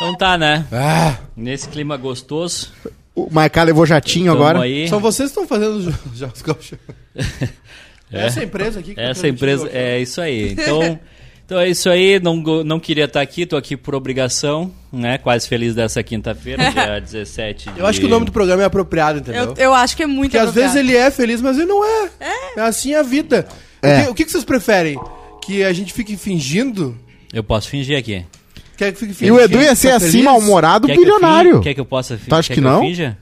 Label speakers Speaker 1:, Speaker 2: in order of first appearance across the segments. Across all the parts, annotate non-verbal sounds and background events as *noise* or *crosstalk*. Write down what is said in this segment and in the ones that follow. Speaker 1: voltar, né?
Speaker 2: Ah,
Speaker 1: Nesse clima gostoso.
Speaker 3: O Maiká levou jatinho
Speaker 1: Tamo
Speaker 3: agora.
Speaker 1: Aí.
Speaker 2: são Então, vocês que estão fazendo os jo- *laughs* jogos gaúchos.
Speaker 1: É.
Speaker 2: Essa empresa aqui. que tá
Speaker 1: Essa
Speaker 2: transmitindo
Speaker 1: empresa.
Speaker 2: gaúcho.
Speaker 1: É isso aí.
Speaker 2: *laughs*
Speaker 1: Então, então é isso aí. Não, go- não queria estar aqui, tô aqui por obrigação, né? Quase feliz dessa
Speaker 2: *laughs*
Speaker 1: quinta-feira, dia 17 de
Speaker 2: Eu acho que o nome do programa é apropriado, entendeu?
Speaker 4: Eu, eu acho que é muito
Speaker 2: Porque às
Speaker 4: apropriado.
Speaker 2: vezes ele é feliz, mas ele não é. É, assim a vida.
Speaker 3: É.
Speaker 2: O, que, o que que vocês preferem? Que a gente fique fingindo?
Speaker 1: Eu posso fingir aqui.
Speaker 2: Quer que fique fingindo?
Speaker 3: E o Edu ia ser
Speaker 2: tá
Speaker 3: assim,
Speaker 2: feliz?
Speaker 3: mal-humorado,
Speaker 1: Quer que eu
Speaker 3: bilionário.
Speaker 1: fin- Quer que eu possa fingir?
Speaker 3: Tu acha que não?
Speaker 1: Eu finja?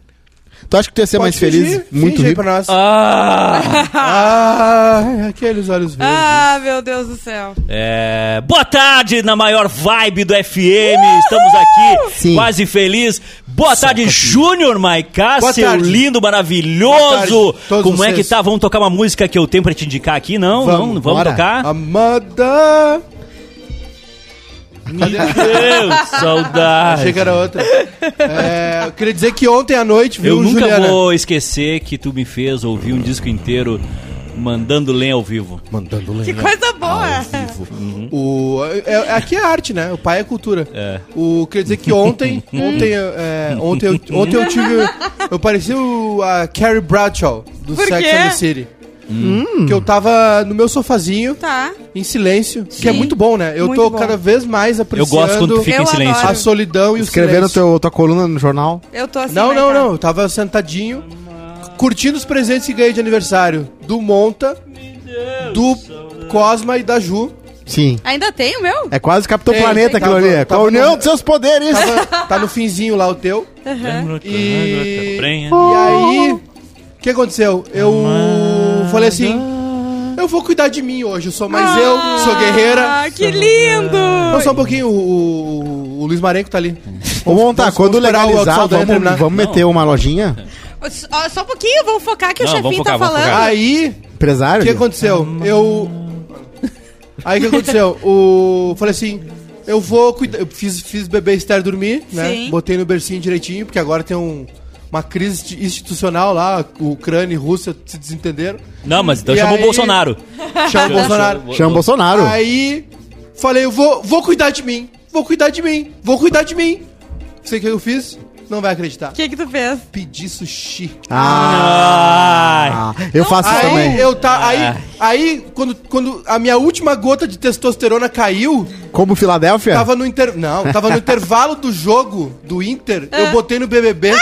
Speaker 3: Tu acha que tu ia ser
Speaker 2: Pode
Speaker 3: mais
Speaker 2: fingir,
Speaker 3: feliz, muito
Speaker 2: finge aí
Speaker 3: rico?
Speaker 2: pra nós.
Speaker 1: *laughs* Ah!
Speaker 2: Ah, aqueles olhos verdes.
Speaker 4: Ah, meu Deus do céu.
Speaker 1: É, boa tarde na maior vibe do FM. Estamos aqui,
Speaker 3: Sim.
Speaker 1: quase feliz. Boa tarde, Júnior Maiká,
Speaker 2: um Boa
Speaker 1: seu
Speaker 2: tarde.
Speaker 1: lindo,
Speaker 2: Boa tarde,
Speaker 1: maravilhoso.
Speaker 2: todos
Speaker 1: Como é que
Speaker 2: vocês.
Speaker 1: tá? Vamos tocar uma música que eu tenho pra te indicar aqui? Não,
Speaker 2: Vamos,
Speaker 1: não, vamos
Speaker 3: bora.
Speaker 1: tocar.
Speaker 2: Amada.
Speaker 1: Meu Deus,
Speaker 2: Achei que
Speaker 1: saudade.
Speaker 2: era outra. É, eu queria dizer que ontem à noite, viu,
Speaker 1: Eu nunca
Speaker 2: Juliana?
Speaker 1: vou esquecer que tu me fez ouvir um disco inteiro mandando lenha ao vivo.
Speaker 2: Mandando lenha.
Speaker 4: Que coisa boa.
Speaker 2: O, é- é- aqui é arte, né? O pai é cultura.
Speaker 1: É.
Speaker 2: O, quer dizer
Speaker 1: *laughs*
Speaker 2: que ontem. ontem, é, ontem, eu, ontem eu tive. Eu pareci o, a Carrie Bradshaw do
Speaker 4: Por
Speaker 2: Sex
Speaker 4: quê?
Speaker 2: and the City.
Speaker 1: Hum.
Speaker 2: Que eu tava no meu sofazinho,
Speaker 4: Tá.
Speaker 2: em silêncio. Que é muito bom, né? Eu
Speaker 4: Muito
Speaker 2: tô
Speaker 4: bom.
Speaker 2: cada vez mais
Speaker 1: Eu
Speaker 2: apreciando
Speaker 1: gosto quando tu fica
Speaker 4: Eu
Speaker 1: em silêncio.
Speaker 2: a solidão e o
Speaker 3: Escrevendo
Speaker 2: silêncio.
Speaker 3: teu, tua coluna no jornal.
Speaker 4: Eu tô assim.
Speaker 2: Não,
Speaker 4: né,
Speaker 2: não,
Speaker 4: cara?
Speaker 2: não. Eu tava sentadinho, curtindo os presentes que ganhei de aniversário do Monta, do Cosma e da Ju.
Speaker 3: Sim.
Speaker 4: Ainda tem o meu?
Speaker 3: É quase Capitão
Speaker 2: Tem,
Speaker 3: Planeta
Speaker 2: tem,
Speaker 3: aquilo
Speaker 2: tava-
Speaker 3: ali. é. Com a
Speaker 2: tava
Speaker 3: união
Speaker 2: no-
Speaker 3: dos seus poderes.
Speaker 2: Tava- tá no finzinho lá o teu.
Speaker 4: Aham.
Speaker 2: E- E aí, o que aconteceu? Eu falei assim: eu vou cuidar de mim hoje. Eu sou mais eu, sou guerreira.
Speaker 4: Ah, que lindo.
Speaker 2: Não, só um pouquinho, o, o- o Luiz Marenco tá ali.
Speaker 3: Vamos montar.
Speaker 2: vamos-
Speaker 3: Quando
Speaker 2: vamos esperar o
Speaker 3: legalizar,
Speaker 2: autossaudade terminar.
Speaker 3: vamos, vamos meter uma lojinha.
Speaker 4: Só, só um pouquinho, vamos focar que
Speaker 1: Não,
Speaker 4: o
Speaker 1: vamos
Speaker 4: chefinho
Speaker 1: focar,
Speaker 4: tá
Speaker 1: vamos
Speaker 4: falando.
Speaker 2: Aí, o
Speaker 3: Empresário.
Speaker 2: que
Speaker 3: ali.
Speaker 2: aconteceu? Eu. Aí o que aconteceu? O. Falei assim. Eu vou cuidar. Eu fiz, fiz o bebê Esther dormir, né?
Speaker 4: Sim.
Speaker 2: Botei no bercinho direitinho, porque agora tem um- uma crise institucional lá, Ucrânia e Rússia se desentenderam.
Speaker 1: Não, mas então
Speaker 2: E
Speaker 1: chamou
Speaker 2: aí-
Speaker 1: o Bolsonaro.
Speaker 2: Chama o Bolsonaro.
Speaker 3: Chama o Bolsonaro.
Speaker 2: Aí falei, eu vou, vou cuidar de mim, vou cuidar de mim, vou cuidar de mim. Sei o que eu fiz? Não vai acreditar.
Speaker 4: O que que tu fez?
Speaker 2: Pedi sushi.
Speaker 1: Ai.
Speaker 3: Ah, eu faço isso
Speaker 2: Aí
Speaker 3: também.
Speaker 2: eu tá.
Speaker 4: Ah.
Speaker 2: Aí, aí quando, quando a minha última gota de testosterona caiu,
Speaker 3: Como Filadélfia?
Speaker 2: tava no inter... Não, tava no intervalo do jogo do Inter, eu botei no
Speaker 4: *laughs*
Speaker 2: BBB.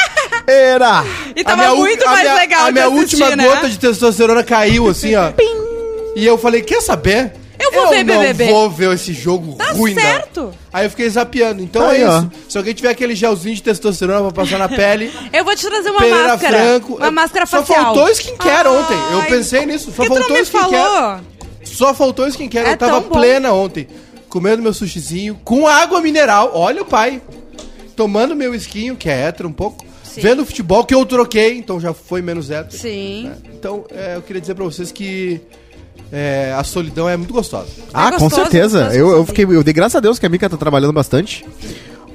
Speaker 3: Era.
Speaker 4: E
Speaker 2: A
Speaker 4: Ah. tava
Speaker 2: minha u-
Speaker 4: muito
Speaker 2: a
Speaker 4: mais
Speaker 2: minha-
Speaker 4: legal
Speaker 2: A
Speaker 4: de
Speaker 2: minha
Speaker 4: assistir,
Speaker 2: última
Speaker 4: né?
Speaker 2: gota de testosterona caiu, assim, ó. e eu falei, quer saber?
Speaker 4: Eu vou ver BBB.
Speaker 2: Eu não vou ver esse jogo
Speaker 4: Tá
Speaker 2: ruim, não.
Speaker 4: certo.
Speaker 2: Aí eu fiquei zapeando. Então
Speaker 3: Aí,
Speaker 2: é
Speaker 3: ó.
Speaker 2: isso. Se alguém tiver aquele gelzinho de testosterona pra passar na pele...
Speaker 4: Eu vou te trazer *laughs* uma
Speaker 2: Pereira
Speaker 4: máscara.
Speaker 2: Franco...
Speaker 4: Uma
Speaker 2: eu-
Speaker 4: máscara
Speaker 2: Só
Speaker 4: facial.
Speaker 2: faltou skincare ontem. Eu
Speaker 4: Ai,
Speaker 2: pensei nisso. Só
Speaker 4: Por que tu não
Speaker 2: faltou
Speaker 4: me
Speaker 2: skincare.
Speaker 4: falou?
Speaker 2: Só faltou skincare.
Speaker 4: É
Speaker 2: eu tava
Speaker 4: tão bom.
Speaker 2: plena ontem. Comendo meu sushizinho com água mineral. Olha o pai. Tomando meu esquinho, que é hétero um pouco.
Speaker 4: Sim.
Speaker 2: Vendo o futebol, que eu troquei. Então já foi menos hétero.
Speaker 4: Sim.
Speaker 2: Então, é, eu queria dizer pra vocês que é, a solidão é muito gostosa.
Speaker 3: Ah, com
Speaker 4: gostoso,
Speaker 2: tá
Speaker 3: certeza.
Speaker 4: gostoso
Speaker 3: Eu, eu
Speaker 4: sozinho.
Speaker 3: fiquei, eu dei graças a Deus que a Mica tá trabalhando bastante.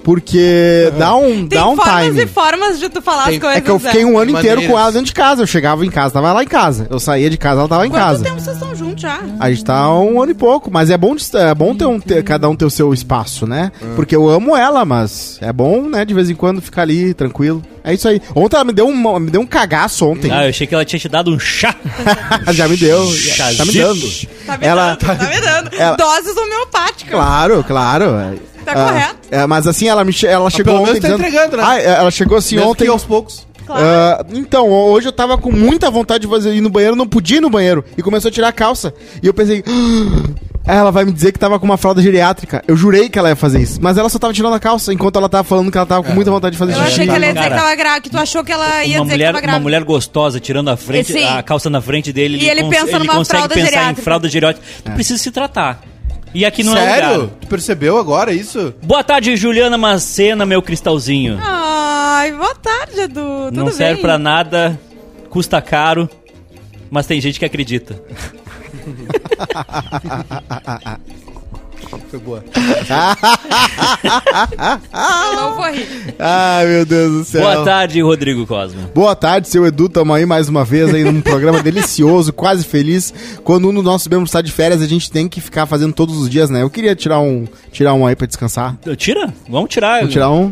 Speaker 3: Porque dá um,
Speaker 4: Tem
Speaker 3: dá um
Speaker 4: formas
Speaker 3: time.
Speaker 4: e formas de tu falar
Speaker 2: Tem-
Speaker 4: as coisas.
Speaker 3: É que eu fiquei
Speaker 4: né?
Speaker 3: um ano inteiro com
Speaker 2: Maneiras.
Speaker 3: ela dentro de casa. Eu chegava em casa, tava lá em casa. Eu saía de casa, ela tava em
Speaker 4: Quanto
Speaker 3: casa.
Speaker 4: tempo vocês estão juntos já?
Speaker 3: A gente tá há um ano e pouco, mas é bom, dist- é bom ter, um, ter- cada um ter o seu espaço, né?
Speaker 2: É.
Speaker 3: Porque eu amo ela, mas é bom, né, de vez em quando ficar ali, tranquilo. É isso aí. Ontem ela me deu um, me deu um cagaço ontem.
Speaker 1: Ah, eu achei que ela tinha te dado um
Speaker 4: *laughs*
Speaker 1: chá.
Speaker 3: *laughs* Já me deu.
Speaker 1: Chazite.
Speaker 3: Tá me dando.
Speaker 4: Tá me
Speaker 3: Ela-
Speaker 4: dando, tá me dando.
Speaker 3: Ela-
Speaker 4: Doses homeopáticas.
Speaker 3: Claro, claro.
Speaker 4: Tá
Speaker 3: Ah,
Speaker 4: correto.
Speaker 3: é, mas assim, ela me che- ela chegou
Speaker 2: pelo
Speaker 3: ontem.
Speaker 2: menos tá entregando, né?
Speaker 3: Ah, é, ela chegou assim
Speaker 2: Mesmo
Speaker 3: ontem.
Speaker 2: que aos poucos.
Speaker 3: Ah, então, hoje eu tava com muita vontade de fazer- ir no banheiro, não podia ir no banheiro. E começou a tirar a calça. E eu pensei. "Ah, Ela vai me dizer que tava com uma fralda geriátrica. Eu jurei que ela ia fazer isso. Mas ela só tava tirando a calça enquanto ela tava falando que ela tava com muita vontade de fazer
Speaker 4: Eu
Speaker 3: xixi.
Speaker 4: achei que ela ia dizer
Speaker 1: Cara,
Speaker 4: que tava grávida, que tu achou que ela ia
Speaker 1: uma
Speaker 4: dizer
Speaker 1: mulher,
Speaker 4: que tava
Speaker 1: uma
Speaker 4: grávida.
Speaker 1: mulher gostosa tirando a frente,
Speaker 4: Sim.
Speaker 1: a calça na frente dele,
Speaker 4: E ele pensa numa fralda
Speaker 1: pensar
Speaker 4: geriátrica.
Speaker 1: em fralda geriótica.
Speaker 3: É.
Speaker 1: Tu precisa se tratar. E aqui não é
Speaker 2: Sério?
Speaker 1: lugar.
Speaker 2: Tu percebeu agora isso?
Speaker 1: Boa tarde, Juliana Macena, meu cristalzinho.
Speaker 4: Ai, boa tarde, Edu. Ah, Tudo
Speaker 1: não
Speaker 4: bem?
Speaker 1: serve pra nada, custa caro, mas tem gente que acredita.
Speaker 2: Foi boa.
Speaker 4: Eu não vou rir.
Speaker 3: Ai, meu Deus do céu.
Speaker 1: Boa tarde, Rodrigo Cosmo.
Speaker 3: Boa tarde, seu Edu, tamo aí mais uma vez aí num
Speaker 4: *laughs*
Speaker 3: programa delicioso, quase feliz. Quando um dos nossos membros está de férias, a gente tem que ficar fazendo todos os dias, né? Eu queria tirar um, tirar um aí pra descansar.
Speaker 1: Tira? Vamos tirar.
Speaker 3: Vou tirar um.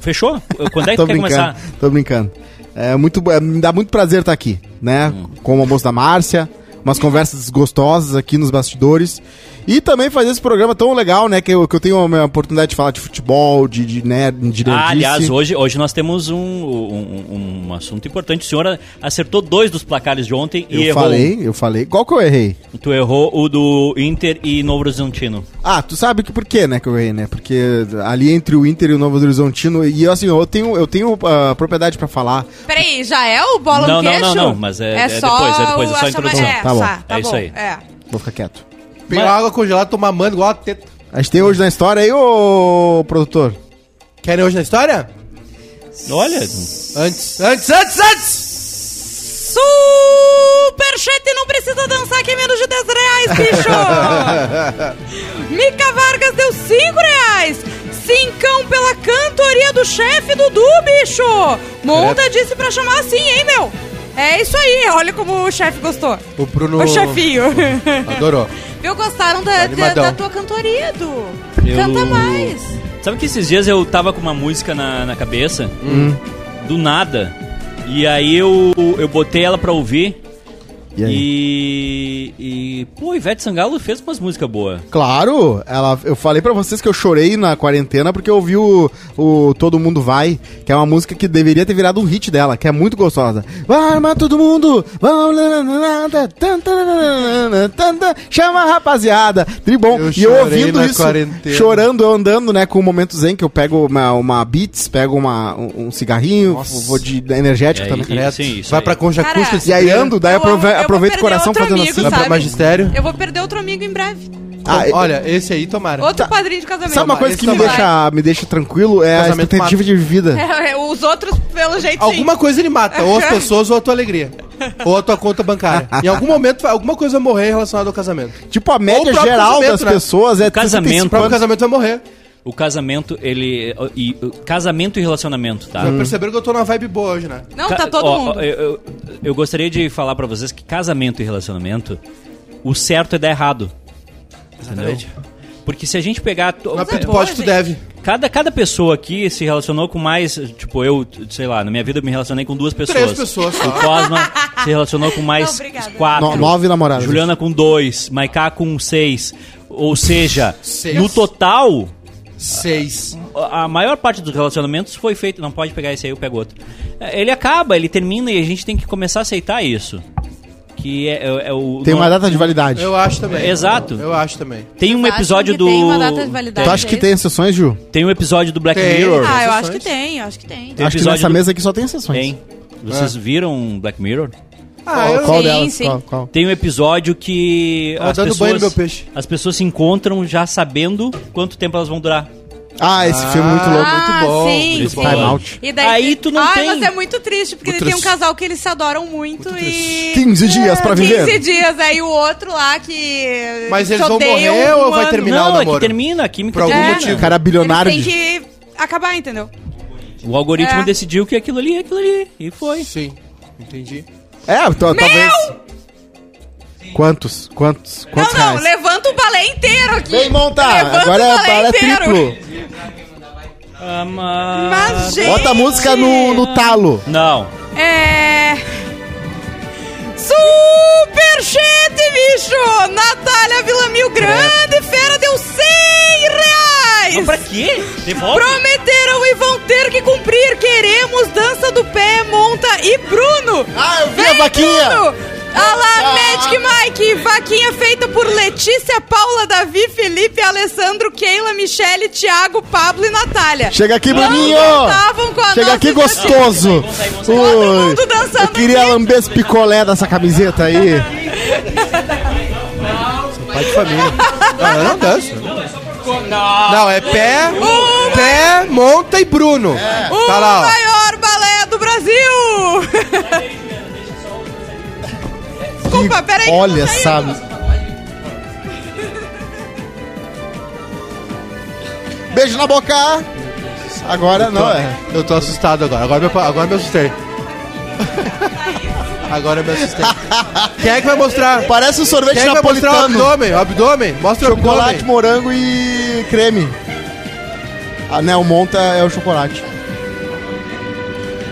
Speaker 1: Fechou? Quando é que
Speaker 3: *laughs* tô
Speaker 1: tu quer
Speaker 3: brincando,
Speaker 1: começar?
Speaker 3: tô brincando. É muito, bo- é, me dá muito prazer estar aqui, né?
Speaker 1: Hum.
Speaker 3: Com o almoço da Márcia, umas conversas gostosas aqui nos bastidores. E também fazer esse programa tão legal, né? Que eu, que eu tenho a minha oportunidade de falar de futebol, de, de, nerd, de
Speaker 1: Ah,
Speaker 3: nerdice.
Speaker 1: aliás, hoje, hoje nós temos um, um, um- um assunto importante. O senhor acertou dois dos placares de ontem
Speaker 3: Eu
Speaker 1: e errou.
Speaker 3: falei, eu falei. Qual que eu errei?
Speaker 1: um. Tu errou o do Inter e Novo Horizontino.
Speaker 3: Ah, tu sabe que por quê, né, que eu errei, né? Porque ali entre o Inter e o Novo Horizontino, e assim, eu tenho, eu tenho ah, propriedade pra falar.
Speaker 4: Peraí, já é o bola
Speaker 1: Não,
Speaker 4: no
Speaker 1: não, não,
Speaker 4: queixo?
Speaker 1: não, mas é- é depois, é depois, é só a
Speaker 4: o- a chama-
Speaker 1: introdução.
Speaker 4: É,
Speaker 3: Tá bom.
Speaker 4: tá, tá
Speaker 1: É isso
Speaker 4: bom,
Speaker 1: aí.
Speaker 4: É.
Speaker 3: Vou ficar quieto.
Speaker 2: Pegar
Speaker 1: Mas-
Speaker 2: água congelada, tomar manga igual a teta.
Speaker 3: A gente tem hoje na história aí, ô produtor.
Speaker 2: Querem hoje na história?
Speaker 1: Olha,
Speaker 2: Antes, antes, antes, antes!
Speaker 4: Superchat não precisa dançar que é menos de 10 reais,
Speaker 3: *laughs*
Speaker 4: bicho! Mica Vargas deu 5 reais! Cincão pela cantoria do chefe Dudu, bicho! Monta disse pra chamar assim, hein, meu? É isso aí, olha como o chefe gostou.
Speaker 2: O Bruno.
Speaker 3: *laughs*
Speaker 4: O chefinho.
Speaker 2: Adorou.
Speaker 4: Viu, gostaram
Speaker 3: Tá
Speaker 4: da, da,
Speaker 2: Animadão.
Speaker 4: da tua cantoria, Du?
Speaker 1: Eu-
Speaker 4: Canta mais.
Speaker 1: sabe que esses dias eu tava com uma música na, na cabeça,
Speaker 3: Hum.
Speaker 1: do nada, e aí eu, eu botei ela pra ouvir.
Speaker 3: E aí?
Speaker 1: E, e. Pô, Ivete Sangalo fez umas músicas boas.
Speaker 3: Claro, ela, eu falei pra vocês que eu chorei na quarentena porque eu ouvi o, o Todo Mundo Vai, que é uma música que deveria ter virado um hit dela, que é muito gostosa. Vai armar todo mundo, vamos, nananada, tan, tan, nananana, tan, tan, chama a rapaziada, tribom.
Speaker 2: Eu
Speaker 3: e eu
Speaker 2: chorei
Speaker 3: ouvindo
Speaker 2: na
Speaker 3: isso,
Speaker 2: quarentena.
Speaker 3: chorando, eu andando, né, com o momento zen, que eu pego uma, uma Beats, pego uma, um, um cigarrinho, vou de energética
Speaker 1: É,
Speaker 3: também.
Speaker 1: e-
Speaker 2: Direto.
Speaker 1: sim, isso
Speaker 2: Vai
Speaker 1: aí.
Speaker 2: pra concha
Speaker 4: Cara,
Speaker 2: acústica.
Speaker 3: E aí
Speaker 2: estreia,
Speaker 3: ando, daí
Speaker 4: Eu amo-
Speaker 3: aprove-
Speaker 4: eu vou
Speaker 3: aproveito o
Speaker 4: perder
Speaker 3: coração
Speaker 4: outro
Speaker 3: fazendo
Speaker 4: amigo,
Speaker 3: assim.
Speaker 2: Vai pra
Speaker 4: sabe?
Speaker 2: magistério.
Speaker 4: Eu vou perder outro amigo em breve.
Speaker 3: Ah,
Speaker 2: Com- Olha, esse aí tomara.
Speaker 4: Outro padrinho de casamento.
Speaker 3: Tá. Sabe uma coisa
Speaker 2: esse
Speaker 3: que me
Speaker 4: vai.
Speaker 3: deixa, me deixa tranquilo? É a
Speaker 2: Casamento
Speaker 3: expectativa de vida.
Speaker 4: É, os outros, pelo jeito,
Speaker 2: Alguma
Speaker 4: sim.
Speaker 2: coisa ele
Speaker 4: *laughs*
Speaker 2: mata, ou as pessoas, ou a tua alegria. Ou a tua conta bancária. Em algum momento, alguma coisa vai morrer relacionada ao casamento.
Speaker 3: Tipo, a média
Speaker 2: próprio
Speaker 3: geral
Speaker 2: casamento,
Speaker 3: das
Speaker 2: né?
Speaker 3: pessoas é
Speaker 1: casamento.
Speaker 3: 35
Speaker 2: O próprio
Speaker 3: anos.
Speaker 2: casamento vai morrer.
Speaker 1: O casamento, ele. E, o casamento e relacionamento, tá?
Speaker 2: Já
Speaker 3: Uhum.
Speaker 2: perceberam que eu tô numa vibe boa hoje, né?
Speaker 4: Não,
Speaker 1: Ca-
Speaker 4: tá todo
Speaker 1: ó,
Speaker 4: mundo.
Speaker 1: ó, eu, eu- eu gostaria de falar pra vocês que casamento e relacionamento, o certo é dar errado. Exatamente. Porque se a gente pegar. to-
Speaker 2: Mas
Speaker 4: é
Speaker 2: tu
Speaker 4: boa,
Speaker 2: pode, tu
Speaker 4: gente.
Speaker 2: deve.
Speaker 1: Cada, cada pessoa aqui se relacionou com mais. Tipo, eu, sei lá, na minha vida eu me relacionei com duas pessoas.
Speaker 2: Três pessoas só.
Speaker 1: O Cosma se relacionou com mais
Speaker 4: Não, obrigada.
Speaker 1: quatro.
Speaker 3: No- nove namoradas.
Speaker 1: Juliana com dois. Maiká com seis. Ou seja,
Speaker 2: Seis.
Speaker 1: no total,
Speaker 2: Seis.
Speaker 1: a maior parte dos relacionamentos foi feito. Não pode pegar esse aí, eu pego outro. É, Ele acaba, ele termina e a gente tem que começar a aceitar isso. Que é, é- é o.
Speaker 3: Tem
Speaker 1: não-
Speaker 3: uma data de validade.
Speaker 2: Eu acho também.
Speaker 1: Exato.
Speaker 2: Eu acho também.
Speaker 1: Tem um
Speaker 4: Vocês acham
Speaker 1: episódio
Speaker 4: que
Speaker 1: do.
Speaker 4: tem uma data de validade?
Speaker 3: Tu acha que
Speaker 4: Talvez.
Speaker 3: tem exceções, Ju?
Speaker 1: tem um episódio do Black
Speaker 2: Tem.
Speaker 1: Mirror.
Speaker 4: Ah, eu
Speaker 2: Exceções?
Speaker 4: acho que tem, eu acho que tem.
Speaker 1: Tem
Speaker 3: Acho que
Speaker 1: episódio
Speaker 3: nessa
Speaker 1: do-
Speaker 3: mesa aqui só tem exceções.
Speaker 1: Tem.
Speaker 2: É.
Speaker 1: Vocês viram Black Mirror?
Speaker 2: Ah,
Speaker 3: Qual,
Speaker 2: eu...
Speaker 3: qual
Speaker 4: Sim,
Speaker 3: delas?
Speaker 4: sim.
Speaker 3: Qual, qual?
Speaker 1: Tem um episódio que
Speaker 2: Tava
Speaker 1: as
Speaker 2: dando
Speaker 1: pessoas,
Speaker 2: banho no meu peixe.
Speaker 1: as pessoas se encontram já sabendo quanto tempo elas vão durar.
Speaker 3: Ah, esse filme é muito louco.
Speaker 4: Ah,
Speaker 2: muito bom,
Speaker 4: sim,
Speaker 2: muito
Speaker 4: sim.
Speaker 1: bom. Time
Speaker 3: out.
Speaker 4: E daí,
Speaker 1: Aí tu não
Speaker 4: Ai,
Speaker 1: tem.
Speaker 4: mas é muito triste, porque
Speaker 2: Muito
Speaker 4: tem um
Speaker 2: triste.
Speaker 4: casal que eles se adoram muito, e...
Speaker 3: 15 dias pra viver.
Speaker 4: 15 dias, aí o outro lá que...
Speaker 2: Mas
Speaker 4: se
Speaker 2: eles vão
Speaker 4: odeia
Speaker 2: morrer
Speaker 4: um
Speaker 2: ou vai terminar?
Speaker 4: ano.
Speaker 2: Terminar o
Speaker 1: não, é que
Speaker 2: namoro.
Speaker 1: termina, a química
Speaker 2: Por algum
Speaker 1: termina.
Speaker 2: motivo.
Speaker 3: O cara é bilionário.
Speaker 4: Eles
Speaker 3: de-
Speaker 4: têm que acabar, entendeu?
Speaker 1: O algoritmo
Speaker 4: É.
Speaker 1: decidiu que aquilo ali é aquilo ali. E foi.
Speaker 2: Sim, entendi.
Speaker 3: É, t- talvez. Quantos? Quantos? Quantos
Speaker 4: não, não,
Speaker 3: reais?
Speaker 4: levanta o balé inteiro aqui.
Speaker 3: Vem montar!
Speaker 4: Levanta
Speaker 3: Agora
Speaker 4: o
Speaker 3: é,
Speaker 4: balé
Speaker 3: agora é
Speaker 4: inteiro.
Speaker 3: triplo.
Speaker 1: Ah, mas-
Speaker 4: Mas, gente...
Speaker 3: Bota a música no, no talo.
Speaker 1: Não.
Speaker 4: É. Superchat, bicho! Natália Villamil Grande
Speaker 3: É.
Speaker 4: Fera deu 100
Speaker 1: Mas pra
Speaker 4: reais!
Speaker 1: quê? Devolve.
Speaker 4: Prometeram e vão ter que cumprir! Queremos dança do pé, monta e Bruno!
Speaker 3: Ah, eu vi a
Speaker 4: Vem,
Speaker 3: vaquinha! Ah.
Speaker 4: Bruno! Alá, Magic Mike! Vaquinha feita por Letícia, Paula, Davi, Felipe, Alessandro, Keila, Michele, Thiago, Pablo e Natália.
Speaker 3: Chega aqui,
Speaker 4: Não
Speaker 3: Bruninho!
Speaker 4: contavam com a
Speaker 3: Chega
Speaker 4: nossa
Speaker 3: aqui
Speaker 4: iniciativa.
Speaker 3: gostoso!
Speaker 4: Todo
Speaker 3: Ui,
Speaker 4: mundo dançando
Speaker 3: Eu queria lamber esse picolé dessa camiseta aí.
Speaker 2: Pai de
Speaker 4: *laughs*
Speaker 2: família. Não, Ah, eu não danço. Não, é pé, pé, monta e Bruno.
Speaker 4: O
Speaker 2: Tá lá, ó.
Speaker 4: maior balé do Brasil! Desculpa,
Speaker 3: Que-
Speaker 4: peraí. que
Speaker 3: Olha,
Speaker 4: tá saindo.
Speaker 3: sabe. Beijo na boca! Agora não, é.
Speaker 2: Eu tô assustado agora. Agora, meu, agora me assustei. *laughs* Agora eu me assustei. Quem é que vai mostrar?
Speaker 3: Parece um sorvete
Speaker 2: Quem é que vai mostrar o
Speaker 3: napolitano.
Speaker 2: abdômen? O abdômen? Mostra o
Speaker 3: Chocolate,
Speaker 2: abdômen.
Speaker 3: morango e creme. A Nel Monta é o chocolate.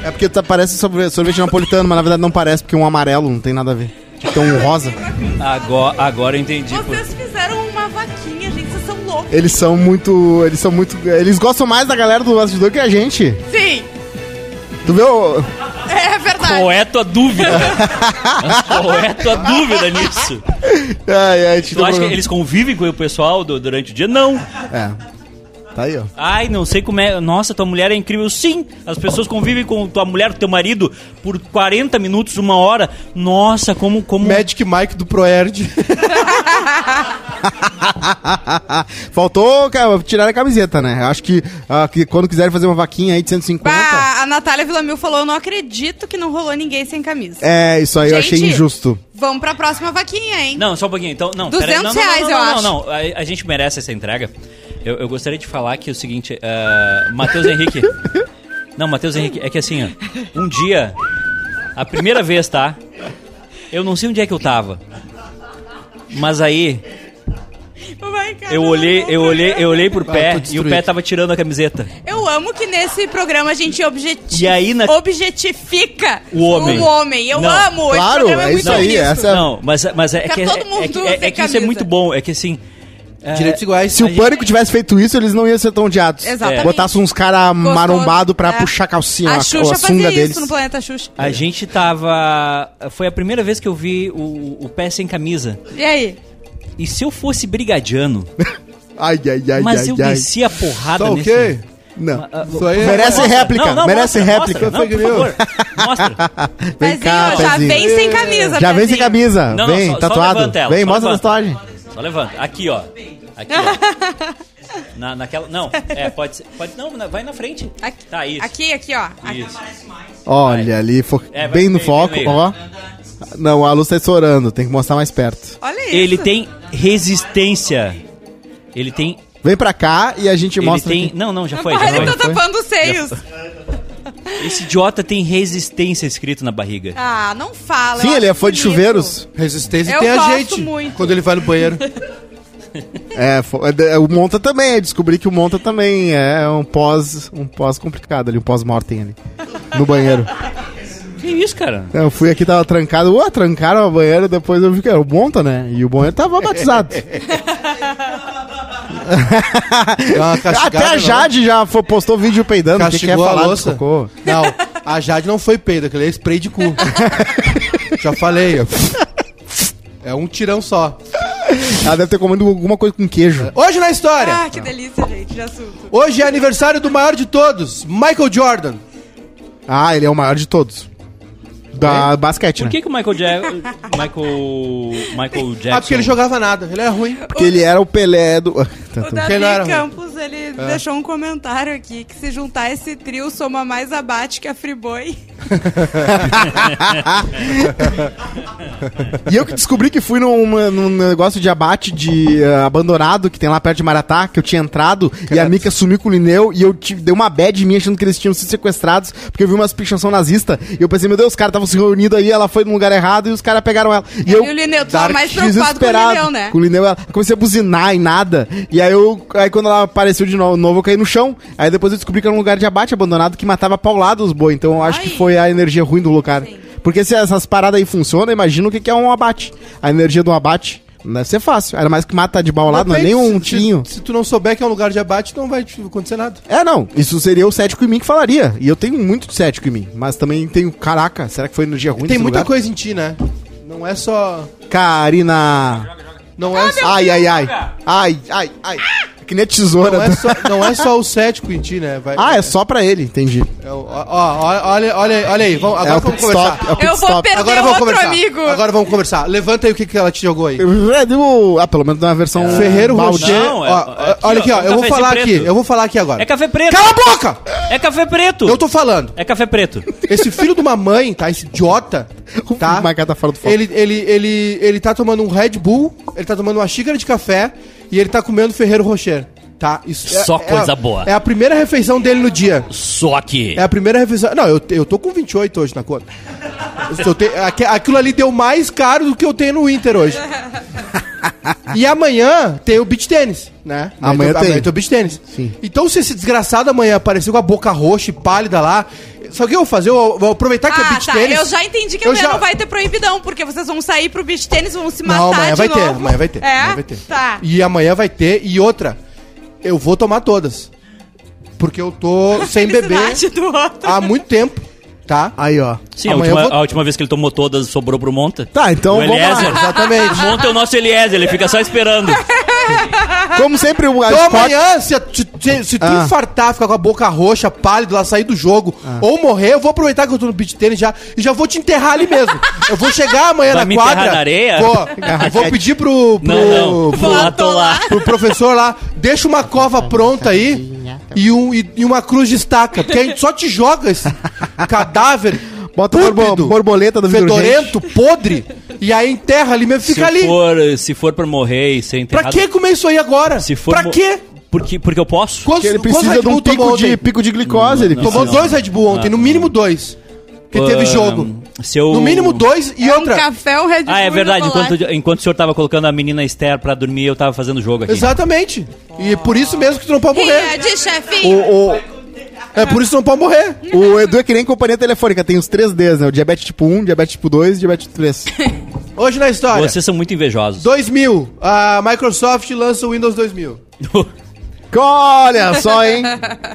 Speaker 3: É porque tá- parece sorve- sorvete napolitano, mas na verdade não parece, porque é um amarelo, não tem nada a ver. Tem um rosa.
Speaker 1: Agora, agora eu entendi. por-
Speaker 4: Vocês fizeram uma vaquinha, gente. Vocês são loucos.
Speaker 3: Eles são muito. Eles são muito. Eles gostam mais da galera do bastidor que a gente.
Speaker 4: Sim,
Speaker 3: Tu viu?
Speaker 4: é verdade.
Speaker 1: Qual é a tua dúvida? *laughs* Qual é a tua dúvida nisso?
Speaker 3: *laughs* Ai, ai, te
Speaker 1: Tu acha que eles convivem com o pessoal do- durante o dia? Não.
Speaker 3: É. Tá aí, ó. *laughs*
Speaker 1: Ai, não sei como é. Nossa, tua mulher é incrível. Sim, as pessoas convivem com tua mulher, teu marido, por 40 minutos, uma hora. Nossa, como. como...
Speaker 2: Magic Mike do Proerd.
Speaker 3: Faltou cara, tirar a camiseta, né? Eu Acho que, ah, que quando quiserem fazer uma vaquinha aí de 150.
Speaker 4: Bah, a Natália Villamil falou: Eu não acredito que não rolou ninguém sem camisa.
Speaker 3: É, isso aí eu
Speaker 4: Gente,
Speaker 3: achei injusto.
Speaker 4: Vamos pra próxima vaquinha, hein?
Speaker 1: Não, só um pouquinho. Então, não,
Speaker 4: 200
Speaker 1: peraí, não, não, não,
Speaker 4: reais,
Speaker 1: não,
Speaker 4: eu
Speaker 1: não,
Speaker 4: acho.
Speaker 1: Não, não, A- a, gente merece essa entrega. Eu, eu gostaria de falar que é o seguinte, ah, Matheus
Speaker 4: *laughs*
Speaker 1: Henrique. Não, Matheus Henrique, é que assim, ó, um dia, a primeira vez, tá? Eu não sei onde é que eu tava. Mas aí,
Speaker 4: Vai, cara,
Speaker 1: eu olhei, eu olhei, eu olhei pro
Speaker 2: tô
Speaker 1: pé e o
Speaker 2: destruído.
Speaker 1: pé tava tirando a camiseta.
Speaker 4: Eu amo que nesse programa a gente objeti-
Speaker 1: E aí na-
Speaker 4: objetifica
Speaker 1: O homem.
Speaker 4: Eu
Speaker 1: Não,
Speaker 3: claro,
Speaker 4: amo. Esse programa é,
Speaker 3: é
Speaker 4: muito
Speaker 3: isso aí,
Speaker 4: bonito.
Speaker 3: essa-
Speaker 1: Não, mas, mas é,
Speaker 4: Fica
Speaker 1: que, é,
Speaker 4: todo mundo
Speaker 1: é que- é- é
Speaker 4: sem
Speaker 1: que isso é
Speaker 4: camisa.
Speaker 1: muito bom, é que assim... é,
Speaker 2: Direitos iguais.
Speaker 3: Se o pânico tivesse feito isso, eles não iam ser tão odiados. É.
Speaker 4: Exatamente.
Speaker 3: Botasse uns caras marombados pra
Speaker 1: né?
Speaker 4: É.
Speaker 3: puxar a calcinha, a,
Speaker 4: A
Speaker 3: ou
Speaker 4: Xuxa
Speaker 3: a
Speaker 4: fazia
Speaker 3: sunga
Speaker 4: isso
Speaker 3: deles.
Speaker 4: no Planeta Xuxa.
Speaker 1: A gente tava... Foi a primeira vez que eu vi o- o pé sem camisa.
Speaker 4: E aí?
Speaker 1: E se eu fosse brigadiano,
Speaker 3: Ai, ai, ai,
Speaker 1: mas
Speaker 3: ai,
Speaker 1: eu
Speaker 3: ai.
Speaker 1: desci a porrada
Speaker 2: Tá
Speaker 1: nesse...
Speaker 2: ok?
Speaker 3: Não.
Speaker 1: Ah,
Speaker 2: Isso aí é-
Speaker 3: Merece réplica,
Speaker 1: Não, não,
Speaker 3: merece
Speaker 1: mostra,
Speaker 3: réplica.
Speaker 1: Mostra, não, por favor,
Speaker 3: *laughs*
Speaker 1: mostra.
Speaker 3: Vem
Speaker 4: Pezinho, ó,
Speaker 3: cá,
Speaker 4: já
Speaker 3: pezinho.
Speaker 4: vem sem camisa.
Speaker 3: Já vem
Speaker 4: Pezinho.
Speaker 3: sem camisa.
Speaker 1: Não, não,
Speaker 3: vem,
Speaker 1: só- só
Speaker 3: tatuado.
Speaker 1: levanta ela,
Speaker 3: vem,
Speaker 1: só
Speaker 3: mostra a
Speaker 1: levanta.
Speaker 3: tatuagem.
Speaker 1: Só levanta. Aqui, ó. Aqui, ó. Na, naquela... Não, é, pode ser... Pode, não, na- vai na frente.
Speaker 4: Aqui,
Speaker 1: Tá, isso.
Speaker 4: aqui, aqui, ó. Aqui.
Speaker 1: Isso.
Speaker 3: Olha ali, fo-
Speaker 1: É, vai
Speaker 3: bem
Speaker 1: no
Speaker 3: no
Speaker 1: meio,
Speaker 3: foco,
Speaker 1: bem no
Speaker 3: ó. Não, a luz tá estourando, tem que mostrar mais perto.
Speaker 4: Olha isso.
Speaker 1: Ele tem resistência. Ele tem...
Speaker 3: Vem pra cá e a gente
Speaker 1: Ele
Speaker 3: mostra.
Speaker 1: tem...
Speaker 3: aqui.
Speaker 1: Não, não, já foi.
Speaker 4: Olha,
Speaker 1: Já
Speaker 4: ele tá
Speaker 1: foi. é
Speaker 4: tapando os seios.
Speaker 1: Esse idiota tem resistência escrito na barriga.
Speaker 4: Ah, não fala.
Speaker 3: Sim,
Speaker 4: eu
Speaker 3: ele é
Speaker 4: acho
Speaker 3: fã de
Speaker 4: bonito.
Speaker 3: chuveiros.
Speaker 2: Resistência
Speaker 4: Eu
Speaker 2: tem a
Speaker 4: gosto
Speaker 2: gente.
Speaker 4: muito.
Speaker 2: Quando ele vai no banheiro.
Speaker 3: *laughs* É, fo- é, é, o Monta também, eu descobri que o Monta também é um pós, um pós complicado ali, um pós-mortem ali. No
Speaker 4: *laughs*
Speaker 3: banheiro.
Speaker 1: Que isso, cara?
Speaker 3: Eu fui aqui, tava trancado, ué, trancaram o banheiro, depois eu vi que era o Monta, né? E o banheiro tava
Speaker 2: *laughs*
Speaker 3: batizado.
Speaker 2: Deu É uma
Speaker 3: *laughs*
Speaker 2: castigada,
Speaker 3: Até a
Speaker 2: não.
Speaker 3: Jade já fo- postou vídeo peidando, o que, que é
Speaker 2: né? Castigou a
Speaker 3: falar de
Speaker 2: louça.
Speaker 3: cocô.
Speaker 2: Não, a Jade não foi peido, aquele é spray
Speaker 3: *laughs*
Speaker 2: de cu. Já falei. ó. É um tirão só.
Speaker 3: Ela deve ter comido alguma coisa com queijo.
Speaker 2: Hoje na história.
Speaker 4: Ah, que delícia, gente, de assunto.
Speaker 2: Hoje é aniversário do maior de todos, Michael Jordan.
Speaker 3: Ah, ele é o maior de todos.
Speaker 2: É.
Speaker 3: Da basquete,
Speaker 1: Por
Speaker 3: né?
Speaker 1: que, que o Michael Jackson... Michael... Michael Jackson...
Speaker 2: Ah, porque ele jogava nada, ele era ruim.
Speaker 3: Porque ele era o Pelé do... *laughs* Tá,
Speaker 4: O Davi
Speaker 2: Quem não era ruim?
Speaker 4: Campos, ele
Speaker 3: É.
Speaker 4: deixou um comentário aqui que se juntar esse trio soma mais abate que a Friboi.
Speaker 3: E eu que descobri que fui numa- num negócio de abate de ah, abandonado que tem lá perto de Maratá, que eu tinha entrado e a Mika sumiu com o Lineu e eu tive, dei uma bad em mim achando que eles tinham sido sequestrados, porque eu vi umas pichação nazista e eu pensei, meu Deus, os caras estavam se reunindo aí, ela foi num lugar errado e os caras pegaram ela. E eu
Speaker 4: e o Lineu, tu tava mais preocupado com o
Speaker 3: desesperado
Speaker 4: Lineu, né?
Speaker 3: com o Lineu, ela comecei a buzinar e nada. E aí eu aí quando ela apareceu de novo, novo, eu caí no chão. Aí depois eu descobri que era um lugar de abate abandonado que matava paulado os boi, então eu acho
Speaker 4: Ai.
Speaker 3: que foi a energia ruim do lugar.
Speaker 4: Sim.
Speaker 3: Porque se essas paradas aí funcionam, imagina o que que é um abate. A energia de um abate não deve ser fácil. Era mais que matar de baulado, não é nem
Speaker 2: Depende,
Speaker 3: um
Speaker 2: se-
Speaker 3: tinho.
Speaker 2: Se, se tu não souber que é um lugar de abate, não vai te acontecer nada.
Speaker 3: É, não. Isso seria o cético em mim que falaria. E eu tenho muito de cético em mim. Mas também tenho. Caraca, será que foi energia ruim
Speaker 2: Tem
Speaker 3: nesse
Speaker 2: muita
Speaker 3: lugar?
Speaker 2: coisa em ti, né? Não é só.
Speaker 3: Karina.
Speaker 2: Não
Speaker 1: Ah,
Speaker 2: é só.
Speaker 3: Ai, ai, ai. Ai, ai, ai. Que nem a tesoura.
Speaker 2: Não é só, não é só o cético em ti, né? Vai-
Speaker 3: Ah, é só pra ele, entendi.
Speaker 2: É o- ó, ó, olha, olha, aí, olha aí, vamos, agora
Speaker 3: é o
Speaker 2: vamos
Speaker 3: pit stop,
Speaker 2: conversar.
Speaker 3: é o pit
Speaker 4: Eu vou
Speaker 3: stop.
Speaker 4: perder
Speaker 2: Agora vamos
Speaker 4: outro
Speaker 2: conversar.
Speaker 4: amigo.
Speaker 2: Agora vamos conversar. Levanta aí o que, que ela te jogou aí.
Speaker 3: Ah, pelo menos na versão.
Speaker 2: É. Ferreiro
Speaker 3: balde.
Speaker 2: Rocher.
Speaker 1: Não, é-
Speaker 2: ó,
Speaker 1: é aqui,
Speaker 2: olha aqui,
Speaker 1: ó,
Speaker 2: ó.
Speaker 1: um
Speaker 2: Eu vou
Speaker 1: cafezinho
Speaker 2: falar
Speaker 1: preto.
Speaker 2: aqui. Eu vou falar aqui agora.
Speaker 1: É café preto!
Speaker 2: Cala a boca!
Speaker 1: É café preto!
Speaker 2: Eu tô falando.
Speaker 1: É café preto.
Speaker 2: Esse filho de uma mãe, tá? Esse idiota,
Speaker 3: *laughs*
Speaker 2: tá?
Speaker 3: O Maicá tá fora do foco.
Speaker 2: Ele, ele, ele, ele tá tomando um Red Bull, ele tá tomando uma xícara de café e ele tá comendo Ferreiro Rocher. tá? Isso
Speaker 1: Só coisa
Speaker 2: a-
Speaker 1: boa.
Speaker 2: É a primeira refeição dele no dia.
Speaker 1: Só que.
Speaker 2: É a primeira refeição. Não, eu, eu tô com 28 hoje na conta. Eu te- aque- aquilo ali deu mais caro do que eu tenho no Inter hoje. E amanhã tem o beach tênis, né?
Speaker 3: Amanhã tem.
Speaker 2: o beach tênis.
Speaker 3: Sim.
Speaker 2: Então, se esse desgraçado amanhã aparecer com a boca roxa e pálida lá, sabe o que eu vou fazer? Eu vou aproveitar que é
Speaker 4: Ah,
Speaker 2: beach
Speaker 4: tá.
Speaker 2: tênis.
Speaker 4: Eu já entendi que
Speaker 2: Eu
Speaker 4: amanhã
Speaker 2: já-
Speaker 4: não vai ter proibidão, porque vocês vão sair pro beach tênis, vão se matar
Speaker 2: Não, amanhã
Speaker 4: de
Speaker 2: vai
Speaker 4: novo.
Speaker 2: ter, amanhã vai ter.
Speaker 4: É?
Speaker 2: amanhã vai ter.
Speaker 4: Tá.
Speaker 2: E amanhã vai ter. E outra, eu vou tomar todas. Porque eu
Speaker 4: *laughs*
Speaker 2: tô sem beber
Speaker 4: Felicidade do outro.
Speaker 2: há muito tempo, tá?
Speaker 3: Aí, ó.
Speaker 1: Sim, a
Speaker 2: Amanhã
Speaker 1: última,
Speaker 2: eu vou-
Speaker 1: a última vez que ele tomou todas, sobrou pro Monta.
Speaker 3: Tá, então
Speaker 1: o
Speaker 3: vamos
Speaker 1: Eliezer.
Speaker 3: lá.
Speaker 2: Exatamente.
Speaker 1: Monta é o nosso Eliezer, ele fica só esperando.
Speaker 3: Como sempre, o
Speaker 2: Então
Speaker 3: as quatro-
Speaker 2: amanhã, se, se- se tu
Speaker 3: Ah.
Speaker 2: infartar, ficar com a boca roxa, pálido lá, sair do jogo, ou morrer, eu vou aproveitar que eu tô no beat tênis já e já vou te enterrar ali mesmo. Eu vou chegar amanhã
Speaker 1: Vai
Speaker 2: na
Speaker 1: me enterrar
Speaker 2: quadra.
Speaker 1: na areia?
Speaker 2: Vou, vou pedir pro, pro,
Speaker 1: Não, não.
Speaker 2: pro-
Speaker 1: Vou atolar.
Speaker 2: pro professor lá, deixa uma cova pronta aí
Speaker 3: tá
Speaker 2: e, um, e, e uma cruz de estaca, porque a gente só te joga esse cadáver.
Speaker 3: Bota a borbo-
Speaker 2: púpido,
Speaker 3: borboleta do Vitor
Speaker 2: Fedorento, podre, e aí enterra ali mesmo, fica
Speaker 1: se
Speaker 2: ali.
Speaker 1: For, se for pra morrer e ser enterrado...
Speaker 2: Pra que comer isso aí agora?
Speaker 1: Se for
Speaker 2: pra
Speaker 1: mo-
Speaker 2: quê?
Speaker 1: Porque, porque eu posso?
Speaker 2: Quantos,
Speaker 3: Que ele
Speaker 2: quantos
Speaker 3: precisa de um
Speaker 2: Bull tomou
Speaker 3: pico de,
Speaker 2: ontem?
Speaker 3: pico de glicose. ele
Speaker 2: Tomou
Speaker 3: precisa.
Speaker 2: dois Red Bull ontem, no mínimo dois. Que
Speaker 1: Ah,
Speaker 2: teve jogo.
Speaker 1: Se eu...
Speaker 2: No mínimo dois e
Speaker 4: É um
Speaker 2: outra.
Speaker 4: café, o Red Bull
Speaker 1: Ah,
Speaker 4: e
Speaker 1: é
Speaker 4: um
Speaker 1: verdade.
Speaker 4: chocolate.
Speaker 1: Enquanto, enquanto o senhor tava colocando a menina Esther pra dormir, eu tava fazendo o jogo aqui.
Speaker 2: Exatamente. E é por isso mesmo que tu não pode
Speaker 4: Quem é
Speaker 2: morrer.
Speaker 4: de chefinho?
Speaker 2: O, o- É por isso que tu não pode morrer.
Speaker 3: O Edu é que nem companhia telefônica, tem os três Ds, né? O diabetes tipo 1, diabetes tipo 2 e diabetes tipo
Speaker 2: *laughs*
Speaker 3: 3.
Speaker 2: Hoje na história.
Speaker 1: Vocês são muito invejosos.
Speaker 2: 2000. A Microsoft lança o Windows 2000.
Speaker 3: Olha só, hein?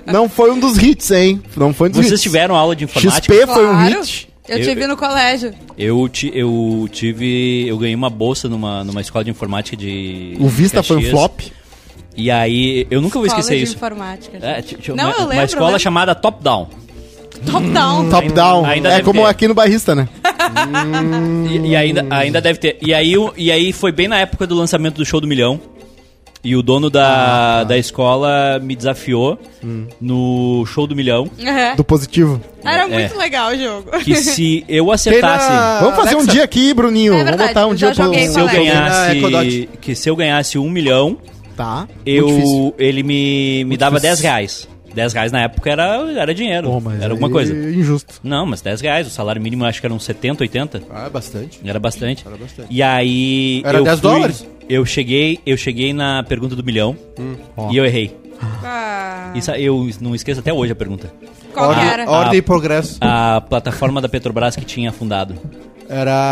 Speaker 3: Não foi um dos hits, hein? Não foi um
Speaker 1: *laughs*
Speaker 3: dos
Speaker 1: Vocês
Speaker 3: hits.
Speaker 1: tiveram aula de informática?
Speaker 3: XP foi um hit.
Speaker 4: Eu
Speaker 1: Eu-
Speaker 4: tive no colégio.
Speaker 1: Eu, ti- eu tive. Eu ganhei uma bolsa numa, numa escola de informática de.
Speaker 3: O Vista foi um
Speaker 1: Caxias.
Speaker 3: flop.
Speaker 1: E aí, eu nunca vou
Speaker 4: Escola
Speaker 1: esquecer
Speaker 4: de
Speaker 1: isso.
Speaker 4: informática.
Speaker 1: É, ti- ti-
Speaker 4: Não,
Speaker 1: uma,
Speaker 4: eu
Speaker 1: uma
Speaker 4: lembro,
Speaker 1: escola
Speaker 4: lembro.
Speaker 1: chamada Top Down.
Speaker 4: Top down.
Speaker 2: Uhum.
Speaker 3: Top down.
Speaker 1: ainda
Speaker 3: é
Speaker 1: deve
Speaker 3: como
Speaker 1: ter.
Speaker 3: aqui no Barrista, né?
Speaker 1: E, e ainda, ainda deve ter. E aí, o- e aí foi bem na época do lançamento do show do milhão. E o dono da, da escola me desafiou no show do milhão.
Speaker 4: Uhum.
Speaker 3: Do positivo.
Speaker 4: Era
Speaker 1: É.
Speaker 4: muito legal o jogo.
Speaker 1: Que se eu
Speaker 2: Tem na-
Speaker 1: acertasse.
Speaker 3: Vamos fazer
Speaker 2: Alexa.
Speaker 3: um dia aqui, Bruninho.
Speaker 4: É
Speaker 3: Vamos
Speaker 4: verdade,
Speaker 3: botar um
Speaker 4: eu
Speaker 3: dia
Speaker 4: já joguei
Speaker 1: Se
Speaker 4: com
Speaker 1: eu
Speaker 4: a Alexa.
Speaker 1: ganhasse.
Speaker 2: Ecodote.
Speaker 1: Que se eu ganhasse um milhão,
Speaker 3: Tá. muito difícil.
Speaker 1: eu ele me, me dava
Speaker 3: difícil.
Speaker 1: 10 reais. 10 reais na época era, era dinheiro.
Speaker 3: Pô, mas
Speaker 1: era alguma
Speaker 3: aí
Speaker 1: coisa.
Speaker 3: é Injusto.
Speaker 1: Não, mas 10 reais. O salário mínimo eu acho que era uns 70, 80.
Speaker 2: Ah, bastante.
Speaker 1: Era bastante.
Speaker 2: Era bastante.
Speaker 1: E aí.
Speaker 2: Era
Speaker 1: eu
Speaker 2: 10 dólares?
Speaker 1: Eu cheguei, eu cheguei na pergunta do milhão
Speaker 3: Ó.
Speaker 1: e eu errei.
Speaker 4: Ah,
Speaker 1: Isso, eu não esqueço até hoje a pergunta.
Speaker 4: qual que
Speaker 2: Ordem,
Speaker 4: era?
Speaker 2: ordem e progresso.
Speaker 1: A plataforma da Petrobras que tinha fundado.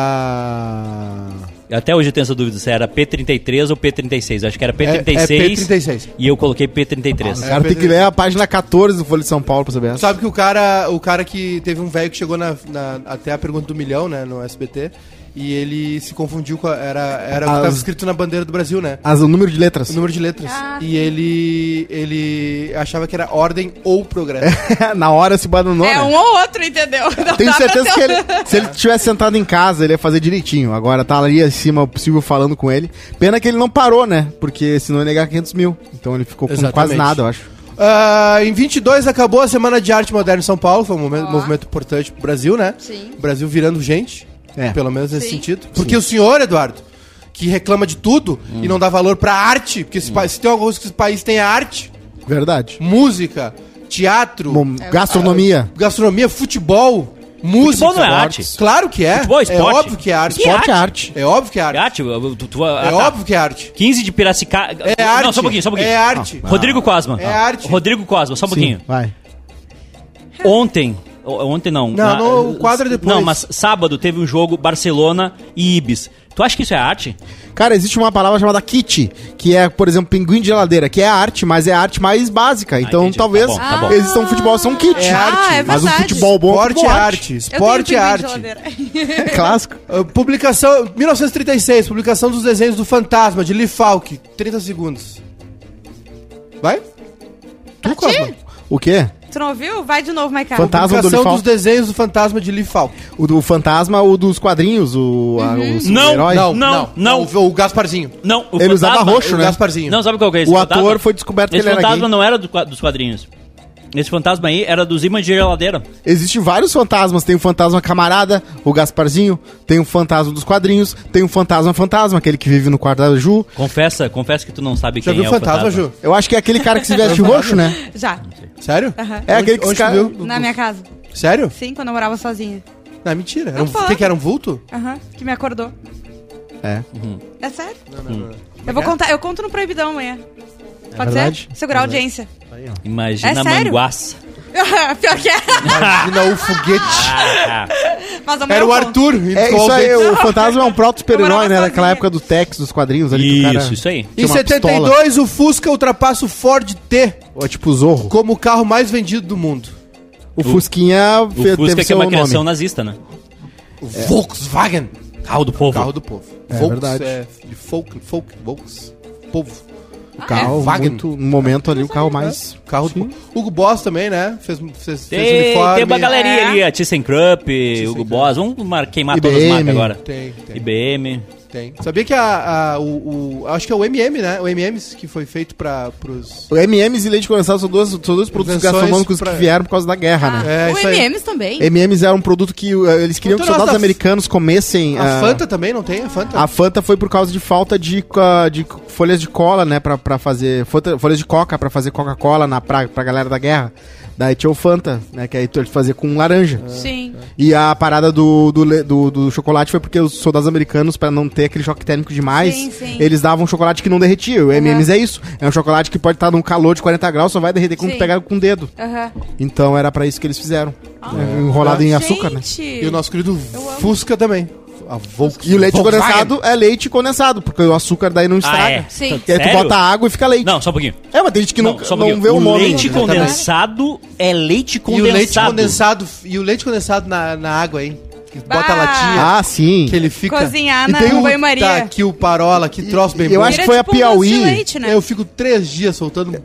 Speaker 2: Era.
Speaker 1: Até hoje eu tenho essa dúvida se era P33 ou P36. Acho que era
Speaker 2: É,
Speaker 1: P36.
Speaker 2: P36.
Speaker 1: E eu coloquei P33.
Speaker 3: O cara tem que ler a página 14 do Folha de São Paulo pra saber essa.
Speaker 2: Sabe que o cara, o cara que teve um velho que chegou na, na- até a pergunta do milhão, né, no SBT, e ele se confundiu com a, era era o que
Speaker 3: As-
Speaker 2: estava escrito na bandeira do Brasil, né?
Speaker 3: As, o número de letras.
Speaker 2: O número de letras.
Speaker 4: Ah.
Speaker 2: E ele ele achava que era ordem ou progresso.
Speaker 3: *laughs* Na hora se bananou,
Speaker 4: É
Speaker 3: né?
Speaker 4: um ou outro, entendeu? Não
Speaker 3: Tenho
Speaker 4: dá pra
Speaker 3: certeza
Speaker 4: ter
Speaker 3: que
Speaker 4: um-
Speaker 2: é
Speaker 3: ele, se ele tivesse sentado em casa, ele ia fazer direitinho. Agora tá ali acima, o Silvio falando com ele. Pena que ele não parou, né? Porque senão ia negar 500 mil. Então ele ficou com
Speaker 2: Exatamente.
Speaker 3: quase nada, eu acho.
Speaker 2: Ah, em 22 acabou a Semana de Arte Moderna em São Paulo, foi um momento- movimento importante pro Brasil, né?
Speaker 4: Sim.
Speaker 2: O Brasil virando gente,
Speaker 3: É.
Speaker 2: pelo menos nesse
Speaker 4: Sim.
Speaker 2: sentido. Porque o senhor, Eduardo, que reclama de tudo e não dá valor pra arte, porque esse pa- se tem alguma coisa que esse país tem é arte,
Speaker 3: Verdade.
Speaker 2: música, teatro,
Speaker 4: É
Speaker 3: Bom, gastronomia.
Speaker 2: gastronomia, futebol, música.
Speaker 1: Futebol não é
Speaker 2: esportes.
Speaker 1: arte.
Speaker 2: Claro que é.
Speaker 1: Futebol é esporte.
Speaker 2: É óbvio que é arte.
Speaker 1: Que
Speaker 3: Esporte é arte.
Speaker 2: É óbvio que é arte.
Speaker 1: Ah, tio, tu- tu-
Speaker 2: É
Speaker 1: ah, tá.
Speaker 2: óbvio que é arte.
Speaker 1: 15 de Piracicaba.
Speaker 2: É arte.
Speaker 1: Não, só um pouquinho, só um pouquinho.
Speaker 2: É arte.
Speaker 1: Rodrigo Cosma.
Speaker 2: É arte.
Speaker 1: Rodrigo Cosma, só um pouquinho.
Speaker 3: Sim, vai.
Speaker 1: Ontem. o- Ontem não.
Speaker 2: Não, no- o quadro é depois.
Speaker 1: Não, mas sábado teve um jogo Barcelona e Ibis. Tu acha que isso é arte?
Speaker 3: Cara, existe uma palavra chamada kit, que é, por exemplo, pinguim de geladeira, que é arte, mas é a arte mais básica. Então
Speaker 1: entendi. Tá
Speaker 3: talvez
Speaker 1: bom, tá bom.
Speaker 3: exista um futebol ser um kit.
Speaker 2: É arte,
Speaker 4: Ah, é
Speaker 3: mas um
Speaker 4: verdade.
Speaker 3: futebol bom
Speaker 2: Esporte é
Speaker 3: futebol
Speaker 2: arte.
Speaker 4: Eu tenho um
Speaker 2: Esporte é
Speaker 4: pinguim de
Speaker 2: arte.
Speaker 4: geladeira.
Speaker 3: É clássico.
Speaker 2: Uh, Publicação 1936, publicação dos desenhos do Fantasma de Lee Falk, 30 segundos. Vai? Tu, Copa.
Speaker 3: O quê?
Speaker 4: *laughs* Tu não ouviu? Vai de novo, Maiká.
Speaker 3: Fantástico. Fantasma do Lee
Speaker 2: Publicação
Speaker 3: Falk.
Speaker 2: dos desenhos do Fantasma de Lee Falk.
Speaker 3: O do fantasma, o dos quadrinhos, o, a- o super-herói?
Speaker 1: Não, não.
Speaker 2: O, o Gasparzinho.
Speaker 1: Não, o
Speaker 3: Ele usava
Speaker 1: fantasma-
Speaker 3: roxo,
Speaker 2: O
Speaker 3: né?
Speaker 2: Gasparzinho.
Speaker 1: Não, sabe qual que é esse
Speaker 3: O
Speaker 1: fantasma?
Speaker 3: ator foi descoberto que
Speaker 1: Esse
Speaker 3: ele era
Speaker 1: fantasma
Speaker 3: gay.
Speaker 1: não era do qua- dos quadrinhos. Esse fantasma aí era dos imãs de geladeira.
Speaker 3: Existem vários fantasmas. Tem o fantasma camarada, o Gasparzinho. Tem o fantasma dos quadrinhos. Tem o fantasma fantasma, aquele que vive no quarto da Ju.
Speaker 1: Confessa, confessa que tu não sabe
Speaker 2: Já
Speaker 1: quem
Speaker 2: viu
Speaker 1: é
Speaker 2: fantasma,
Speaker 1: o fantasma.
Speaker 2: Ju?
Speaker 3: Eu acho que é aquele cara que se veste roxo, né?
Speaker 4: Já.
Speaker 2: Sério?
Speaker 3: É aquele que
Speaker 2: Onde-
Speaker 3: se cara...
Speaker 2: onde tu viu?
Speaker 4: Na minha casa.
Speaker 2: Sério?
Speaker 4: Sim, quando eu morava sozinha.
Speaker 2: Não, mentira. Era
Speaker 4: Não
Speaker 2: um,
Speaker 4: fala.
Speaker 2: que, que era um vulto?
Speaker 4: Aham. Que me acordou.
Speaker 3: É.
Speaker 4: É sério? Eu vou contar, eu conto no Proibidão amanhã.
Speaker 3: É
Speaker 4: Pode
Speaker 2: verdade?
Speaker 4: ser? Segurar a audiência. *laughs*
Speaker 1: Imagina
Speaker 4: É
Speaker 1: a
Speaker 4: sério?
Speaker 1: manguaça.
Speaker 4: Pior que é.
Speaker 2: Imagina o foguete.
Speaker 1: Ah,
Speaker 4: Mas amanhã
Speaker 2: Era
Speaker 4: eu
Speaker 2: o
Speaker 4: conto.
Speaker 2: Arthur. em
Speaker 3: É isso aí,
Speaker 2: Solventes.
Speaker 3: o fantasma é um proto-super-herói, né?
Speaker 4: Eu morava
Speaker 3: Daquela
Speaker 4: sozinha.
Speaker 3: época do Tex, dos quadrinhos ali que o cara
Speaker 1: Isso, isso aí.
Speaker 2: Em
Speaker 3: tinha uma
Speaker 2: 72, o Fusca ultrapassa o Ford T
Speaker 3: Ou é tipo o Zorro.
Speaker 2: como o carro mais vendido do mundo.
Speaker 3: O, Fusquinha
Speaker 1: O
Speaker 3: fe-
Speaker 1: Fusca
Speaker 3: teve
Speaker 1: que é
Speaker 3: seu
Speaker 1: uma
Speaker 3: nome.
Speaker 1: criação nazista, né?
Speaker 2: O Volkswagen.
Speaker 1: Carro do povo.
Speaker 2: Carro do povo.
Speaker 3: É verdade.
Speaker 2: É, de folk, folk, Volks. Povo.
Speaker 3: O carro,
Speaker 2: é? Wagner.
Speaker 3: muito, no momento ali, o carro mais...
Speaker 2: Carro
Speaker 3: Sim.
Speaker 2: do povo. Hugo Boss também, né? Fez, fez, fez
Speaker 1: Tem,
Speaker 2: uniforme.
Speaker 1: tem uma galerinha
Speaker 4: É.
Speaker 1: ali, a ThyssenKrupp, Hugo Boss. Vamos mar- queimar todas as
Speaker 3: IBM.
Speaker 1: marcas agora.
Speaker 2: É. Tem, tem.
Speaker 1: IBM.
Speaker 2: Tem. Sabia que a, a- o, o- Acho que é o MM, né? O MMs que foi feito pra, pros.
Speaker 3: O M&M's e leite condensado são dois, são dois produtos
Speaker 2: Invenções
Speaker 3: gastronômicos
Speaker 2: pra-
Speaker 3: que vieram por causa da guerra, né?
Speaker 2: É,
Speaker 4: o
Speaker 2: isso aí.
Speaker 4: MMs também.
Speaker 3: M&M's era um produto que uh, eles queriam
Speaker 2: Muito
Speaker 3: que soldados
Speaker 2: nossa,
Speaker 3: americanos comessem.
Speaker 2: A
Speaker 3: uh,
Speaker 2: Fanta também não tem? A Fanta?
Speaker 3: A Fanta foi por causa de falta de, uh, de folhas de cola, né, pra, pra fazer Fanta- folhas de coca pra fazer Coca-Cola na pra, pra galera da guerra. Daí tinha o Fanta, né, que aí tu fazia com laranja.
Speaker 4: Sim.
Speaker 3: E a parada do, do, le- do- do chocolate foi porque os soldados americanos, pra não ter aquele choque térmico demais,
Speaker 4: Sim, sim.
Speaker 3: eles davam um chocolate que não derretia. O M&M's é isso. É um chocolate que pode estar num calor de 40 graus, só vai derreter quando
Speaker 4: Sim.
Speaker 3: tu pegar com o dedo.
Speaker 4: Aham.
Speaker 3: Então era pra isso que eles fizeram.
Speaker 4: Ah.
Speaker 3: É, enrolado em açúcar, né?
Speaker 2: E o nosso querido
Speaker 4: amo.
Speaker 2: Fusca também. A Volks.
Speaker 3: E o leite
Speaker 2: Volkswagen.
Speaker 3: condensado é leite condensado, porque o açúcar daí não estraga.
Speaker 1: Ah, é.
Speaker 4: Sim.
Speaker 3: E aí tu
Speaker 1: Sério?
Speaker 3: bota água e fica leite.
Speaker 1: Não, só um pouquinho.
Speaker 3: É, mas tem gente que não,
Speaker 1: Não, só um
Speaker 3: não
Speaker 1: pouquinho.
Speaker 3: vê o, nome.
Speaker 1: leite
Speaker 3: né? Exatamente.
Speaker 1: condensado é leite
Speaker 2: E o
Speaker 1: condensado.
Speaker 2: leite condensado. E o leite condensado na, na água, hein? Que bota
Speaker 4: Bah!
Speaker 2: a latinha.
Speaker 3: Ah, sim.
Speaker 2: Que ele fica.
Speaker 4: Cozinhar
Speaker 3: E
Speaker 4: na
Speaker 3: tem
Speaker 4: no
Speaker 3: um-
Speaker 4: banho-maria.
Speaker 2: Tá aqui o parola, que troço bem
Speaker 3: eu
Speaker 2: bom.
Speaker 3: acho que foi a
Speaker 4: um doce de
Speaker 3: Piauí.
Speaker 4: leite, né?
Speaker 2: Eu fico três
Speaker 3: *laughs*
Speaker 2: dias soltando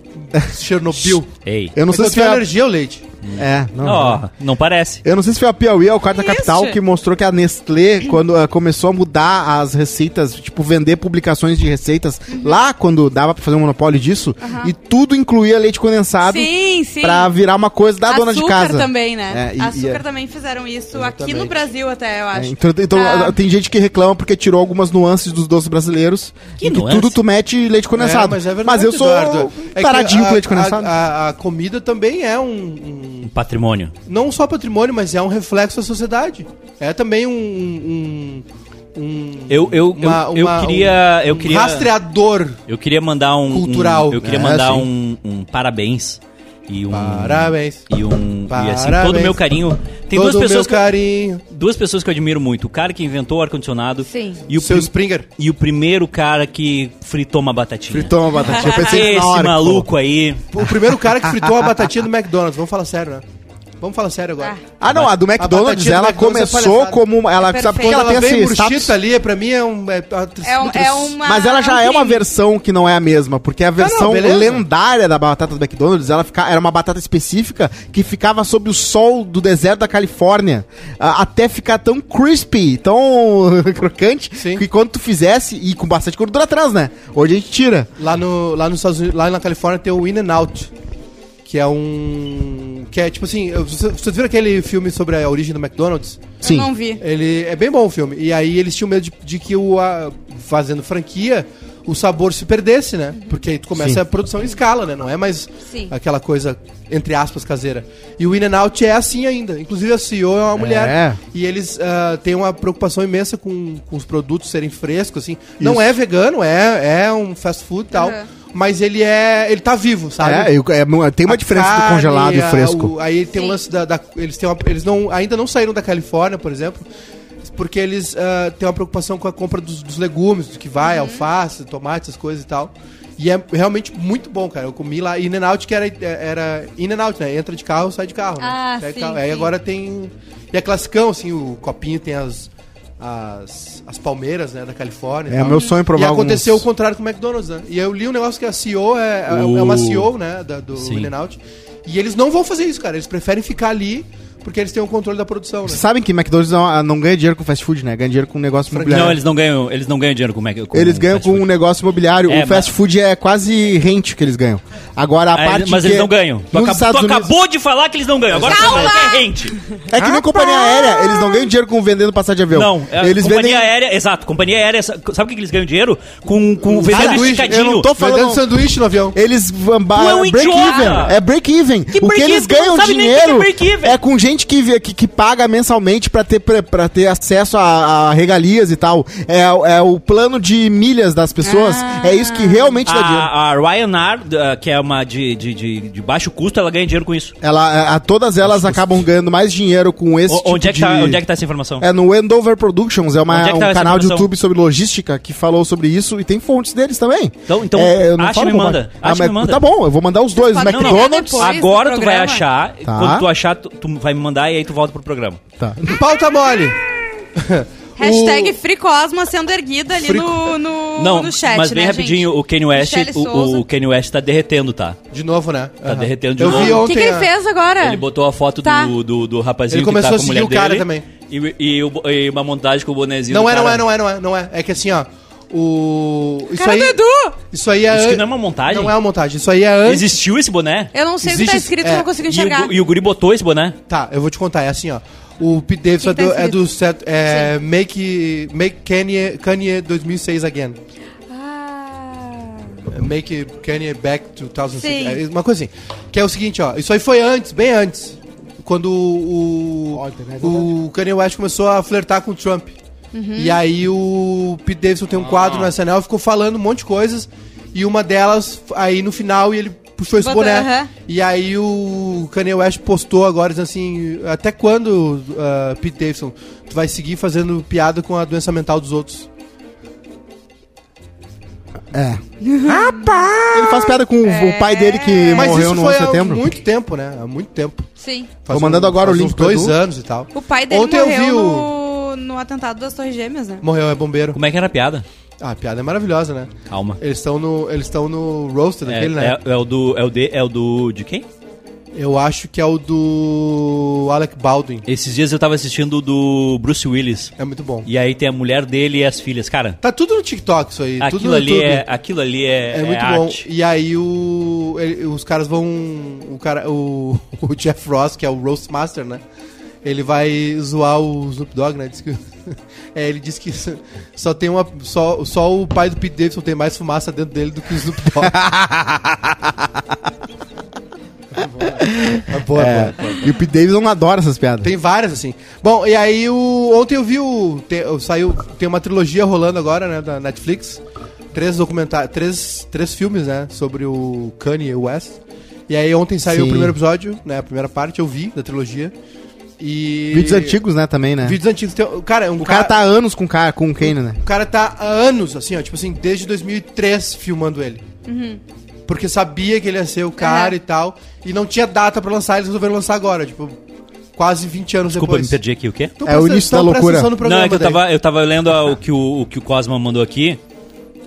Speaker 2: Chernobyl.
Speaker 1: Ei.
Speaker 3: Eu não
Speaker 2: Mas
Speaker 3: sei
Speaker 2: eu
Speaker 3: se foi
Speaker 2: tenho
Speaker 3: a...
Speaker 2: alergia ao leite.
Speaker 3: É, não.
Speaker 1: Ó, não parece.
Speaker 3: Eu não sei se foi a Piauí ou o quarto da
Speaker 4: Que
Speaker 3: capital
Speaker 4: isso?
Speaker 3: que mostrou que a Nestlé,
Speaker 4: Uhum.
Speaker 3: quando eh, começou a mudar as receitas, tipo, vender publicações de receitas,
Speaker 4: Uhum.
Speaker 3: lá quando dava pra fazer um monopólio disso, e tudo incluía leite condensado
Speaker 4: Sim, sim.
Speaker 3: pra virar uma coisa da dona de
Speaker 4: Açúcar
Speaker 3: casa.
Speaker 4: também, né?
Speaker 3: É, e-
Speaker 4: açúcar
Speaker 3: e é-
Speaker 4: também fizeram isso aqui
Speaker 2: Exatamente.
Speaker 4: no Brasil até, eu
Speaker 3: É,
Speaker 4: acho.
Speaker 3: então então,
Speaker 4: Ah.
Speaker 3: ah, tem gente que reclama porque tirou algumas nuances dos doces brasileiros.
Speaker 1: Que
Speaker 3: em que
Speaker 1: nuance?
Speaker 3: tudo tu mete leite condensado.
Speaker 2: É, mas é verdade,
Speaker 3: eu sou um
Speaker 2: Eduardo. É que
Speaker 3: taradinho
Speaker 2: a-
Speaker 3: com leite condensado.
Speaker 2: A, a- a comida também é um, um-
Speaker 1: Um patrimônio.
Speaker 2: Não só patrimônio, mas é um reflexo da sociedade. É também um. um, um-
Speaker 1: Eu, eu,
Speaker 2: uma-
Speaker 1: eu,
Speaker 2: uma-
Speaker 1: eu queria. eu
Speaker 2: um
Speaker 1: queria.
Speaker 2: Rastreador.
Speaker 1: Eu queria mandar um.
Speaker 2: Cultural.
Speaker 1: um- eu queria
Speaker 3: É,
Speaker 1: mandar
Speaker 3: sim.
Speaker 1: um, um parabéns. E um.
Speaker 2: Parabéns.
Speaker 1: E um. E assim,
Speaker 2: Parabéns.
Speaker 1: todo o meu carinho. Tem
Speaker 2: Todo
Speaker 1: duas pessoas.
Speaker 2: meu
Speaker 1: Que,
Speaker 2: carinho.
Speaker 1: duas pessoas que eu admiro muito. O cara que inventou o ar-condicionado.
Speaker 4: Sim.
Speaker 1: E o,
Speaker 2: Seu
Speaker 1: prim-
Speaker 2: Springer.
Speaker 1: e o primeiro cara que fritou uma batatinha. Ah,
Speaker 3: Fritou uma
Speaker 1: *laughs*
Speaker 3: batatinha. Eu pensei
Speaker 1: Esse
Speaker 3: na hora que tu
Speaker 1: maluco aí.
Speaker 2: O primeiro cara que fritou a batatinha do McDonald's. Vamos falar sério, né? Vamos falar sério agora.
Speaker 4: Tá.
Speaker 3: falou. Ah, não, a do McDonald's,
Speaker 2: batatinha do
Speaker 3: ela
Speaker 2: McDonald's é
Speaker 3: começou
Speaker 2: palhaçada.
Speaker 3: como. uma- Ela sabe
Speaker 4: É perfeito.
Speaker 3: quando
Speaker 2: Ela,
Speaker 3: ela, tem
Speaker 2: veio
Speaker 3: esse status.
Speaker 2: murchita ali, pra mim é um. É,
Speaker 4: É, um- é uma.
Speaker 3: Mas ela já é uma
Speaker 4: crime.
Speaker 3: versão que não é a mesma, porque a versão
Speaker 2: Tá, beleza.
Speaker 3: lendária da batata do McDonald's, ela fica, era uma batata específica que ficava sob o sol do deserto da Califórnia, a- até ficar tão crispy, tão *laughs* crocante,
Speaker 2: Sim.
Speaker 3: que quando tu fizesse, e com bastante gordura atrás, né? Hoje a gente tira.
Speaker 2: Lá, no, lá nos Estados Unidos, lá na Califórnia tem o In and Out, que é um. Que é tipo assim. eu- Vocês vocês viram aquele filme sobre a origem do McDonald's?
Speaker 4: Eu não vi.
Speaker 2: Ele é bem bom o filme. E aí eles tinham medo de, de que o a- fazendo franquia o sabor se perdesse, né? Porque aí tu começa
Speaker 3: Sim.
Speaker 2: a produção em escala, né? Não é mais
Speaker 4: Sim.
Speaker 2: aquela coisa entre aspas caseira. E o In and Out é assim ainda. Inclusive a CEO é uma mulher. E eles ah, têm uma preocupação imensa com, com os produtos serem frescos, assim. Não
Speaker 3: Isso.
Speaker 2: é vegano, é, é um fast food e tal.
Speaker 4: Aham.
Speaker 2: Mas ele é. ele tá vivo, sabe?
Speaker 3: É, eu- é, mu- tem uma
Speaker 2: A
Speaker 3: diferença do
Speaker 2: carne,
Speaker 3: congelado e
Speaker 2: a-
Speaker 3: fresco.
Speaker 2: o- aí tem o
Speaker 4: Sim.
Speaker 2: lance da. da- eles têm uma- eles não, ainda não saíram da Califórnia, por exemplo, porque eles ah, têm uma preocupação com a compra dos, dos legumes, do que vai,
Speaker 4: Uhum.
Speaker 2: alface, tomate, essas coisas e tal. E é realmente muito bom, cara. Eu comi lá In and Out, que era, era In and Out, né? Entra de carro, sai de carro. né?
Speaker 4: Ah,
Speaker 2: Pega
Speaker 4: sim,
Speaker 2: carro. Aí
Speaker 4: sim.
Speaker 2: agora tem. E é classicão, assim, o copinho tem as. As, as palmeiras, né, da Califórnia. e
Speaker 3: É
Speaker 2: tal.
Speaker 3: meu sonho provar
Speaker 2: E aconteceu
Speaker 3: alguns.
Speaker 2: o contrário com o McDonald's, né? E eu li um negócio que a CEO é, é
Speaker 1: O-
Speaker 2: uma CEO, né, da- do
Speaker 1: Uh. Sim.
Speaker 2: In and Out. E eles não vão fazer isso, cara. Eles preferem ficar ali. Porque eles têm o controle da produção, né?
Speaker 1: tá
Speaker 3: Vocês sabem que McDonald's não, não ganha dinheiro com fast food, né? Ganha dinheiro com negócio imobiliário.
Speaker 1: Não, eles não ganham, eles não ganham dinheiro com o Mac. com
Speaker 3: Eles
Speaker 1: Hum,
Speaker 3: ganham
Speaker 1: fast
Speaker 3: com um
Speaker 1: food.
Speaker 3: negócio imobiliário.
Speaker 1: É,
Speaker 3: o fast food é quase rente que eles ganham. Agora, a
Speaker 1: Ah,
Speaker 3: parte
Speaker 1: mas
Speaker 3: que é
Speaker 1: eles não ganham. Tu,
Speaker 3: Nos
Speaker 1: acab-
Speaker 3: Estados
Speaker 1: tu
Speaker 3: Unidos-
Speaker 1: acabou de falar que eles não ganham. Agora tu
Speaker 4: Calma!
Speaker 1: fala que é rente.
Speaker 3: É que nem companhia aérea. Eles não ganham dinheiro com vendendo passagem de avião.
Speaker 1: Não, é,
Speaker 3: eles
Speaker 1: companhia
Speaker 3: vendem...
Speaker 1: aérea, exato, companhia aérea, sa- sabe o que que eles ganham dinheiro? Com, com vendendo
Speaker 3: sanduíche,
Speaker 1: esticadinho.
Speaker 3: eu não tô falando-
Speaker 2: Vendendo sanduíche no avião.
Speaker 3: Eles vão ba-
Speaker 1: Tu é um
Speaker 3: break-even.
Speaker 1: idiota.
Speaker 3: É break-even. O que
Speaker 1: break-even?
Speaker 3: eles
Speaker 1: Tu não
Speaker 3: ganham
Speaker 1: sabe nem o que que é
Speaker 3: dinheiro
Speaker 1: break-even.
Speaker 3: é com gente que, vi- que, que paga mensalmente pra ter, pra, pra ter acesso a, a regalias e tal. É, o- é o plano de milhas das pessoas. É isso que realmente dá dinheiro.
Speaker 1: A, a Ryanair, ah, que é uma de, de, de, de baixo custo, ela ganha dinheiro com isso.
Speaker 3: Ela, é, a, a- todas elas acabam ganhando mais dinheiro com esse
Speaker 1: O-
Speaker 3: tipo
Speaker 1: onde, é que
Speaker 3: de...
Speaker 1: tá, onde é que tá essa informação?
Speaker 3: É no Wendover Productions, é, uma-
Speaker 1: Onde é que
Speaker 3: um
Speaker 1: tá essa
Speaker 3: canal de
Speaker 1: informação?
Speaker 3: YouTube sobre logística que falou sobre isso e tem fontes deles também.
Speaker 1: Então- então,
Speaker 3: é, eu não
Speaker 1: acha
Speaker 3: falo
Speaker 1: e me
Speaker 3: com o Mac-
Speaker 1: manda.
Speaker 3: Ah,
Speaker 1: Acha e me
Speaker 3: Mac-
Speaker 1: manda.
Speaker 3: Tá bom, eu vou mandar os dois.
Speaker 4: Vocês podem
Speaker 3: McDonald's.
Speaker 4: mandar depois.
Speaker 1: Agora tu vai
Speaker 4: programa?
Speaker 1: achar,
Speaker 3: Tá.
Speaker 1: quando tu achar, tu, tu vai me mandar e aí tu volta pro programa.
Speaker 3: Tá.
Speaker 2: Pauta mole.
Speaker 4: Hashtag Fricosma sendo erguida ali no, no,
Speaker 1: Não,
Speaker 4: no chat,
Speaker 1: mas
Speaker 4: né,
Speaker 1: bem rapidinho,
Speaker 4: gente?
Speaker 1: o Kanye West,
Speaker 4: Michele
Speaker 1: o,
Speaker 4: Souza.
Speaker 1: o Kanye West tá derretendo, tá?
Speaker 2: De novo, né? Tá
Speaker 1: derretendo de
Speaker 2: eu
Speaker 1: novo.
Speaker 2: Vi
Speaker 4: O
Speaker 2: ontem
Speaker 4: que, que ele
Speaker 2: a-
Speaker 4: fez agora?
Speaker 1: Ele botou a foto
Speaker 4: É. Tá.
Speaker 1: do, do, do rapazinho
Speaker 2: Ele
Speaker 1: que tá
Speaker 2: começou
Speaker 1: com
Speaker 2: a
Speaker 1: a mulher
Speaker 2: seguir o cara
Speaker 1: dele.
Speaker 2: também.
Speaker 1: E, e o- e uma montagem com o bonezinho
Speaker 2: Não
Speaker 1: do
Speaker 2: é, não
Speaker 1: cara.
Speaker 2: é, não é, não é, não é. É que assim, ó. O. Isso
Speaker 4: Cara
Speaker 2: aí.
Speaker 4: do Edu!
Speaker 2: Isso aí é.
Speaker 1: Isso que não é uma montagem?
Speaker 2: Não é uma montagem. Isso aí é antes.
Speaker 1: Existiu esse boné?
Speaker 4: Eu não sei o que
Speaker 2: Existe-
Speaker 4: tá escrito,
Speaker 2: é,
Speaker 4: não consigo
Speaker 1: E o,
Speaker 4: enxergar.
Speaker 1: gu- e o guri botou esse boné?
Speaker 2: Tá, eu vou te contar. É assim, ó. O Pete Davidson
Speaker 4: O que que
Speaker 2: é do-
Speaker 4: tá
Speaker 2: é do
Speaker 4: escrito?
Speaker 2: set, é, Make, make Kanye, Kanye 2006 Again.
Speaker 4: Ah.
Speaker 2: Make Kanye Back 2006.
Speaker 4: Sim.
Speaker 2: É uma coisa assim. Que é o seguinte, ó. Isso aí foi antes, bem antes. Quando o,
Speaker 3: né, é
Speaker 2: o, o Kanye West começou a flertar com o Trump.
Speaker 4: Uhum.
Speaker 2: E aí o Pete Davidson tem um
Speaker 3: Ah.
Speaker 2: quadro no SNL, ficou falando um monte de coisas. E uma delas, aí no final, ele puxou esse
Speaker 4: Botou,
Speaker 2: boné.
Speaker 4: aham.
Speaker 2: E aí o Kanye West postou agora, dizendo assim, até quando, ah, Pete Davidson, tu vai seguir fazendo piada com a doença mental dos outros?
Speaker 3: É. Ele faz piada com o- o pai dele que
Speaker 2: Mas
Speaker 3: morreu
Speaker 2: isso
Speaker 3: no 11
Speaker 2: foi
Speaker 3: de
Speaker 2: há
Speaker 3: setembro.
Speaker 2: muito tempo, né? Há muito tempo.
Speaker 4: Sim.
Speaker 2: Faz um-
Speaker 3: mandando agora o
Speaker 2: faz
Speaker 3: link
Speaker 2: uns
Speaker 3: pro
Speaker 2: dois
Speaker 3: Edu.
Speaker 2: anos e tal.
Speaker 4: O pai dele
Speaker 2: Ontem
Speaker 4: morreu
Speaker 2: eu vi o...
Speaker 4: no, no atentado das Torres Gêmeas, né?
Speaker 2: Morreu, é bombeiro.
Speaker 1: Como é que era a piada?
Speaker 2: Ah, a piada é maravilhosa, né?
Speaker 1: Calma.
Speaker 2: Eles estão no, eles estão no roaster
Speaker 1: É,
Speaker 2: daquele, né?
Speaker 1: é- é o do. É o de. É o do. De quem?
Speaker 2: Eu acho que é o do Alec Baldwin.
Speaker 1: Esses dias eu tava assistindo o do Bruce Willis.
Speaker 2: É muito bom.
Speaker 1: E aí tem a mulher dele e as filhas. Cara,
Speaker 2: Tá tudo no TikTok isso aí. tudo
Speaker 1: aquilo
Speaker 2: no
Speaker 1: ali,
Speaker 2: YouTube.
Speaker 1: é, aquilo ali é.
Speaker 2: É muito
Speaker 1: é
Speaker 2: bom.
Speaker 1: arte.
Speaker 2: E aí o, ele- os caras vão. O, cara, o, *laughs* o Jeff Ross, que é o Roast Master, né? Ele vai zoar o Snoop Dogg, né? Diz que- *laughs* é, ele diz que s- só tem uma. Só, só o pai do Pete Davidson tem mais fumaça dentro dele do que o Snoop Dogg. é boa, é. boa.
Speaker 3: É. E o Pete Davidson adora essas piadas.
Speaker 2: Tem várias, assim. Bom, e aí o... ontem eu vi o. Te... eu- Saiu. Tem uma trilogia rolando agora, né, da Netflix. Três documentários. Três, três filmes, né? Sobre o Kanye West. E aí ontem saiu
Speaker 3: Sim.
Speaker 2: o primeiro episódio, né? A primeira parte, eu vi da trilogia. E.
Speaker 3: Vídeos antigos, né, também, né?
Speaker 2: Vídeos antigos. Tem... Cara, um
Speaker 3: O cara tá há anos com o cara, com o Kane, né?
Speaker 2: o cara tá há anos, assim, ó, tipo assim, desde 2003 filmando ele. Porque sabia que ele ia ser o cara
Speaker 4: Aham.
Speaker 2: e tal. E não tinha data pra lançar, eles resolveram lançar agora, tipo, quase 20 anos
Speaker 1: Desculpa,
Speaker 2: depois.
Speaker 1: me perdi aqui. O quê?
Speaker 2: Então,
Speaker 3: É o início da
Speaker 2: presta
Speaker 3: loucura.
Speaker 2: atenção no programa
Speaker 1: Não, é que eu
Speaker 2: daí.
Speaker 1: tava, eu tava lendo a- o, que o, o que o Cosma mandou aqui.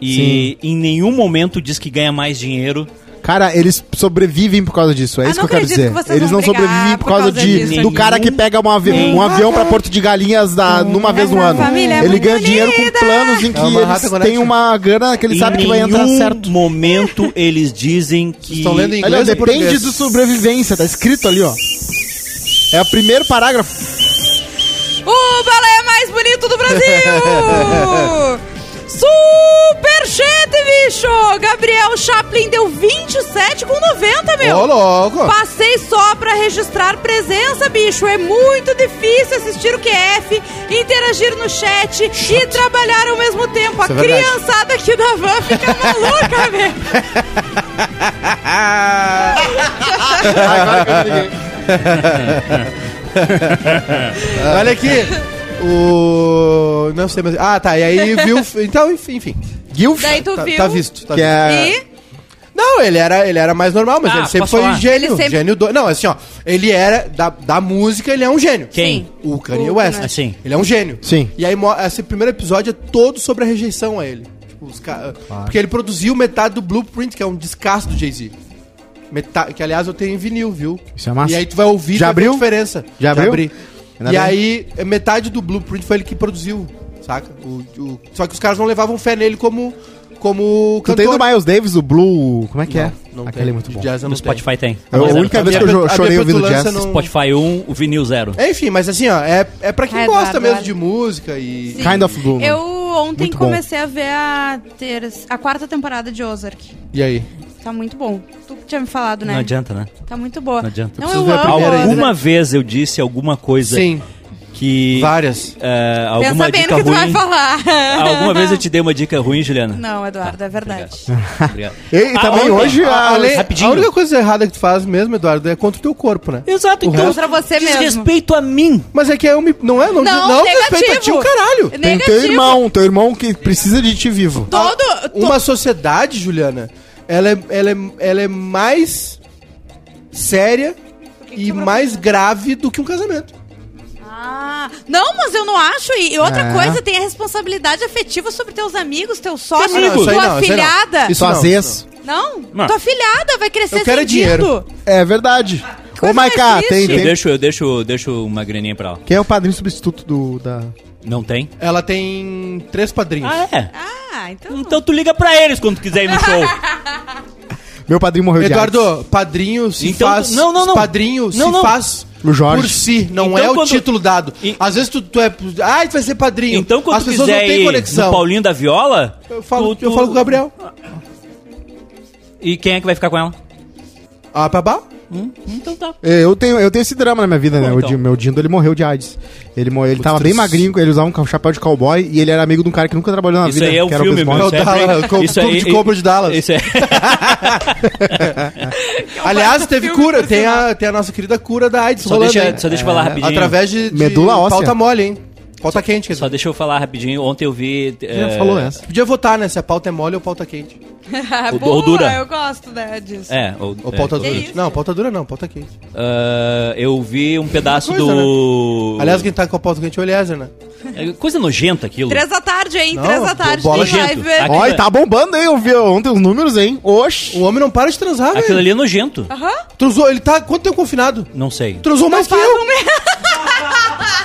Speaker 1: E em nenhum momento diz que ganha mais dinheiro.
Speaker 3: Cara, eles sobrevivem por causa disso. É
Speaker 4: Ah,
Speaker 3: isso
Speaker 4: não
Speaker 3: que eu quero
Speaker 4: acredito
Speaker 3: dizer.
Speaker 4: que vocês
Speaker 3: eles
Speaker 4: vão
Speaker 3: não
Speaker 4: brigar
Speaker 3: sobrevivem por
Speaker 4: por
Speaker 3: causa,
Speaker 4: causa
Speaker 3: de,
Speaker 1: disso.
Speaker 3: do cara que pega uma avi- um avião pra Porto de Galinhas da, numa vez no
Speaker 4: Essa
Speaker 3: ano.
Speaker 4: família é
Speaker 3: Ele ganha
Speaker 4: muito
Speaker 3: dinheiro com
Speaker 4: unida.
Speaker 3: planos em que
Speaker 2: É uma rata
Speaker 3: eles têm
Speaker 2: connection.
Speaker 3: uma grana que ele
Speaker 1: em
Speaker 3: sabe que vai entrar
Speaker 1: nenhum
Speaker 3: certo. *laughs* é
Speaker 1: momento eles dizem que.
Speaker 2: estão lendo em-
Speaker 3: Aliás,
Speaker 2: Inglês ou
Speaker 3: depende
Speaker 2: português?
Speaker 3: do sobrevivência, tá escrito ali, ó. É o primeiro parágrafo.
Speaker 4: O balé mais bonito
Speaker 2: *laughs*
Speaker 4: do Brasil! Superchat, bicho! Gabriel Chaplin deu 27,90, meu!
Speaker 2: Ô, louco!
Speaker 4: Passei só pra registrar presença, bicho. É muito difícil assistir o QF, interagir no chat e trabalhar ao mesmo
Speaker 2: Isso
Speaker 4: tempo.
Speaker 2: é
Speaker 4: A
Speaker 2: verdade.
Speaker 4: criançada aqui da van
Speaker 2: *laughs*
Speaker 4: fica maluca, né? velho.
Speaker 2: É. Olha aqui! O. Não sei, mas. Ah, tá. E aí viu. Então, enfim, enfim.
Speaker 3: Guilf,
Speaker 4: Daí tu
Speaker 2: Tá,
Speaker 4: viu.
Speaker 2: tá visto. Tá
Speaker 3: que
Speaker 2: visto.
Speaker 3: é...
Speaker 4: E
Speaker 2: Não, ele era, ele era mais normal, mas
Speaker 1: Ah,
Speaker 2: ele sempre
Speaker 1: posso
Speaker 2: foi um
Speaker 1: falar?
Speaker 2: gênio.
Speaker 4: Ele sempre-
Speaker 2: Gênio do... Não, assim, ó. Ele era. Da, da música, ele é um gênio.
Speaker 1: Quem?
Speaker 4: Sim.
Speaker 2: O Kanye
Speaker 4: O
Speaker 2: West.
Speaker 4: Kanye.
Speaker 1: Ah, Sim.
Speaker 2: Ele é um gênio.
Speaker 3: Sim.
Speaker 2: E aí, mo- esse primeiro episódio é todo sobre a rejeição ah, a ele. Tipo, os ca- Porque ele produziu metade do Blueprint, que é um descasso do Jay-Z. Meta- que aliás eu tenho em vinil, viu?
Speaker 3: Isso é massa.
Speaker 2: E aí tu vai ouvir
Speaker 3: Já
Speaker 2: tu vai ver
Speaker 3: abriu?
Speaker 2: a diferença.
Speaker 3: Já abriu?
Speaker 2: abri.
Speaker 3: Ainda
Speaker 2: e
Speaker 3: bem.
Speaker 2: aí, é, metade do Blueprint foi ele que produziu, saca? O- o- Só que os caras não levavam fé nele como, como
Speaker 3: Tu
Speaker 2: cantor.
Speaker 3: tem do Miles Davis, o Blue. Como é que é?
Speaker 2: Não, não
Speaker 3: Aquele é
Speaker 2: tem.
Speaker 3: muito
Speaker 2: De
Speaker 3: bom.
Speaker 2: jazz eu
Speaker 1: No
Speaker 2: não tenho.
Speaker 1: Spotify tem.
Speaker 3: Eu- É a
Speaker 1: Mas era
Speaker 3: única
Speaker 1: pra-
Speaker 3: vez que eu
Speaker 2: minha
Speaker 3: jo-
Speaker 2: pe- a
Speaker 3: chorei
Speaker 2: minha
Speaker 3: ouvindo
Speaker 2: petulância
Speaker 3: jazz.
Speaker 2: não-
Speaker 1: Spotify 1, o vinil 0.
Speaker 2: É, Enfim, mas assim, ó, é, é pra quem
Speaker 4: Ah,
Speaker 2: gosta
Speaker 4: Eduardo,
Speaker 2: mesmo
Speaker 4: olha.
Speaker 2: de música e.
Speaker 4: Sim.
Speaker 3: Kind of Blue.
Speaker 4: Eu ontem
Speaker 3: Muito bom.
Speaker 4: comecei a ver a, ter, a quarta temporada de Ozark.
Speaker 2: E aí?
Speaker 4: Tá muito bom. Tu que tinha me falado, né?
Speaker 1: Não adianta, né?
Speaker 4: Tá muito boa.
Speaker 1: Não adianta.
Speaker 4: Não,
Speaker 2: Eu preciso
Speaker 4: eu,
Speaker 2: ver a
Speaker 4: amo
Speaker 2: primeira ainda.
Speaker 4: Ozark.
Speaker 3: né?
Speaker 1: Alguma vez eu disse alguma coisa
Speaker 2: Sim,
Speaker 1: que.
Speaker 2: várias.
Speaker 1: eh, alguma
Speaker 4: Pensa bem
Speaker 1: dica
Speaker 4: no que tu vai
Speaker 1: ruim.
Speaker 4: falar.
Speaker 1: Alguma vez eu te dei uma dica ruim, Juliana?
Speaker 4: *laughs* Não, Eduardo, é verdade.
Speaker 1: *laughs* Obrigado.
Speaker 3: E também
Speaker 1: ontem,
Speaker 3: hoje
Speaker 1: ah,
Speaker 3: a-
Speaker 2: Ale-
Speaker 1: rapidinho.
Speaker 2: a única coisa errada que tu faz mesmo, Eduardo, é contra o teu corpo, né?
Speaker 1: Exato,
Speaker 2: O
Speaker 1: então.
Speaker 4: resto- Contra você mesmo.
Speaker 1: Respeito a mim.
Speaker 2: Mas é que eu me. Não é? Não,
Speaker 4: Não,
Speaker 2: não
Speaker 4: negativo.
Speaker 2: desrespeito a ti, o caralho.
Speaker 3: Tem
Speaker 4: Negativo.
Speaker 3: teu irmão, teu irmão que precisa de ti vivo.
Speaker 4: Todo...
Speaker 2: Uma sociedade, Juliana, ela é, ela é, ela é mais séria
Speaker 4: que que
Speaker 2: e
Speaker 4: é problema?
Speaker 2: mais grave do que um casamento.
Speaker 4: Ah, não, mas eu não acho. E outra
Speaker 3: É.
Speaker 4: coisa, tem a responsabilidade afetiva sobre teus amigos, teu sócio,
Speaker 2: Amigos. Isso aí
Speaker 4: tua
Speaker 2: não, isso aí não.
Speaker 4: afilhada.
Speaker 2: Isso
Speaker 3: Suas
Speaker 2: não,
Speaker 3: ex.
Speaker 4: Não?
Speaker 1: Não.
Speaker 4: Tua filhada vai crescer
Speaker 2: Eu quero é
Speaker 4: sem
Speaker 2: dinheiro.
Speaker 4: dito.
Speaker 3: É verdade. Ô,
Speaker 4: Coisa mais
Speaker 3: Maiká, tem,
Speaker 4: triste.
Speaker 1: Eu
Speaker 3: tem-
Speaker 1: deixo, eu deixo, eu deixo uma graninha pra lá.
Speaker 3: Quem é o padrinho substituto do, da...
Speaker 1: Não tem?
Speaker 2: Ela tem três padrinhos.
Speaker 1: Ah, é?
Speaker 4: Ah, então.
Speaker 1: Então tu liga pra eles quando tu quiser ir no *laughs* show.
Speaker 3: Meu padrinho morreu de AIDS.
Speaker 2: Eduardo, padrinho se
Speaker 1: Então,
Speaker 2: faz.
Speaker 1: não, não, não.
Speaker 2: Padrinho
Speaker 1: Não,
Speaker 2: se
Speaker 1: não.
Speaker 2: faz
Speaker 3: O Jorge.
Speaker 2: por si, não
Speaker 1: Então,
Speaker 2: é o
Speaker 1: quando-
Speaker 2: título dado.
Speaker 1: E-
Speaker 2: Às vezes tu, tu é. Ah, tu vai ser padrinho.
Speaker 1: Então quando
Speaker 2: As
Speaker 1: tu
Speaker 2: pessoas
Speaker 1: quiser
Speaker 2: não têm
Speaker 1: ir
Speaker 2: conexão.
Speaker 1: no Paulinho Ah. da Viola...
Speaker 2: Eu falo,
Speaker 1: tu-
Speaker 2: eu
Speaker 1: tu-
Speaker 2: falo com o Gabriel.
Speaker 1: E quem é que vai ficar com ela?
Speaker 2: Ah, babá?
Speaker 1: Hum? Então tá.
Speaker 3: É, Eu tenho, eu tenho esse drama na minha vida, né?
Speaker 1: Bom,
Speaker 3: O
Speaker 1: então.
Speaker 3: Di- meu Dindo, ele morreu de AIDS. Ele, mo- ele tava bem
Speaker 2: triste.
Speaker 3: magrinho, ele usava um ca- chapéu de cowboy e ele era amigo de um cara que nunca trabalhou na
Speaker 1: Isso
Speaker 3: vida.
Speaker 1: aí é um
Speaker 3: que era
Speaker 1: filme,
Speaker 3: Chris
Speaker 1: meu.
Speaker 3: Morris.
Speaker 2: É o Dallas,
Speaker 1: Sempre...
Speaker 2: o Clube de Compra de Dallas.
Speaker 1: Isso é...
Speaker 2: Aliás, teve cura. Tem a, tem a nossa querida cura da AIDS
Speaker 1: Só
Speaker 2: rolando,
Speaker 1: deixa,
Speaker 2: hein?
Speaker 1: só deixa eu falar rapidinho.
Speaker 2: Através de, de
Speaker 3: É, Medula óssea.
Speaker 2: pauta mole, hein? Pauta quente,
Speaker 1: *laughs*
Speaker 2: quer
Speaker 1: Só
Speaker 2: dizer.
Speaker 1: deixa eu falar rapidinho. Ontem eu vi...
Speaker 3: Já
Speaker 1: eh,
Speaker 3: falou essa.
Speaker 2: Podia votar, né? Se a pauta é mole ou pauta quente.
Speaker 4: *laughs*
Speaker 1: Ou-
Speaker 4: Boa,
Speaker 1: ou dura.
Speaker 4: eu gosto né, disso.
Speaker 1: É, ou,
Speaker 2: Ou
Speaker 1: é,
Speaker 2: pauta
Speaker 1: ou-
Speaker 2: dura.
Speaker 4: isso?
Speaker 2: Não, pauta dura não, pauta quente.
Speaker 1: Ah, eu vi um pedaço
Speaker 2: Coisa, né?
Speaker 1: do...
Speaker 2: Aliás, quem tá com a pauta quente é o Eliezer, né?
Speaker 1: É Coisa nojenta aquilo.
Speaker 4: Três da tarde, hein?
Speaker 2: Não,
Speaker 4: Três da tarde
Speaker 2: bola
Speaker 4: tem live.
Speaker 1: gente. Aqui- é-
Speaker 3: Ó, e tá bombando, hein? Eu vi ontem os números, hein? Oxi.
Speaker 2: O homem não para de transar,
Speaker 1: Aquilo
Speaker 2: velho.
Speaker 1: ali é nojento.
Speaker 4: Aham.
Speaker 2: Transou, ele tá quanto tempo confinado?
Speaker 1: Não sei.
Speaker 2: Transou mais que
Speaker 4: faz
Speaker 2: eu.
Speaker 4: um mês.
Speaker 2: *laughs*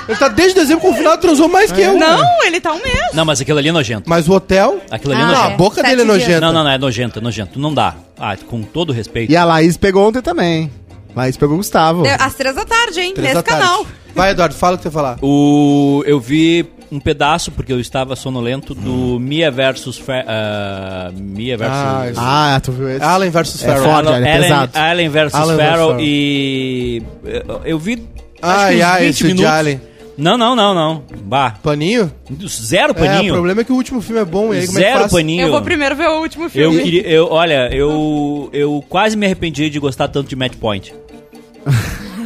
Speaker 2: Ele tá desde dezembro confinado, transou mais que eu.
Speaker 4: Não, ele tá um mês.
Speaker 1: Não, mas aquilo ali é nojento.
Speaker 2: Mas o hotel...
Speaker 1: Aquilo ali é
Speaker 4: Ah,
Speaker 2: não,
Speaker 1: nojento.
Speaker 2: a boca
Speaker 4: Sete
Speaker 2: dele é
Speaker 4: dias.
Speaker 2: nojenta.
Speaker 1: Não, não, não, é nojento, é nojento. Não dá. Ah, com todo respeito.
Speaker 3: E a Laís pegou ontem também. Laís pegou o Gustavo.
Speaker 4: É, Às três da tarde, hein?
Speaker 2: Três
Speaker 4: Nesse
Speaker 2: da tarde.
Speaker 4: canal.
Speaker 2: Vai, Eduardo, fala o que você falar.
Speaker 1: O, eu vi um pedaço, porque eu estava sonolento, do Mia versus. Fer, ah, Mia versus.
Speaker 2: Ah, isso.
Speaker 3: Ah, tu viu esse?
Speaker 2: Allen versus
Speaker 3: É
Speaker 2: Farrell.
Speaker 3: foda. Ford, ele é
Speaker 1: Allen,
Speaker 3: pesado.
Speaker 1: Allen versus
Speaker 2: Allen versus
Speaker 1: Farrell
Speaker 2: Farrell.
Speaker 1: e. eu- Eu vi.
Speaker 2: Ai,
Speaker 1: acho que uns
Speaker 2: ai,
Speaker 1: 20
Speaker 2: esse de
Speaker 1: minutos.
Speaker 2: Allen.
Speaker 1: Não, não, não, não. Bah.
Speaker 2: Paninho?
Speaker 1: Zero
Speaker 2: É, o
Speaker 1: paninho.
Speaker 2: problema é que o último filme é bom e aí como é que
Speaker 1: Zero
Speaker 2: faz?
Speaker 1: paninho.
Speaker 4: Eu vou primeiro ver o último
Speaker 1: Eu
Speaker 4: filme.
Speaker 1: queria. Eu, olha, eu, eu quase me arrependi de gostar tanto de Match
Speaker 2: *laughs*
Speaker 1: Point.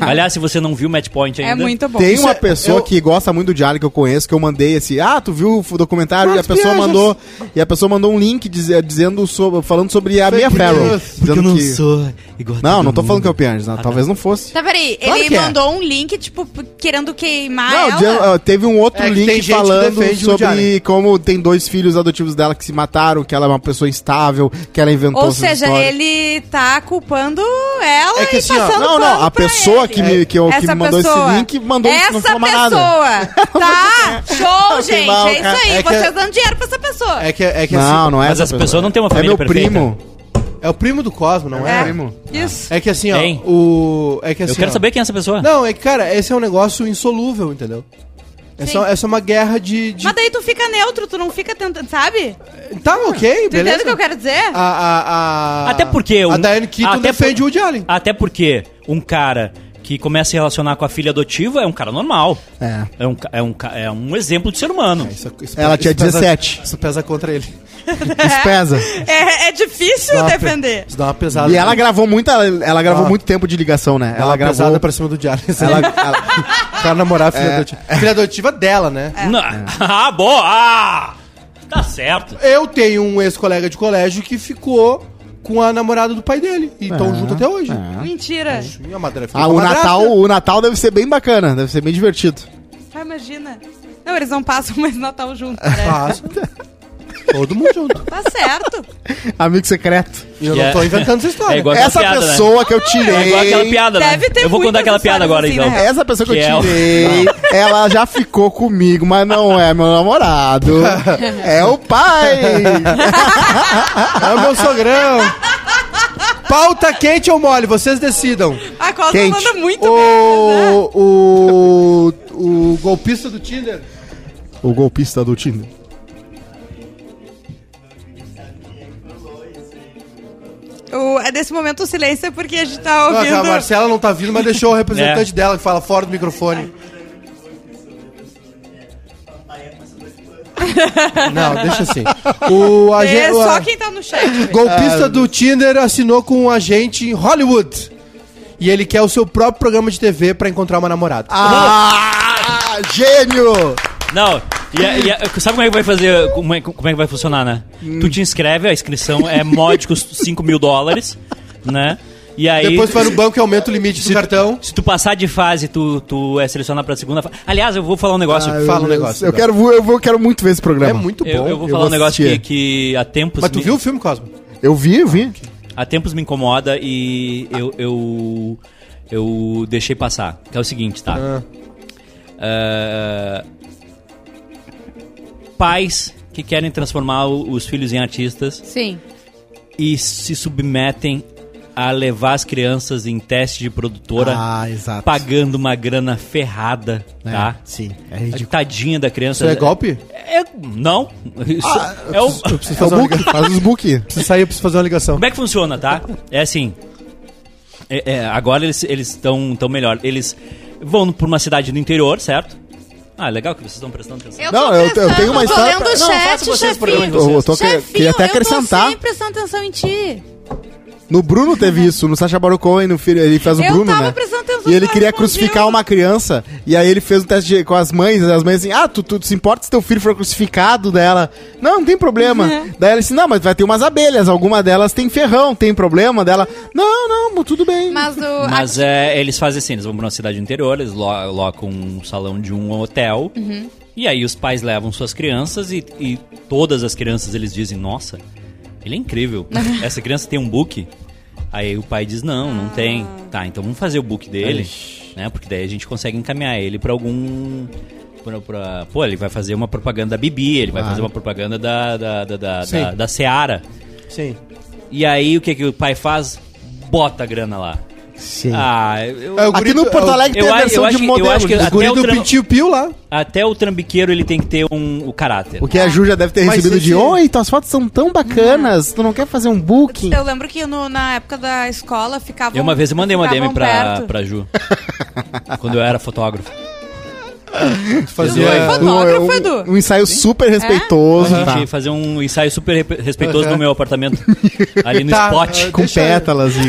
Speaker 1: Aliás, se você não viu Match Point ainda.
Speaker 4: É muito bom.
Speaker 3: Tem
Speaker 2: Isso
Speaker 3: uma
Speaker 2: é-
Speaker 3: pessoa
Speaker 2: eu-
Speaker 3: que gosta muito do Diário que eu conheço, que eu mandei esse, ah, tu viu o documentário?
Speaker 2: Quantas
Speaker 3: e a pessoa
Speaker 2: viagens?
Speaker 3: mandou. E a pessoa mandou um link dize- dizendo sobre, falando sobre a
Speaker 2: Fake
Speaker 3: Mia Farrow.
Speaker 2: news.
Speaker 3: Dizendo que...
Speaker 1: sou igual a
Speaker 3: Não,
Speaker 1: todo
Speaker 3: não tô falando
Speaker 1: mundo. Ah,
Speaker 3: que é o Pianges, não. talvez não fosse.
Speaker 4: Tá, peraí.
Speaker 2: Claro
Speaker 4: ele
Speaker 2: que é.
Speaker 4: mandou um link, tipo, p- querendo
Speaker 2: Tá,
Speaker 4: queimar
Speaker 3: Não,
Speaker 4: ela.
Speaker 3: dia- ah, teve um outro
Speaker 2: É que tem
Speaker 3: link
Speaker 2: gente que
Speaker 3: falando
Speaker 2: defende o
Speaker 3: sobre
Speaker 2: Diário.
Speaker 3: como tem dois filhos adotivos dela que se mataram, que ela é uma pessoa instável, que ela inventou
Speaker 4: Ou
Speaker 3: essas
Speaker 4: seja,
Speaker 3: histórias.
Speaker 4: ele tá culpando ela
Speaker 2: É que
Speaker 4: e
Speaker 2: assim, ó,
Speaker 4: passando
Speaker 3: Não, não,
Speaker 4: pano
Speaker 3: a
Speaker 4: pra
Speaker 3: pessoa
Speaker 4: ele.
Speaker 3: que me, que, eu- que
Speaker 4: Essa
Speaker 3: me mandou
Speaker 4: pessoa.
Speaker 3: esse link mandou isso, não
Speaker 4: Essa
Speaker 3: falou mais
Speaker 4: pessoa.
Speaker 3: nada. *laughs*
Speaker 4: Tá? Show, gente.
Speaker 3: mal,
Speaker 4: é
Speaker 3: cara.
Speaker 4: isso aí.
Speaker 2: É que-
Speaker 4: vocês dando dinheiro pra essa pessoa.
Speaker 2: É que, é que
Speaker 3: Não,
Speaker 2: assim,
Speaker 3: não é
Speaker 1: Mas
Speaker 3: essa
Speaker 1: essa pessoa não tem uma
Speaker 3: É
Speaker 1: família
Speaker 3: meu
Speaker 1: perfeita.
Speaker 3: primo.
Speaker 2: é o primo do Cosmo, não
Speaker 3: É.
Speaker 2: é?
Speaker 3: primo.
Speaker 4: Isso.
Speaker 2: É que assim, ó,
Speaker 1: Hein?
Speaker 2: o... É que assim,
Speaker 1: Eu quero
Speaker 2: ó,
Speaker 1: saber quem é essa pessoa.
Speaker 2: Não, é que, cara, esse é um negócio insolúvel, entendeu? É
Speaker 4: Sim.
Speaker 2: só, é só uma guerra de... de-
Speaker 4: Mas daí tu fica neutro, tu não fica tentando, sabe?
Speaker 2: Tá ok,
Speaker 4: Tu entende
Speaker 2: beleza.
Speaker 4: o que eu quero dizer?
Speaker 3: Ah.
Speaker 2: A, a, a...
Speaker 1: Até porque
Speaker 2: A
Speaker 1: um-
Speaker 2: Diane Keaton
Speaker 1: até
Speaker 2: defende
Speaker 1: por-
Speaker 2: o Woody Allen.
Speaker 1: Até porque um cara que começa a se relacionar com a filha adotiva é um cara normal.
Speaker 3: É.
Speaker 1: É um, ca- é um, ca- é um exemplo de ser humano.
Speaker 2: Isso- é isso
Speaker 3: Ela
Speaker 2: pesa-
Speaker 3: tinha
Speaker 2: isso pesa-
Speaker 3: 17.
Speaker 2: Isso pesa contra
Speaker 4: *laughs*
Speaker 2: ele.
Speaker 3: Isso pesa.
Speaker 4: É, é difícil
Speaker 2: Dá uma pe-
Speaker 4: defender.
Speaker 2: Isso dá uma pesada.
Speaker 3: E ela gravou muita, ela gravou
Speaker 2: Ah.
Speaker 3: muito tempo de ligação, né?
Speaker 2: Dá
Speaker 3: Ela
Speaker 2: uma é pesada
Speaker 3: gravou
Speaker 2: pra cima do Diário.
Speaker 3: ela,
Speaker 2: *laughs* Ela...
Speaker 3: ela-
Speaker 2: O cara namorar a filha adotiva. Filha adotiva dela, né?
Speaker 1: Não- *laughs* ah, boa! Ah, tá certo.
Speaker 2: Eu tenho um ex-colega de colégio que ficou com a namorada do pai dele. E estão
Speaker 3: É,
Speaker 2: junto até hoje.
Speaker 3: é.
Speaker 4: Mentira.
Speaker 2: Sim, a madre ficou
Speaker 3: Ah,
Speaker 2: com
Speaker 3: o
Speaker 2: a madrasta.
Speaker 3: Natal, o Natal deve ser bem bacana, deve ser bem divertido.
Speaker 4: Tá, Ah, imagina. Não, eles não passam mais Natal juntos, né?
Speaker 2: Passa. É. *laughs* Todo mundo junto.
Speaker 4: Tá certo.
Speaker 3: Amigo secreto.
Speaker 2: E eu
Speaker 1: Que é-
Speaker 2: não tô inventando essa história.
Speaker 1: É igual aquela
Speaker 3: Essa
Speaker 1: piada, né?
Speaker 3: pessoa que eu
Speaker 1: É igual aquela
Speaker 3: tirei.
Speaker 1: piada, né?
Speaker 4: Deve ter
Speaker 1: Eu vou contar
Speaker 4: muitas
Speaker 1: aquela piada agora,
Speaker 4: histórias
Speaker 1: então.
Speaker 4: assim, né?
Speaker 3: Essa pessoa que,
Speaker 1: Que é
Speaker 3: eu
Speaker 1: o-
Speaker 3: tirei, ela já ficou comigo, mas não é meu namorado. É o pai.
Speaker 2: É o meu sogrão. Pauta quente ou mole, vocês decidam.
Speaker 4: A Costa
Speaker 3: Quente.
Speaker 4: manda muito bem. né?
Speaker 2: O, o, o golpista do Tinder.
Speaker 3: O golpista do Tinder.
Speaker 4: O- é desse momento o silêncio é porque a gente tá ouvindo.
Speaker 2: Nossa, a Marcela não tá vindo, mas deixou o representante
Speaker 1: É.
Speaker 2: dela que fala fora do microfone. Não, deixa assim. O
Speaker 4: é
Speaker 2: agente.
Speaker 4: só quem tá no chat. velho.
Speaker 2: Golpista do Tinder assinou com um agente em Hollywood. E ele quer o seu próprio programa de TV pra encontrar uma namorada.
Speaker 3: Ah, gênio!
Speaker 1: Não, e a- e a- sabe como é que vai fazer? Como é, como é que vai funcionar, né?
Speaker 2: Hum.
Speaker 1: Tu te inscreve, a inscrição é módicos *laughs* 5 mil dólares, né? E aí.
Speaker 2: Depois tu vai no banco e aumenta o limite do cartão.
Speaker 1: Se tu passar de fase, tu, tu é selecionado pra segunda fase. Aliás, eu vou falar um negócio.
Speaker 2: eu- Fala um negócio,
Speaker 3: Eu
Speaker 2: então.
Speaker 3: quero, eu vou- quero muito ver esse programa.
Speaker 2: É muito bom.
Speaker 1: eu, eu vou
Speaker 3: eu
Speaker 1: falar
Speaker 3: vou
Speaker 1: um negócio que,
Speaker 3: assistir.
Speaker 1: que há tempos.
Speaker 2: Mas tu
Speaker 1: me-
Speaker 2: viu o filme, Cosmo?
Speaker 3: Eu vi, eu vi.
Speaker 1: Há tempos me incomoda e eu, eu, eu deixei passar. Que é o seguinte, tá? Ah, pais que querem transformar o- os filhos em artistas
Speaker 4: Sim.
Speaker 1: e se submetem a levar as crianças em teste de produtora,
Speaker 2: Ah.
Speaker 3: exato.
Speaker 1: pagando uma grana ferrada,
Speaker 3: É,
Speaker 1: tá?
Speaker 3: Sim, é
Speaker 1: A
Speaker 3: ridículo.
Speaker 1: Tadinha da criança.
Speaker 2: Isso é golpe? Ah,
Speaker 1: É- não. Isso é o-
Speaker 2: Eu preciso
Speaker 3: É o
Speaker 2: fazer uma
Speaker 3: book, faz os book.
Speaker 2: Preciso sair, eu preciso fazer uma ligação.
Speaker 1: Como é que funciona, tá? É assim. é- é, agora eles estão tão melhor. Eles vão pra uma cidade do interior, certo? Ah, legal que vocês estão prestando atenção.
Speaker 5: Eu
Speaker 3: Não,
Speaker 5: tô
Speaker 3: eu- eu
Speaker 5: prestando,
Speaker 3: tenho uma
Speaker 5: tô
Speaker 3: história
Speaker 5: lendo
Speaker 3: pra-
Speaker 5: o
Speaker 1: Não,
Speaker 5: chat,
Speaker 1: faça vocês o programa de
Speaker 5: chefinho.
Speaker 1: vocês.
Speaker 3: Eu, eu tô que-
Speaker 5: Chefinho,
Speaker 3: queria até
Speaker 5: eu tô
Speaker 3: acrescentar.
Speaker 5: sempre prestando atenção em ti.
Speaker 3: No Bruno teve isso, no Sacha Baron Cohen, no filho, ele fez o
Speaker 5: Uhum. Eu
Speaker 3: Bruno,
Speaker 5: tava
Speaker 3: né?
Speaker 5: prestando atenção
Speaker 3: E ele
Speaker 5: no
Speaker 3: queria
Speaker 5: Sacha Baron
Speaker 3: crucificar
Speaker 5: Cohen.
Speaker 3: uma criança, e aí ele fez um teste de- com as mães, e as mães assim, ah, tu, tu se importa se teu filho for crucificado dela? Não, não tem problema.
Speaker 5: Uhum.
Speaker 3: Daí ele disse, não, mas vai ter umas abelhas, alguma delas tem ferrão, tem problema dela? Não, não, tudo bem.
Speaker 5: Mas o.
Speaker 4: Tipo,
Speaker 1: Mas é, eles fazem assim, eles vão pra uma cidade do interior, eles lo- locam um salão de um hotel. E aí os pais levam suas crianças e, e todas as crianças eles dizem, nossa, ele é incrível. Essa criança tem um book. Aí o pai diz, não, não tem. Tá, então vamos fazer o book dele, né? Porque daí a gente consegue encaminhar ele pra algum... Pra, pra- pô, ele vai fazer uma propaganda da Bibi, ele vai fazer uma propaganda da, da, da, da,
Speaker 2: Sim.
Speaker 1: da, da Seara.
Speaker 2: Sim.
Speaker 1: E aí o que, que o pai faz? Bota a grana lá.
Speaker 3: Sim.
Speaker 1: Ah, eu,
Speaker 2: É, o
Speaker 3: Aqui
Speaker 2: guri-
Speaker 3: no Porto
Speaker 2: é o-
Speaker 3: Alegre tem
Speaker 1: eu
Speaker 3: a
Speaker 1: acho-
Speaker 3: versão
Speaker 1: eu acho
Speaker 3: de
Speaker 1: que- eu
Speaker 3: modelo. né?
Speaker 1: acho que-
Speaker 3: Os
Speaker 2: O guri
Speaker 1: Até o
Speaker 2: do
Speaker 1: tram-
Speaker 2: Pintinho Pio lá.
Speaker 1: Até o trambiqueiro ele tem que ter um, o caráter.
Speaker 3: O que a Ju já deve ter
Speaker 2: Mas
Speaker 3: recebido de
Speaker 2: esse-
Speaker 3: Oi, tuas fotos são tão
Speaker 5: Uhum.
Speaker 3: bacanas, tu não quer fazer um
Speaker 5: Então,
Speaker 3: booking?
Speaker 4: Eu lembro que no- na época da escola ficava.
Speaker 1: Eu uma vez eu mandei uma DM pra,
Speaker 4: perto.
Speaker 1: pra Ju. quando eu era fotógrafo.
Speaker 2: Fazia...
Speaker 4: Foi é fotógrafo, Edu? É?
Speaker 3: Um ensaio super respeitoso,
Speaker 1: A
Speaker 3: tá?
Speaker 1: gente fazer um ensaio super rep- respeitoso
Speaker 2: Aham.
Speaker 1: no meu apartamento. ali no
Speaker 2: Tá,
Speaker 1: spot.
Speaker 2: ah,
Speaker 3: Com
Speaker 2: Deixa-
Speaker 3: pétalas e...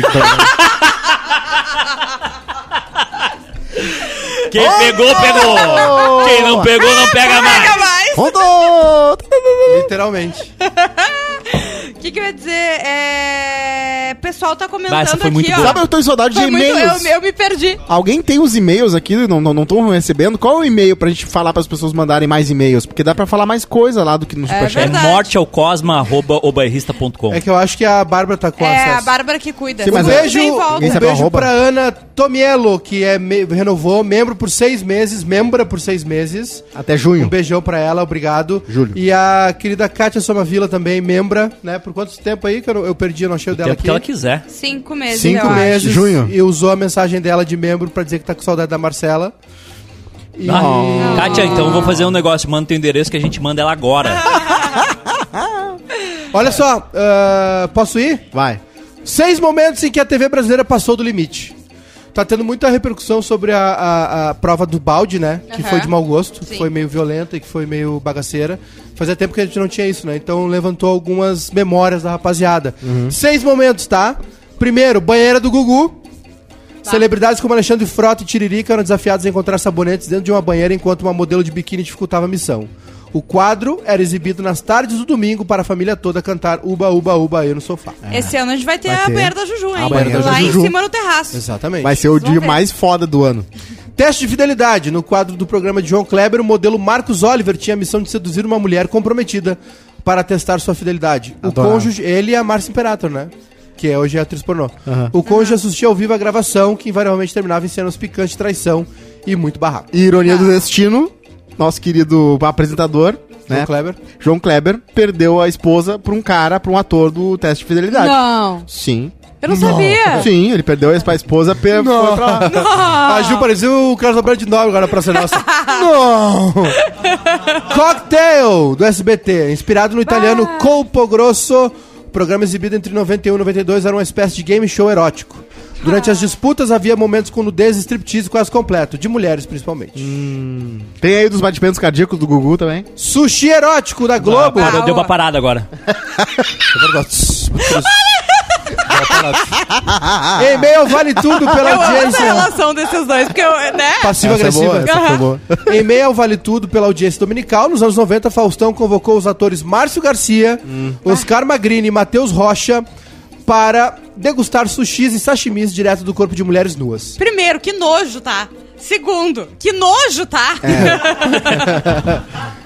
Speaker 1: Quem pegou, pegou! Quem não pegou, não pega mais!
Speaker 4: Nunca
Speaker 3: *laughs*
Speaker 4: mais!
Speaker 3: Rodou!
Speaker 2: Literalmente.
Speaker 4: O que, que eu ia dizer? É. O pessoal tá comentando
Speaker 1: Bah, essa foi
Speaker 4: aqui,
Speaker 1: muito
Speaker 4: ó.
Speaker 1: boa.
Speaker 3: Sabe, eu tô em saudade de
Speaker 4: Foi muito- é
Speaker 3: e-mails.
Speaker 4: eu, eu me perdi.
Speaker 3: Alguém tem os e-mails aqui, não estão não, tão recebendo? Qual é o e-mail pra gente falar pras pessoas mandarem mais e-mails? Porque dá pra falar mais coisa lá do que no
Speaker 1: É
Speaker 3: Superchat.
Speaker 4: verdade.
Speaker 1: morte ao cosma, arroba, obairrista.com.
Speaker 2: É que eu acho que a Bárbara tá com
Speaker 4: é a
Speaker 2: acesso.
Speaker 4: Bárbara que cuida.
Speaker 3: Sim, mas
Speaker 2: um
Speaker 3: é-
Speaker 2: beijo,
Speaker 4: Vem e
Speaker 2: um
Speaker 4: volta.
Speaker 3: Ninguém sabe o
Speaker 2: beijo
Speaker 3: arroba.
Speaker 2: pra Ana Tomiello, que é me- renovou, membro por seis meses, membra por seis meses.
Speaker 3: Até
Speaker 2: Um
Speaker 3: junho.
Speaker 2: beijão pra ela, obrigado.
Speaker 3: Júlio.
Speaker 2: E a querida Kátia Somavila também, membra, né? Por quanto tempo aí que eu, não- eu perdi, eu não achei o dela
Speaker 1: Tempo
Speaker 2: aqui.
Speaker 1: que ela quiser.
Speaker 4: Cinco meses,
Speaker 3: Cinco
Speaker 4: eu acho.
Speaker 3: meses. Ah, Junho.
Speaker 2: E usou a mensagem dela de membro pra dizer que tá com saudade da Marcela. E...
Speaker 1: Ah, Kátia, então vou fazer um negócio. Manda teu endereço que a gente manda ela agora.
Speaker 2: Olha só, ah, posso ir?
Speaker 3: Vai.
Speaker 2: Seis momentos em que a TV brasileira passou do limite. Tá tendo muita repercussão sobre a, a- a prova do balde, né? Que
Speaker 4: Aham.
Speaker 2: foi de mau gosto, que
Speaker 4: Sim.
Speaker 2: foi meio violenta e que foi meio bagaceira. Fazia tempo que a gente não tinha isso, né? Então levantou algumas memórias da rapaziada. Seis momentos, tá? Primeiro, banheira do Gugu.
Speaker 4: Tá.
Speaker 2: Celebridades como Alexandre Frota e Tiririca eram desafiados a encontrar sabonetes dentro de uma banheira enquanto uma modelo de biquíni dificultava a missão. O quadro era exibido nas tardes do domingo para a família toda cantar Uba, Uba, Uba aí no sofá.
Speaker 4: Esse ano a gente vai ter
Speaker 3: Vai
Speaker 4: a
Speaker 3: ter.
Speaker 4: banheira da Juju, hein?
Speaker 3: A banheira
Speaker 2: da
Speaker 4: Lá
Speaker 3: Juju.
Speaker 4: em cima no terraço.
Speaker 2: Exatamente.
Speaker 3: Vai ser o
Speaker 4: Vocês vão
Speaker 3: dia
Speaker 4: ver.
Speaker 3: mais foda do ano.
Speaker 2: Teste de fidelidade. No quadro do programa de João Kleber, o modelo Marcos Oliver tinha a missão de seduzir uma mulher comprometida para testar sua fidelidade. O
Speaker 3: Adorava.
Speaker 2: cônjuge, ele e a Márcia Imperator, né? Que é hoje é atriz pornô.
Speaker 3: Aham.
Speaker 2: O cônjuge assistia ao vivo a gravação, que invariavelmente terminava em cenas picantes, traição e muito barraco.
Speaker 3: E ironia
Speaker 4: Tá.
Speaker 3: do destino, nosso querido apresentador, né?
Speaker 2: Né? Kleber?
Speaker 3: João Kleber perdeu a esposa pra um cara, pra um ator do teste de fidelidade.
Speaker 4: Não.
Speaker 3: Sim.
Speaker 4: Eu não, sabia.
Speaker 3: Sim, ele perdeu a esp- a esposa per... foi pra lá.
Speaker 4: Ah,
Speaker 2: A Ju parecia o Carlos Alberto de Nobre agora pra ser nossa. *laughs* Não! Cocktail, do SBT, inspirado no italiano Colpo Grosso. O programa é exibido entre 91 e 92 era uma espécie de game show erótico. Durante as disputas havia momentos com nudez e striptease quase completo, de mulheres principalmente.
Speaker 3: Tem aí dos batimentos cardíacos do Gugu também.
Speaker 2: Sushi erótico da Globo.
Speaker 1: Ah, parou, deu uma parada agora. *laughs*
Speaker 2: E-mail vale tudo pela
Speaker 4: *laughs* eu amo essa
Speaker 2: audiência.
Speaker 4: relação desses dois, porque eu, né?
Speaker 3: Essa
Speaker 2: Passiva-agressiva.
Speaker 3: é boa, essa foi
Speaker 4: Aham.
Speaker 3: boa.
Speaker 2: Em meio ao Vale Tudo pela audiência dominical, nos anos 90, Faustão convocou os atores Márcio Garcia, Oscar Magrini e Matheus Rocha para degustar sushis e sashimis direto do corpo de mulheres nuas.
Speaker 4: Primeiro, que nojo, tá? Segundo, que nojo, tá?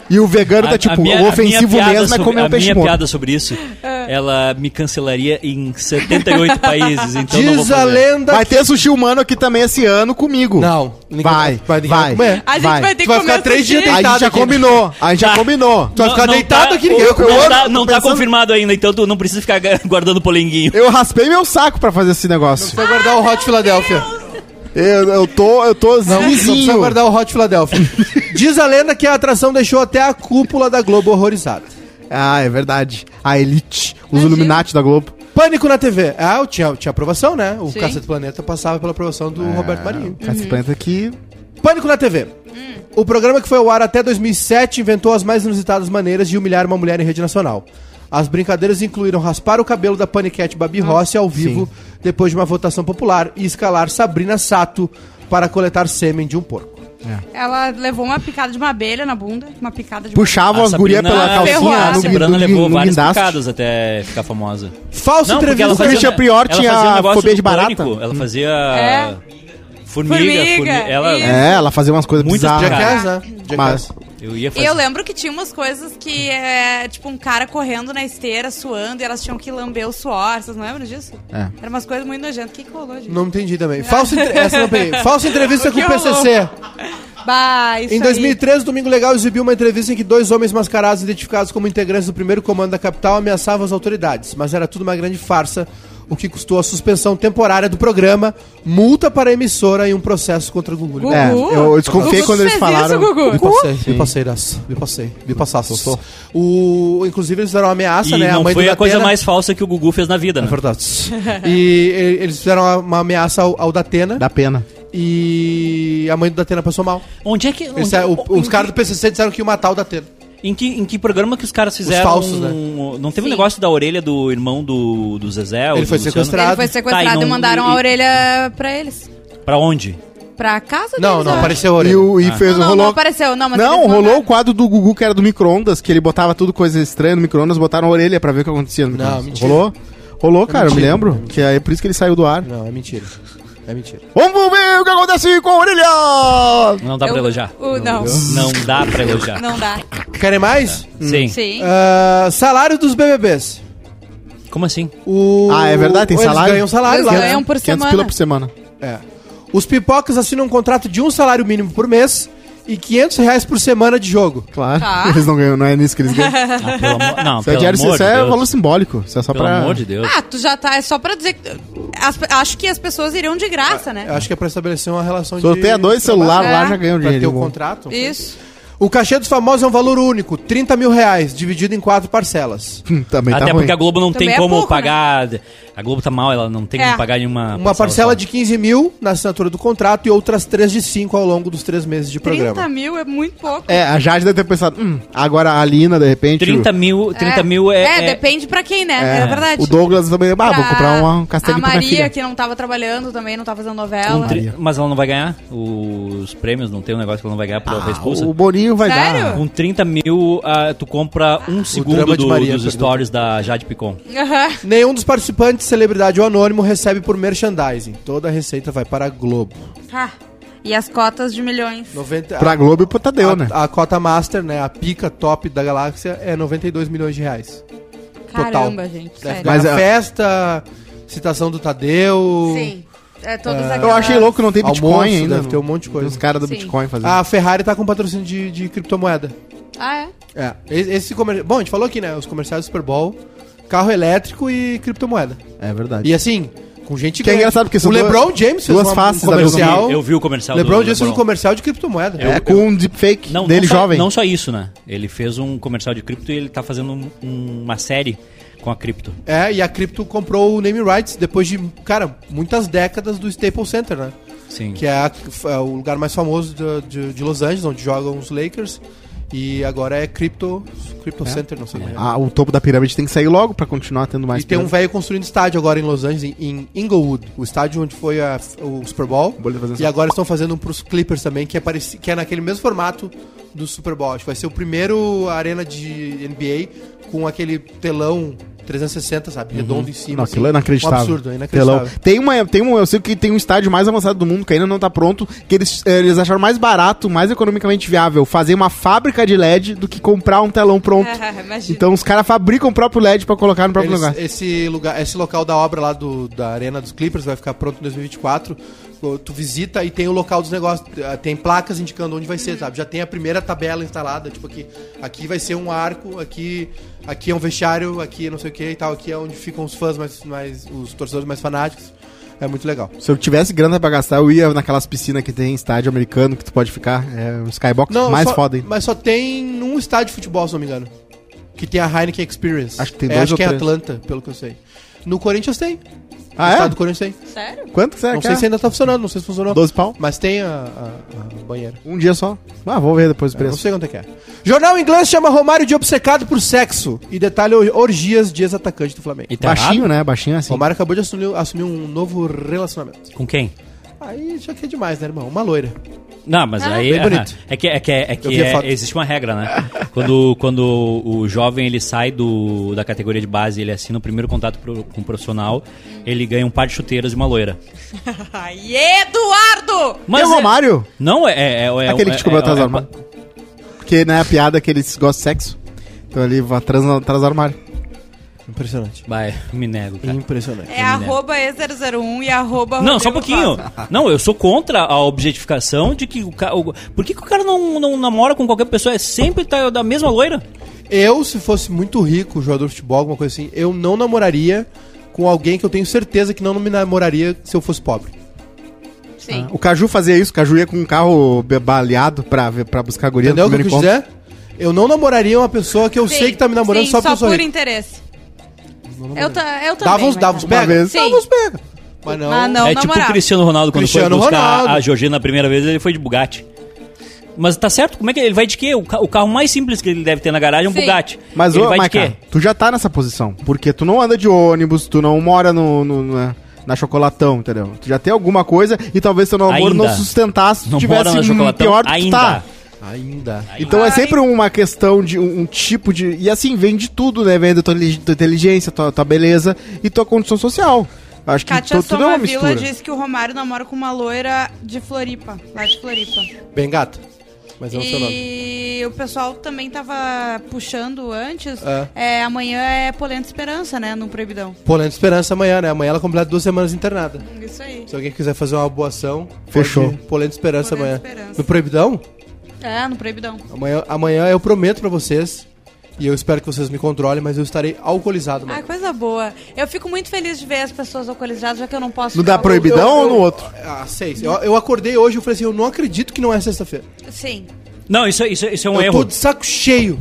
Speaker 3: E o vegano tá tipo, o ofensivo
Speaker 1: piada
Speaker 3: mesmo é
Speaker 1: sobre-
Speaker 3: comer
Speaker 1: a
Speaker 3: um peixe
Speaker 1: minha
Speaker 3: morto.
Speaker 1: piada sobre isso,
Speaker 4: É.
Speaker 1: ela me cancelaria em 78 países, então não vou
Speaker 2: Diz a
Speaker 1: fazer.
Speaker 2: lenda...
Speaker 3: Vai ter sushi humano aqui também esse ano comigo.
Speaker 2: Não. ninguém
Speaker 3: Vai, vai,
Speaker 2: ninguém
Speaker 3: vai.
Speaker 2: comer.
Speaker 4: *laughs* A gente
Speaker 3: Vai.
Speaker 4: vai, ter
Speaker 2: Tu
Speaker 4: que
Speaker 2: vai
Speaker 4: comer
Speaker 2: ficar três
Speaker 4: sushi.
Speaker 3: A
Speaker 2: dias
Speaker 3: gente
Speaker 2: Deitado
Speaker 3: já
Speaker 2: aqui.
Speaker 3: combinou. A gente já
Speaker 1: Tá.
Speaker 3: combinou.
Speaker 2: Tu vai ficar deitado aqui, ninguém-
Speaker 1: Não,
Speaker 2: eu- eu-
Speaker 1: tá, não
Speaker 3: tô
Speaker 1: tá
Speaker 3: pensando-
Speaker 1: confirmado ainda, então tu não precisa ficar *laughs* guardando polenguinho.
Speaker 3: Eu raspei meu saco pra fazer esse negócio.
Speaker 2: Precisa guardar o Hot Philadelphia.
Speaker 3: Eu, eu tô, eu tô
Speaker 2: Não, não precisa
Speaker 3: zizinho.
Speaker 2: guardar o Hot Philadelphia. *laughs* Diz a lenda que a atração deixou até a cúpula da Globo horrorizada.
Speaker 3: Ah, é verdade. A Elite, os Illuminati da Globo.
Speaker 2: Pânico na TV. Ah, eu tinha, tinha aprovação, né? O
Speaker 4: Sim.
Speaker 2: Cacete Planeta passava pela aprovação do Roberto Marinho.
Speaker 3: Esse
Speaker 4: Uhum.
Speaker 3: planeta aqui.
Speaker 2: Pânico na TV.
Speaker 1: Hum.
Speaker 2: O programa que foi ao ar até 2007 inventou as mais inusitadas maneiras de humilhar uma mulher em rede nacional. As brincadeiras incluíram raspar o cabelo da paniquete Babi Rossi ao vivo depois de uma votação popular e escalar Sabrina Sato para coletar sêmen de um porco.
Speaker 4: Ela levou uma picada de uma abelha na bunda, uma picada de
Speaker 3: Puxava as gurias pela
Speaker 1: Sabrina-
Speaker 3: calcinha
Speaker 4: ferroada.
Speaker 1: a
Speaker 3: no,
Speaker 1: Sabrina
Speaker 3: no,
Speaker 1: levou
Speaker 3: no, no
Speaker 1: várias
Speaker 3: guindaste.
Speaker 1: picadas até ficar famosa.
Speaker 2: Falsa
Speaker 1: porque
Speaker 2: entrevista.
Speaker 3: fazia- Christian Prior
Speaker 1: ela
Speaker 3: tinha
Speaker 1: fazia um negócio
Speaker 3: fobia
Speaker 1: do
Speaker 3: de barata.
Speaker 1: pânico, Ela fazia
Speaker 4: É.
Speaker 1: formiga,
Speaker 4: Formiga,
Speaker 1: formi- ela
Speaker 4: isso.
Speaker 3: É, ela fazia umas coisas
Speaker 1: Muitas
Speaker 3: bizarras.
Speaker 1: picadas.
Speaker 2: Jackass, né?
Speaker 3: Mas-
Speaker 2: Jackass.
Speaker 1: eu ia fazer.
Speaker 4: Eu lembro que tinha umas coisas que é tipo um cara correndo na esteira, suando, e elas tinham que lamber o suor. Vocês não lembram disso?
Speaker 3: É.
Speaker 4: Era umas coisas muito nojentas. O que, que rolou, gente?
Speaker 2: Não
Speaker 1: *laughs*
Speaker 2: entendi também. Falsa, entre- essa eu não peguei. Falsa entrevista
Speaker 4: O
Speaker 2: com
Speaker 4: que
Speaker 2: o PCC.
Speaker 4: Bah, isso
Speaker 2: Em
Speaker 4: aí.
Speaker 2: 2013, o Domingo Legal exibiu uma entrevista em que dois homens mascarados identificados como integrantes do primeiro comando da capital ameaçavam as autoridades, mas era tudo uma grande farsa, o que custou a suspensão temporária do programa, multa para a emissora e um processo contra o Google.
Speaker 4: Gugu?
Speaker 3: É, eu desconfiei
Speaker 4: Gugu, tu
Speaker 3: quando eles
Speaker 4: fez
Speaker 3: falaram.
Speaker 4: Isso, Gugu?
Speaker 3: Me
Speaker 2: Passei,
Speaker 3: passei,
Speaker 2: me passei dessa, me passei, me passasse. O, inclusive eles fizeram uma ameaça,
Speaker 1: E
Speaker 2: né?
Speaker 1: não foi
Speaker 2: do
Speaker 1: a coisa
Speaker 2: Datena-
Speaker 1: mais falsa que o Gugu fez na vida, né? *laughs*
Speaker 2: É verdade. e e- eles fizeram uma, uma ameaça ao, ao Datena
Speaker 3: Dá pena.
Speaker 2: e a mãe do Datena passou mal.
Speaker 1: Onde é que...
Speaker 2: Eles,
Speaker 1: onde-
Speaker 2: o-
Speaker 1: em
Speaker 2: os
Speaker 1: que-
Speaker 2: caras do PCC disseram que iam matar o Datena.
Speaker 1: Em que, em que programa que os caras fizeram?
Speaker 2: falsos, né?
Speaker 1: Não teve um
Speaker 4: Sim.
Speaker 1: negócio da orelha do irmão do, do Zezé? ou
Speaker 2: Ele
Speaker 1: do
Speaker 2: foi
Speaker 1: Luciano?
Speaker 2: sequestrado.
Speaker 4: Ele foi sequestrado
Speaker 1: Tá, e
Speaker 4: e,
Speaker 1: não-
Speaker 4: mandaram
Speaker 1: e-
Speaker 4: a orelha pra eles.
Speaker 1: Pra onde?
Speaker 4: Pra casa
Speaker 2: Não,
Speaker 4: deles, eu
Speaker 2: não,
Speaker 4: acho.
Speaker 2: apareceu a
Speaker 3: E,
Speaker 2: orelha.
Speaker 3: o, e fez
Speaker 4: Não, não,
Speaker 3: rolou.
Speaker 4: não apareceu, não, mas
Speaker 3: Ah.
Speaker 4: né?
Speaker 3: Não,
Speaker 4: eles
Speaker 3: rolou
Speaker 4: mandaram.
Speaker 3: o quadro do Gugu que era do micro-ondas, que ele botava tudo coisa estranha no micro-ondas, botaram a orelha pra ver o que acontecia no micro-ondas.
Speaker 2: mentira.
Speaker 3: Rolou? Rolou, cara,
Speaker 2: mentira.
Speaker 3: eu me lembro. Que é por isso que ele saiu do ar.
Speaker 2: Não, é mentira. É mentira.
Speaker 3: Vamos ver o que acontece com a orelha!
Speaker 1: Não dá
Speaker 4: Eu-
Speaker 1: pra elogiar.
Speaker 4: o- não.
Speaker 1: Não dá pra elogiar.
Speaker 4: Não dá.
Speaker 2: Querem mais?
Speaker 1: Sim.
Speaker 4: Sim.
Speaker 2: Ah, salário dos BBBs.
Speaker 1: Como
Speaker 4: *laughs*
Speaker 1: assim?
Speaker 2: O-
Speaker 3: Ah, é verdade, tem
Speaker 2: eles
Speaker 3: salário?
Speaker 2: ganham salário
Speaker 4: Eles
Speaker 2: lá.
Speaker 4: ganham
Speaker 2: né?
Speaker 4: um por
Speaker 3: 500
Speaker 4: semana.
Speaker 3: pila por semana.
Speaker 2: É. Os pipocas assinam um contrato de um salário mínimo por mês e 500 reais por semana de jogo.
Speaker 3: Claro.
Speaker 4: Tá.
Speaker 3: *laughs* Eles não ganham, não é nisso que eles
Speaker 4: *laughs*
Speaker 3: ganham.
Speaker 1: Ah, pelo amor, não,
Speaker 3: Isso é,
Speaker 1: pelo
Speaker 3: diário,
Speaker 1: amor
Speaker 3: isso
Speaker 1: de
Speaker 3: é
Speaker 1: Deus.
Speaker 3: valor simbólico. Isso é só
Speaker 1: Pelo
Speaker 3: pra.
Speaker 1: amor de Deus.
Speaker 4: Ah, tu já tá. É só pra dizer que. as- acho que as pessoas iriam de
Speaker 3: Ah,
Speaker 4: graça, né?
Speaker 2: Eu acho que é pra estabelecer uma relação
Speaker 3: Sorteia
Speaker 2: de...
Speaker 3: dois celulares lá,
Speaker 4: É.
Speaker 3: já um ganham
Speaker 2: Pra ter
Speaker 3: dinheiro.
Speaker 2: o contrato.
Speaker 4: Isso.
Speaker 2: O cachê dos famosos é um valor único, 30 mil reais, dividido em quatro parcelas.
Speaker 3: Hum, Também
Speaker 1: Até
Speaker 3: tá ruim.
Speaker 1: porque a Globo não
Speaker 4: *laughs* Também
Speaker 1: tem
Speaker 4: é
Speaker 1: como
Speaker 4: pouco,
Speaker 1: pagar. A Globo tá mal, ela não tem como
Speaker 4: É.
Speaker 1: pagar nenhuma.
Speaker 2: Uma parcela
Speaker 1: só.
Speaker 2: de 15 mil na assinatura do contrato e outras três de 5 ao longo dos três meses de
Speaker 4: 30
Speaker 2: programa.
Speaker 4: mil é muito pouco.
Speaker 3: É, a Jade deve ter pensado, hum, agora a Alina, de repente.
Speaker 1: 30 mil, 30 mil é.
Speaker 4: É,
Speaker 1: é-
Speaker 4: depende pra quem, né? É, verdade.
Speaker 3: O Douglas também, ah, vou
Speaker 4: Pra
Speaker 3: comprar uma- um castelinho
Speaker 4: A
Speaker 3: pra minha
Speaker 4: Maria,
Speaker 3: filha.
Speaker 4: que não tava trabalhando também, não tava fazendo novela.
Speaker 3: Maria.
Speaker 1: Mas ela não vai ganhar os prêmios, não tem um negócio que ela não vai ganhar porque ela foi expulsa.
Speaker 3: Ah, O Boninho vai
Speaker 4: Sério?
Speaker 3: dar.
Speaker 1: Com 30 mil, ah, tu compra um segundo
Speaker 2: drama de
Speaker 1: do-
Speaker 2: Maria,
Speaker 1: dos
Speaker 2: perdão.
Speaker 1: stories da Jade Picon.
Speaker 4: Aham.
Speaker 2: Nenhum dos participantes, celebridade ou anônimo, recebe por merchandising. Toda a receita vai para a Globo.
Speaker 4: Ah. E as cotas de milhões.
Speaker 2: 90,
Speaker 3: Pra Globo e pro Tadeu, né?
Speaker 2: a, a cota master, né? A pica top da galáxia é 92 milhões de reais.
Speaker 4: Caramba, gente.
Speaker 2: Deve
Speaker 4: Sério.
Speaker 2: ganhar
Speaker 3: Mas a-
Speaker 2: festa, citação do Tadeu.
Speaker 4: Sim. É todos
Speaker 3: Eu achei louco, não tem
Speaker 2: Almoço,
Speaker 3: Bitcoin ainda.
Speaker 2: deve
Speaker 3: não.
Speaker 2: ter um monte de coisa.
Speaker 3: Tem Os caras do
Speaker 4: Sim.
Speaker 3: Bitcoin fazendo.
Speaker 2: A Ferrari tá com patrocínio de, de criptomoeda.
Speaker 4: Ah, é?
Speaker 2: É. Esse, esse comer... Bom, a gente falou aqui, né? Os comerciais do Super Bowl, carro elétrico e criptomoeda.
Speaker 3: É verdade.
Speaker 2: E assim, com gente
Speaker 3: Que é engraçado, porque são
Speaker 2: O
Speaker 3: duas-
Speaker 2: LeBron James fez
Speaker 3: duas
Speaker 2: uma- um
Speaker 3: faces da
Speaker 2: comercial.
Speaker 1: Eu vi, eu vi o comercial
Speaker 2: LeBron
Speaker 1: do
Speaker 2: James fez um comercial de criptomoeda.
Speaker 3: é com um deepfake
Speaker 1: Não,
Speaker 3: dele
Speaker 1: não só,
Speaker 3: jovem.
Speaker 1: Não só isso, né? Ele fez um comercial de cripto e ele tá fazendo um- um- uma série com a cripto.
Speaker 2: É, e a cripto comprou o name rights depois de, cara, muitas décadas do Staples Center, né?
Speaker 1: Sim.
Speaker 2: Que é, a- é o lugar mais famoso de, de- de Los Angeles, onde jogam os Lakers. E agora é Crypto, crypto Center, não sei como é.
Speaker 3: Ah, o topo da pirâmide tem que sair logo pra continuar tendo mais
Speaker 2: E tem um
Speaker 3: pirâmide.
Speaker 2: velho construindo estádio agora em Los Angeles, em em Inglewood, o estádio onde foi a- o Super Bowl.
Speaker 3: Bolha fazendo
Speaker 2: E agora estão fazendo um pros Clippers também, que é, pareci, que é naquele mesmo formato do Super Bowl. Acho que vai ser o primeiro arena de NBA com aquele telão 360, sabe? Redondo em cima.
Speaker 3: Uhum. Não,
Speaker 2: assim.
Speaker 3: aquilo é inacreditável.
Speaker 2: Um absurdo, é inacreditável.
Speaker 3: Telão. Tem uma, tem um, eu sei que tem um estádio mais avançado do mundo que ainda não tá pronto, que eles, eh, eles acharam mais barato, mais economicamente viável fazer uma fábrica de LED do que comprar um telão pronto.
Speaker 4: Imagina.
Speaker 3: então os caras fabricam o próprio LED pra colocar no próprio
Speaker 2: Eles-
Speaker 3: lugar.
Speaker 2: Esse lugar, esse local da obra lá do, da Arena dos Clippers vai ficar pronto em 2024. Pô, Tu visita e tem o local dos negócios, eh, tem placas indicando onde vai ser, sabe? Já tem a primeira tabela instalada, tipo aqui, aqui vai ser um arco, aqui, aqui é um vestiário, aqui é não sei o que e tal, aqui é onde ficam os fãs mais, mais os torcedores mais fanáticos. É muito legal.
Speaker 3: Se eu tivesse grana pra gastar, eu ia naquelas piscinas que tem em estádio americano que tu pode ficar. É um skybox mais
Speaker 2: só,
Speaker 3: foda, hein?
Speaker 2: Mas só tem um estádio de futebol, se não me engano. Que tem a Heineken Experience.
Speaker 3: Acho que tem
Speaker 2: É,
Speaker 3: dois
Speaker 2: acho
Speaker 3: ou
Speaker 2: que é
Speaker 3: três.
Speaker 2: Atlanta, pelo que eu sei. No Corinthians tem. no
Speaker 3: Ah,
Speaker 2: estado
Speaker 3: é?
Speaker 2: do Corinthians tem.
Speaker 4: Sério?
Speaker 3: Quanto que será
Speaker 2: não
Speaker 3: que
Speaker 2: sei
Speaker 3: é?
Speaker 2: se ainda tá funcionando, não sei se funcionou.
Speaker 3: 12 pau?
Speaker 2: Mas tem a, a- a banheira.
Speaker 3: Um dia só. Ah, vou ver depois o
Speaker 2: Eu não
Speaker 3: preço.
Speaker 2: sei quanto é que é. Jornal inglês chama Romário de obcecado por sexo e detalha orgias de ex-atacante do Flamengo.
Speaker 1: E tá errado?
Speaker 3: Baixinho, né? Baixinho assim.
Speaker 2: Romário acabou de assumir, assumir um novo relacionamento.
Speaker 1: Com quem?
Speaker 2: Aí já que é demais, né, irmão? Uma loira.
Speaker 1: Não, mas
Speaker 4: Ah,
Speaker 1: aí
Speaker 2: bem
Speaker 1: ah,
Speaker 2: bonito.
Speaker 1: *laughs* é que é que é, que
Speaker 2: Eu vi a
Speaker 1: é-
Speaker 2: foto.
Speaker 1: existe uma regra,
Speaker 2: *laughs*
Speaker 1: né? quando quando o jovem ele sai do da categoria de base, ele assina o primeiro contato pro- com o profissional, ele ganha um par de chuteiras e uma loira.
Speaker 4: Ai, Eduardo!
Speaker 3: Mas o
Speaker 1: é-
Speaker 3: Romário?
Speaker 1: Não, é, é, é- é-
Speaker 3: Aquele
Speaker 1: é-
Speaker 3: que te comeu
Speaker 1: é-
Speaker 3: atrás
Speaker 1: é-
Speaker 3: do
Speaker 2: né?
Speaker 3: armário. Porque, né, a piada é que eles gostam de sexo. Então ele vai atrás, atrás do armário.
Speaker 2: Impressionante.
Speaker 1: Vai, me nego, cara.
Speaker 2: Impressionante.
Speaker 4: É arroba E001 e arroba
Speaker 1: Não, só um
Speaker 4: Rodrigo
Speaker 1: pouquinho.
Speaker 4: Costa.
Speaker 1: Não, eu sou contra a objetificação de que o cara. Por que, que o cara não, não namora com qualquer pessoa? É sempre tá da mesma loira?
Speaker 2: Eu, se fosse muito rico, jogador de futebol, alguma coisa assim, eu não namoraria com alguém que eu tenho certeza que não me namoraria se eu fosse pobre.
Speaker 4: Sim.
Speaker 3: O Caju fazia isso, o Caju ia com um carro be- baleado pra, ver- pra buscar a guria
Speaker 2: Entendeu o que eu
Speaker 3: primeiro
Speaker 2: quis dizer? Eu não namoraria uma pessoa que eu sei que tá me namorando
Speaker 4: Sim,
Speaker 2: só porque eu sou
Speaker 4: por
Speaker 2: rico.
Speaker 4: interesse. Eu, ta, eu também.
Speaker 2: Dava uns,
Speaker 4: mas
Speaker 2: dava uns
Speaker 4: tá.
Speaker 3: Uma
Speaker 2: pega?
Speaker 3: vez.
Speaker 4: Sim.
Speaker 2: Dava uns pega. Mas não.
Speaker 4: Mas Ah, não
Speaker 1: é tipo o
Speaker 4: namorava.
Speaker 1: Cristiano Ronaldo quando
Speaker 2: Cristiano
Speaker 1: foi buscar
Speaker 2: Ronaldo.
Speaker 1: a Georgina a primeira vez, ele foi de Bugatti. Mas tá certo? Como é que ele vai de quê? O, ca- o carro mais simples que ele deve ter na garagem é um
Speaker 4: Sim.
Speaker 1: Bugatti.
Speaker 3: Mas,
Speaker 1: ele
Speaker 3: ô,
Speaker 1: vai de
Speaker 3: Maica,
Speaker 1: quê?
Speaker 3: tu já tá nessa posição. Porque tu não anda de ônibus, tu não mora no, no- na, na Chocolatão, entendeu? Tu já tem alguma coisa e talvez teu namoro
Speaker 1: Ainda.
Speaker 3: não sustentasse, tu
Speaker 1: Não mora
Speaker 3: tivesse
Speaker 1: na
Speaker 3: um
Speaker 1: Chocolatão
Speaker 3: pior do que tu
Speaker 1: ainda.
Speaker 3: tá.
Speaker 2: Ainda.
Speaker 3: Então
Speaker 4: Ai.
Speaker 3: é sempre uma questão de um, um tipo de. E assim, vem de tudo, né? Vem da tua, intelig- tua inteligência, tua, tua beleza e tua condição social. Acho que
Speaker 4: Kátia
Speaker 3: to- tudo é uma
Speaker 4: Somavila
Speaker 3: mistura.
Speaker 4: disse que o Romário namora com uma loira de Floripa, lá de Floripa.
Speaker 2: Bem gato. Mas não é o seu nome.
Speaker 4: E o pessoal também tava puxando antes.
Speaker 2: É.
Speaker 4: É, amanhã é Polenta Esperança, né? No Proibidão.
Speaker 2: Polenta Esperança amanhã, né? Amanhã ela completa duas semanas internada.
Speaker 4: Isso aí.
Speaker 2: Se alguém quiser fazer uma boa ação, pode
Speaker 3: Fechou.
Speaker 2: ir Polenta Esperança amanhã.
Speaker 4: Polenta Esperança.
Speaker 2: No Proibidão?
Speaker 4: É, no Proibidão.
Speaker 2: Amanhã, amanhã eu prometo pra vocês, e eu espero que vocês me controlem, mas eu estarei alcoolizado
Speaker 4: Ah,
Speaker 2: amanhã.
Speaker 4: coisa boa. Eu fico muito feliz de ver as pessoas alcoolizadas, já que eu não posso.
Speaker 3: No da
Speaker 4: ficar-
Speaker 3: proibidão ou no outro?
Speaker 2: Ah, seis. Eu, eu acordei hoje e falei assim, eu não acredito que não é sexta-feira.
Speaker 4: Sim.
Speaker 1: Não, isso, isso, isso é um
Speaker 2: eu
Speaker 1: erro.
Speaker 2: tô de saco cheio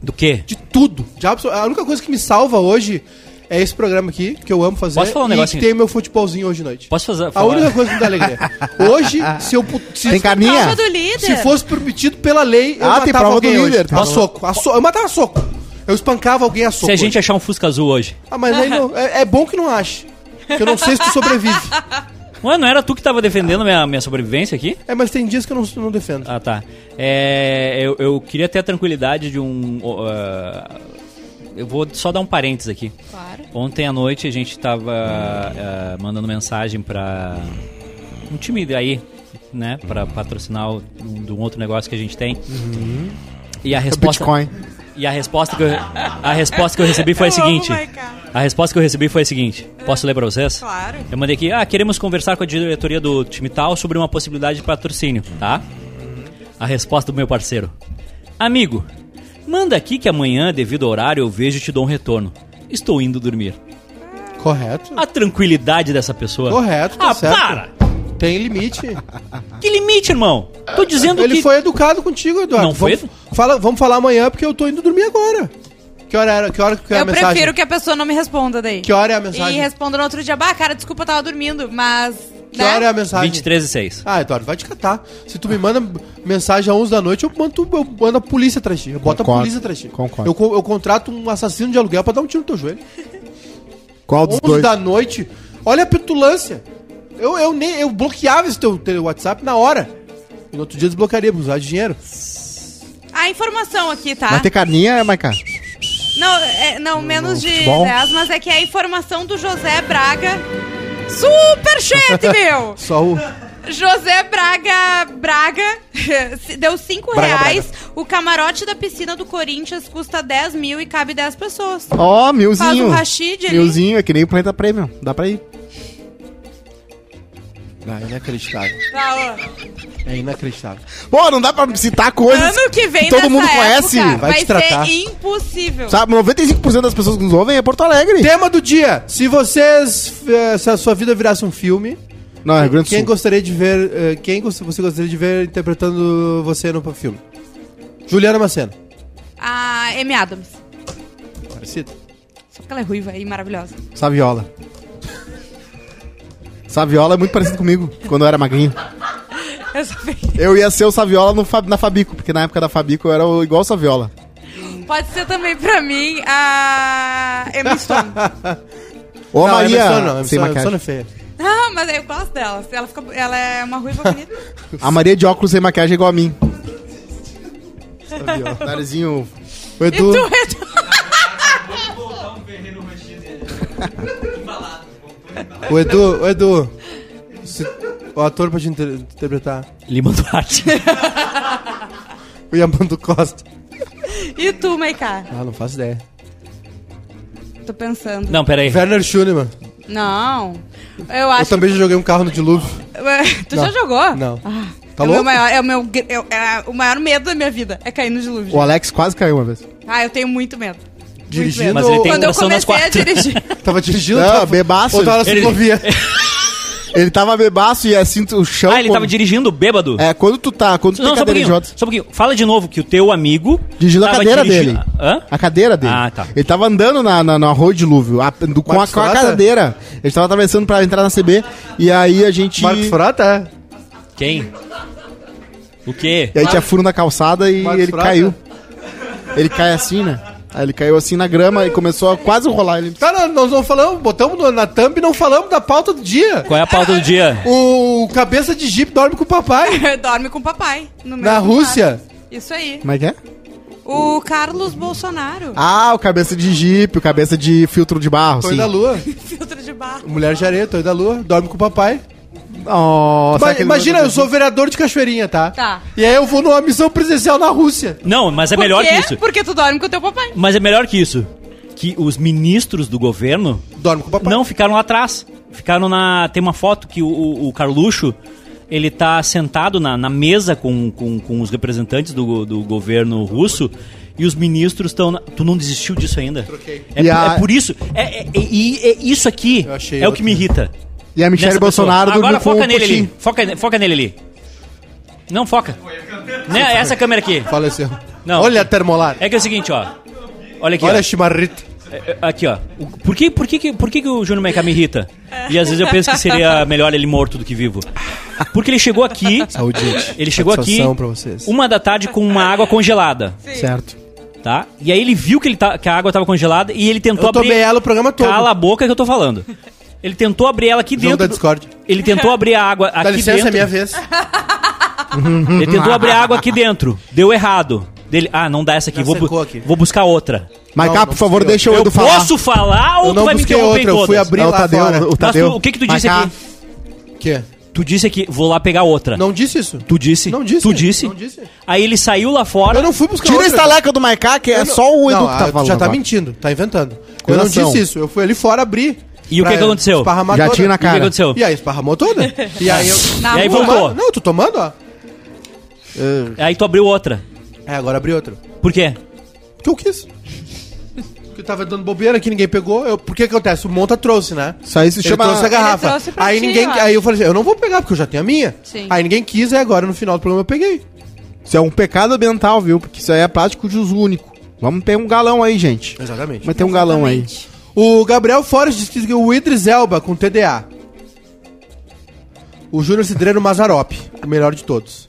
Speaker 1: Do quê?
Speaker 2: de tudo. De abso- a única coisa que me salva hoje é esse programa aqui, que eu amo fazer.
Speaker 1: Posso falar um
Speaker 2: e
Speaker 1: negocinho?
Speaker 2: que tem meu futebolzinho hoje de noite.
Speaker 1: Posso fazer?
Speaker 2: A
Speaker 1: falar?
Speaker 2: única coisa que me dá alegria. Hoje, se eu... pu- Se
Speaker 3: Tem
Speaker 4: Prova
Speaker 3: carninha?
Speaker 4: do líder.
Speaker 2: Se fosse permitido pela lei, eu
Speaker 3: Ah, tem
Speaker 2: matava
Speaker 3: prova
Speaker 2: alguém
Speaker 3: do
Speaker 2: hoje.
Speaker 3: líder, tá
Speaker 2: a soco, a so- Eu matava a soco. Eu espancava alguém a soco.
Speaker 1: Se a gente
Speaker 2: hoje.
Speaker 1: achar um Fusca azul hoje.
Speaker 2: Ah, mas aí não... É, é bom que não ache. Porque eu não sei se tu sobrevive.
Speaker 1: Ué, não era tu que tava defendendo minha, minha sobrevivência aqui?
Speaker 2: É, mas tem dias que eu não, não defendo.
Speaker 1: Ah, tá. É, eu, eu queria ter a tranquilidade de um. ah, eu vou só dar um parênteses aqui.
Speaker 4: Claro.
Speaker 1: Ontem à noite é, a gente tava ah, mandando mensagem pra um time daí né? Pra patrocinar o- um, de um outro negócio que a gente tem. E a resposta.
Speaker 3: É Bitcoin.
Speaker 1: E a resposta que eu, a resposta que eu recebi foi a
Speaker 4: Eu
Speaker 1: seguinte.
Speaker 4: amo, Maica.
Speaker 1: A resposta que eu recebi foi a seguinte. Posso ler pra vocês?
Speaker 4: Claro.
Speaker 1: Eu mandei aqui, ah, queremos conversar com a diretoria do time tal sobre uma possibilidade de patrocínio, tá? A resposta do meu parceiro. Amigo, manda aqui que amanhã, devido ao horário, eu vejo e te dou um retorno. Estou indo dormir.
Speaker 2: Correto.
Speaker 1: A tranquilidade dessa pessoa.
Speaker 2: Correto, tá
Speaker 1: ah,
Speaker 2: certo.
Speaker 1: para!
Speaker 2: Tem limite.
Speaker 1: Que limite, irmão! Tô dizendo
Speaker 2: Ele
Speaker 1: que...
Speaker 2: foi educado contigo, Eduardo.
Speaker 1: Não foi?
Speaker 2: Vamos, fala, vamos falar amanhã porque eu tô indo dormir agora. Que hora era? Que hora que era
Speaker 4: Eu
Speaker 2: a mensagem?
Speaker 4: prefiro que a pessoa não me responda daí.
Speaker 2: Que hora é a
Speaker 4: E
Speaker 2: mensagem?
Speaker 4: responda no outro dia, bah, cara, desculpa, eu tava dormindo, mas.
Speaker 2: Que
Speaker 4: né?
Speaker 2: hora é a mensagem?
Speaker 1: 23 e 6.
Speaker 2: Ah, Eduardo, vai te catar. Se tu me manda mensagem às 11 da noite, eu mando, eu mando a polícia atrás de ti. Eu boto
Speaker 3: Concordo,
Speaker 2: a polícia atrás de ti.
Speaker 3: concordo.
Speaker 2: Eu, co- eu contrato um assassino de aluguel pra dar um tiro no teu joelho.
Speaker 3: Qual dos
Speaker 2: 11
Speaker 3: dois?
Speaker 2: da noite, olha a petulância. Eu, eu, nem, eu bloqueava esse teu, teu WhatsApp na hora. E no outro dia desbloquearia pra usar de dinheiro.
Speaker 4: A informação aqui, tá?
Speaker 3: Vai ter carninha, é, Maica?
Speaker 4: Não, é-
Speaker 2: Hum,
Speaker 4: não menos de
Speaker 3: futebol.
Speaker 4: 10, mas é que é a informação do José Braga.
Speaker 2: *laughs*
Speaker 4: Superchat, meu!
Speaker 2: Só o.
Speaker 4: José Braga Braga *laughs* se- deu 5
Speaker 2: Braga,
Speaker 4: reais. O camarote da piscina do Corinthians custa 10 mil e cabe 10 pessoas. Tá,
Speaker 3: Ó,
Speaker 4: Faz
Speaker 3: milzinho.
Speaker 4: um Rashid ali.
Speaker 3: Milzinho, é que nem o Planeta Premium. Dá pra ir.
Speaker 2: Ah, é inacreditável.
Speaker 4: Tá, ó.
Speaker 2: É inacreditável.
Speaker 3: Pô, não dá pra citar coisas
Speaker 4: Ano que vem,
Speaker 3: todo
Speaker 4: nessa
Speaker 3: mundo
Speaker 4: época,
Speaker 3: conhece.
Speaker 2: vai
Speaker 4: vai
Speaker 2: te tratar.
Speaker 4: ser impossível.
Speaker 3: Sabe, 95% das pessoas que nos ouvem é Porto Alegre.
Speaker 2: Tema do dia: se vocês. eh, Se a sua vida virasse um filme,
Speaker 3: Não, é Rio Grande do
Speaker 2: quem
Speaker 3: Sul.
Speaker 2: gostaria de ver. eh, Quem gos- você gostaria de ver interpretando você no filme? Juliana Macena.
Speaker 4: A Amy Adams.
Speaker 2: Parecida.
Speaker 4: Só porque ela é ruiva e maravilhosa.
Speaker 3: Saviola. Saviola é muito parecido comigo, quando eu era magrinho.
Speaker 4: Eu só vi-
Speaker 3: Eu ia ser o Saviola no Fa- na Fabico, porque na época da Fabico eu era o- igual o Saviola.
Speaker 4: Pode ser também pra mim a Emma Stone.
Speaker 3: Ô
Speaker 1: é
Speaker 2: Não,
Speaker 3: Maria,
Speaker 2: Emerson não,
Speaker 3: sem
Speaker 2: Emerson- Emerson
Speaker 3: maquiagem.
Speaker 2: é feia.
Speaker 4: Ah, mas eu gosto dela. Ela, fica- ela é uma ruiva bonita.
Speaker 3: A Maria de óculos sem maquiagem é igual a mim. Saviola. Narizinho. O
Speaker 4: e
Speaker 3: Edu.
Speaker 4: tu, Edu?
Speaker 2: O Edu, o Edu. se- o ator pra te inter- interpretar.
Speaker 1: Lima Duarte.
Speaker 2: O Yamando Costa.
Speaker 4: E tu, Maiká?
Speaker 2: Ah, não faço ideia.
Speaker 4: Tô pensando.
Speaker 1: Não, peraí.
Speaker 2: Werner Schunemann.
Speaker 4: Não. Eu
Speaker 2: Eu
Speaker 4: acho.
Speaker 2: também já joguei um carro no dilúvio.
Speaker 4: tu
Speaker 2: Não.
Speaker 4: já jogou?
Speaker 2: Não.
Speaker 4: Ah,
Speaker 2: Tá
Speaker 4: é o
Speaker 2: louco?
Speaker 4: meu maior, é o meu gr- é o- é o maior medo da minha vida. É cair no dilúvio.
Speaker 3: O Alex quase caiu uma vez.
Speaker 4: Ah, eu tenho muito medo.
Speaker 2: Dirigindo.
Speaker 1: Mas ele tem
Speaker 4: Quando eu
Speaker 1: noção das
Speaker 4: comecei a
Speaker 1: quatro.
Speaker 4: dirigir.
Speaker 2: Tava dirigindo.
Speaker 3: Não,
Speaker 1: tá-
Speaker 2: tava- assim
Speaker 3: bebaço.
Speaker 2: Ou tava na
Speaker 1: Ele-
Speaker 4: é
Speaker 2: ciclovia.
Speaker 3: Ele tava bebaço e assim o chão.
Speaker 1: Ah, ele tava
Speaker 3: quando-
Speaker 1: dirigindo bêbado?
Speaker 3: É, quando tu tá, quando tu
Speaker 1: Não,
Speaker 3: tem
Speaker 1: só um
Speaker 3: cadeira
Speaker 1: pouquinho.
Speaker 3: de rodas.
Speaker 1: Só um pouquinho. Fala de novo que o teu amigo.
Speaker 3: Dirigindo a
Speaker 1: tava
Speaker 3: cadeira
Speaker 1: dirigi-
Speaker 3: dele.
Speaker 1: Hã?
Speaker 3: A cadeira dele.
Speaker 1: Ah, tá.
Speaker 3: Ele tava andando na, na, na rua de dilúvio, a- do- com, a,
Speaker 2: Marcos
Speaker 3: com a
Speaker 2: Frota?
Speaker 3: cadeira. Ele tava atravessando pra entrar na CB. E aí a gente.
Speaker 2: Marcos Frota, é.
Speaker 1: Quem? O quê?
Speaker 3: E aí tinha furo na calçada e
Speaker 2: Marcos
Speaker 3: ele
Speaker 2: Frota?
Speaker 3: caiu. Ele cai assim, né? Aí ele caiu assim na grama e começou a quase rolar. Ele...
Speaker 2: Cara, nós não falamos, botamos no- na thumb e não falamos da pauta do dia.
Speaker 1: Qual é a pauta do dia?
Speaker 2: O cabeça de jipe dorme com o papai.
Speaker 4: *laughs* Dorme com o papai. No
Speaker 2: Na
Speaker 4: mesmo
Speaker 2: Rússia?
Speaker 4: quarto. Isso aí.
Speaker 3: Como é que é?
Speaker 4: O Carlos Bolsonaro.
Speaker 3: Ah, o cabeça de jipe, o cabeça de filtro de barro,
Speaker 2: Torre
Speaker 3: assim.
Speaker 2: da lua.
Speaker 4: *laughs* Filtro de barro.
Speaker 2: Mulher de areia, torre da lua, dorme com o papai.
Speaker 3: Oh, será
Speaker 2: Ma-
Speaker 3: que ele-
Speaker 2: imagina, eu sou vereador de Cachoeirinha, tá?
Speaker 4: Tá.
Speaker 2: E aí eu vou numa missão presencial na Rússia.
Speaker 1: Não, mas é
Speaker 4: Por
Speaker 1: melhor
Speaker 4: quê?
Speaker 1: que isso.
Speaker 4: Porque tu dorme com o teu papai.
Speaker 1: Mas é melhor que isso. Que os ministros do governo
Speaker 2: Dorme com o papai.
Speaker 1: não ficaram lá atrás. Ficaram na. Tem uma foto que o, o, o Carluxo. Ele tá sentado na, na mesa com, com, com os representantes do, go- do governo russo e os ministros estão. na- Tu não desistiu disso ainda?
Speaker 2: Troquei.
Speaker 1: É,
Speaker 3: E
Speaker 1: por-
Speaker 3: a-
Speaker 1: é por isso. É, é- e- e- e isso aqui
Speaker 2: Eu achei
Speaker 1: é o que
Speaker 2: outro.
Speaker 1: me irrita.
Speaker 3: E a Michelle
Speaker 1: Nessa
Speaker 3: Bolsonaro
Speaker 1: pessoa.
Speaker 3: dormiu
Speaker 1: Agora
Speaker 3: com um
Speaker 1: foca
Speaker 3: o
Speaker 1: nele
Speaker 3: Putin.
Speaker 1: ali. Foca, foca nele ali. Não foca. Né, essa câmera aqui.
Speaker 2: Faleceu.
Speaker 1: Não.
Speaker 2: Olha a termolar.
Speaker 1: É que é o seguinte, ó. Olha aqui,
Speaker 2: Olha a
Speaker 1: ó.
Speaker 2: chimarrita.
Speaker 1: É, é, Aqui, ó. O- Por que, por que, que- por que, que o Júnior Meca me irrita? E às vezes eu penso que seria melhor ele morto do que vivo. Porque ele chegou aqui.
Speaker 2: Saúde, gente.
Speaker 1: Ele chegou aqui
Speaker 2: Satisfação pra vocês.
Speaker 1: uma da tarde com uma água congelada,
Speaker 3: Certo.
Speaker 1: tá? E aí ele viu que, ele tá, que a água tava congelada e ele tentou
Speaker 2: Eu tomei
Speaker 1: abrir.
Speaker 2: ela o programa todo.
Speaker 1: Cala a boca que eu tô falando. Ele tentou abrir ela aqui
Speaker 2: Jogo
Speaker 1: dentro.
Speaker 2: da
Speaker 1: do-
Speaker 2: Discord.
Speaker 1: Ele tentou abrir a água aqui
Speaker 2: Dá licença,
Speaker 1: dentro.
Speaker 2: é minha vez.
Speaker 1: Ele tentou abrir a água aqui dentro. Deu errado. Dele, ah, não dá essa aqui.
Speaker 2: Já
Speaker 1: Vou, bu-
Speaker 2: secou aqui.
Speaker 1: vou buscar outra.
Speaker 3: Mas
Speaker 2: Não,
Speaker 3: cá,
Speaker 2: não
Speaker 3: por favor,
Speaker 2: busquei
Speaker 3: deixa o
Speaker 1: Eu
Speaker 3: Edu falar.
Speaker 1: posso falar ou
Speaker 2: Eu
Speaker 1: tu
Speaker 2: não
Speaker 1: vai me
Speaker 2: busquei
Speaker 1: interromper
Speaker 2: outra,
Speaker 1: em
Speaker 2: eu fui
Speaker 1: todas?
Speaker 2: abrir
Speaker 3: É o
Speaker 2: lá
Speaker 3: Tadeu,
Speaker 2: fora.
Speaker 3: o
Speaker 1: Mas
Speaker 3: Tadeu.
Speaker 1: tu- o que que tu disse
Speaker 3: Mas cá,
Speaker 1: aqui?
Speaker 2: O quê?
Speaker 1: Tu Tu disse aqui, vou lá pegar outra.
Speaker 2: Não disse isso?
Speaker 1: Tu disse.
Speaker 2: Não disse.
Speaker 1: Tu disse.
Speaker 2: Não disse.
Speaker 1: Aí ele saiu lá fora.
Speaker 2: Eu não fui buscar
Speaker 3: Tira a
Speaker 2: outra.
Speaker 3: estaleca do Maiká, que é
Speaker 2: Eu não-
Speaker 3: só o Edu
Speaker 2: não,
Speaker 3: que tá
Speaker 2: ah, tu
Speaker 3: falando.
Speaker 2: Já tá
Speaker 3: agora.
Speaker 2: mentindo, tá inventando. Eu
Speaker 3: Coração.
Speaker 2: não disse isso. Eu fui ali fora abrir.
Speaker 1: E o que
Speaker 2: pra
Speaker 1: que aconteceu?
Speaker 2: esparramar
Speaker 3: Já
Speaker 2: toda.
Speaker 3: tinha
Speaker 1: E
Speaker 3: na
Speaker 1: o que
Speaker 3: cara.
Speaker 1: aconteceu?
Speaker 2: E aí, esparramou toda. E aí eu.
Speaker 4: Na
Speaker 1: E aí
Speaker 4: rua.
Speaker 1: voltou.
Speaker 2: Tomando? Não, eu tô tomando, ó.
Speaker 1: Aí tu abriu outra.
Speaker 2: É, agora abri outro.
Speaker 1: Por quê?
Speaker 2: que eu quis. Porque eu tava dando bobeira que ninguém pegou. Eu, por que que acontece? O Monta trouxe, né?
Speaker 3: Isso aí se
Speaker 2: Ele
Speaker 3: chama-
Speaker 2: trouxe a
Speaker 3: Ele
Speaker 2: garrafa.
Speaker 4: trouxe pra
Speaker 2: aí
Speaker 4: ti,
Speaker 2: ninguém,
Speaker 4: eu
Speaker 2: aí eu falei assim, eu não vou pegar porque eu já tenho a minha.
Speaker 4: Sim.
Speaker 2: Aí ninguém quis e agora no final do programa eu peguei.
Speaker 3: Isso é um pecado ambiental, viu? Porque isso aí é plástico de uso único. Vamos ter um galão aí, gente.
Speaker 2: Exatamente.
Speaker 3: Mas tem um galão aí.
Speaker 4: Exatamente.
Speaker 2: O Gabriel Forres diz que o Idris Elba com TDA. O Júnior Cidreiro Mazarop, o melhor de todos.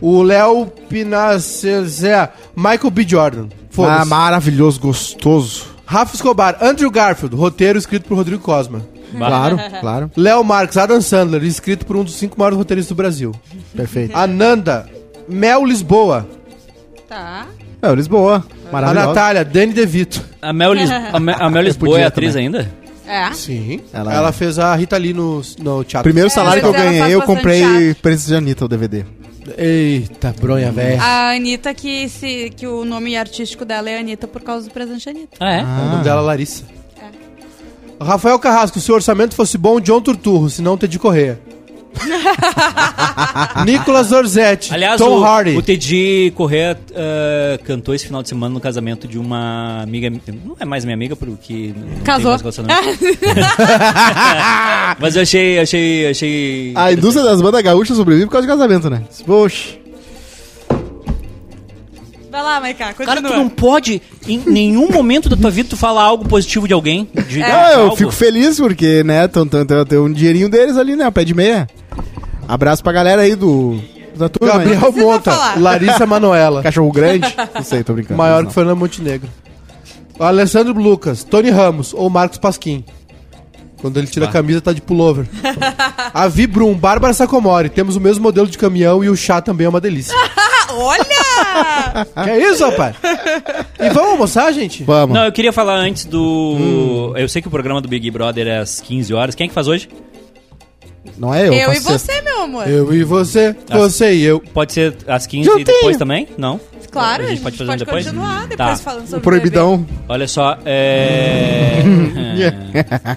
Speaker 2: O Léo Pinacezé, Michael B. Jordan.
Speaker 3: Ah,
Speaker 2: Foda-se.
Speaker 3: maravilhoso, gostoso.
Speaker 2: Rafa Escobar, Andrew Garfield, roteiro escrito por Rodrigo Cosma.
Speaker 4: Uhum. *laughs*
Speaker 3: Claro, claro.
Speaker 2: Léo Marques, Adam Sandler, escrito por um dos cinco maiores roteiristas do Brasil.
Speaker 3: Perfeito.
Speaker 2: Ananda, Mel Lisboa.
Speaker 4: Tá.
Speaker 3: É, Lisboa.
Speaker 2: A
Speaker 3: Maravilhosa.
Speaker 2: Natália, Dani DeVito.
Speaker 1: A Mel, *laughs* Lis- a Mel, a Mel Lisboa é
Speaker 3: podia
Speaker 1: atriz ainda?
Speaker 4: É.
Speaker 2: Sim.
Speaker 3: Ela-
Speaker 2: Ela, fez a Rita Lee no, no teatro.
Speaker 3: Primeiro
Speaker 4: É,
Speaker 3: salário que eu
Speaker 4: mas ela faz
Speaker 3: ganhei, eu
Speaker 4: bastante
Speaker 3: comprei
Speaker 4: arte.
Speaker 3: Princesa de Anitta, o DVD.
Speaker 2: Eita, bronha velha.
Speaker 4: A Anitta, que, se, que o nome artístico dela é Anitta por causa do presente Anitta.
Speaker 1: Ah, é?
Speaker 2: O nome dela é Larissa. Rafael Carrasco, se o orçamento fosse bom, John Turturro, se não, Teddy Correia. Nicolas Orzetti,
Speaker 1: Aliás,
Speaker 2: Tom
Speaker 1: o,
Speaker 2: Hardy.
Speaker 1: o Teddy Corrêa eh, cantou esse final de semana no casamento de uma amiga. Não é mais minha amiga, porque. não- Não
Speaker 4: Casou.
Speaker 1: Tem mais *laughs* relacionamento. Mas eu achei. achei, achei
Speaker 2: Ah,
Speaker 3: A indústria das bandas gaúchas sobrevive por causa de casamento, né? Poxa.
Speaker 4: *laughs* Vai lá, Maiká,
Speaker 1: Cara, tu
Speaker 4: continua.
Speaker 1: não pode, em nenhum momento da tua vida, tu falar algo positivo de alguém. De,
Speaker 4: É.
Speaker 3: Ah, eu
Speaker 1: algo.
Speaker 3: fico feliz porque, né, tão, tão, tão, tem um dinheirinho deles ali, né, o pé de meia. Abraço pra galera aí do da turma. aí.
Speaker 2: Gabriel
Speaker 4: precisa
Speaker 2: Monta,
Speaker 4: falar.
Speaker 2: Larissa Manoela.
Speaker 3: Cachorro grande. Não sei, tô brincando.
Speaker 2: Maior
Speaker 3: não.
Speaker 2: que Fernando Montenegro. Alessandro Lucas, Tony Ramos ou Marcos Pasquim. Quando ele tira a camisa, tá
Speaker 3: *laughs*
Speaker 2: de pullover. Avi Brum, Bárbara Sacomori. Temos o mesmo modelo de caminhão e o chá também é
Speaker 3: *laughs*
Speaker 2: uma delícia.
Speaker 4: Ah, olha!
Speaker 2: que é isso, rapaz? E vamos almoçar, gente?
Speaker 3: Vamos.
Speaker 1: Não, eu queria falar antes do. Eu sei que o programa do Big Brother é às 15 horas. Quem é que faz hoje?
Speaker 3: Não é eu.
Speaker 4: eu e
Speaker 3: faço sexta.
Speaker 4: você, meu amor.
Speaker 2: Eu e você,
Speaker 3: Tá.
Speaker 2: você e eu.
Speaker 1: Pode ser às 15 e depois também? Não?
Speaker 4: Claro, a gente, pode,
Speaker 1: um
Speaker 4: continuar
Speaker 1: Tá.
Speaker 4: depois falando sobre
Speaker 3: O proibidão.
Speaker 1: Olha só, é.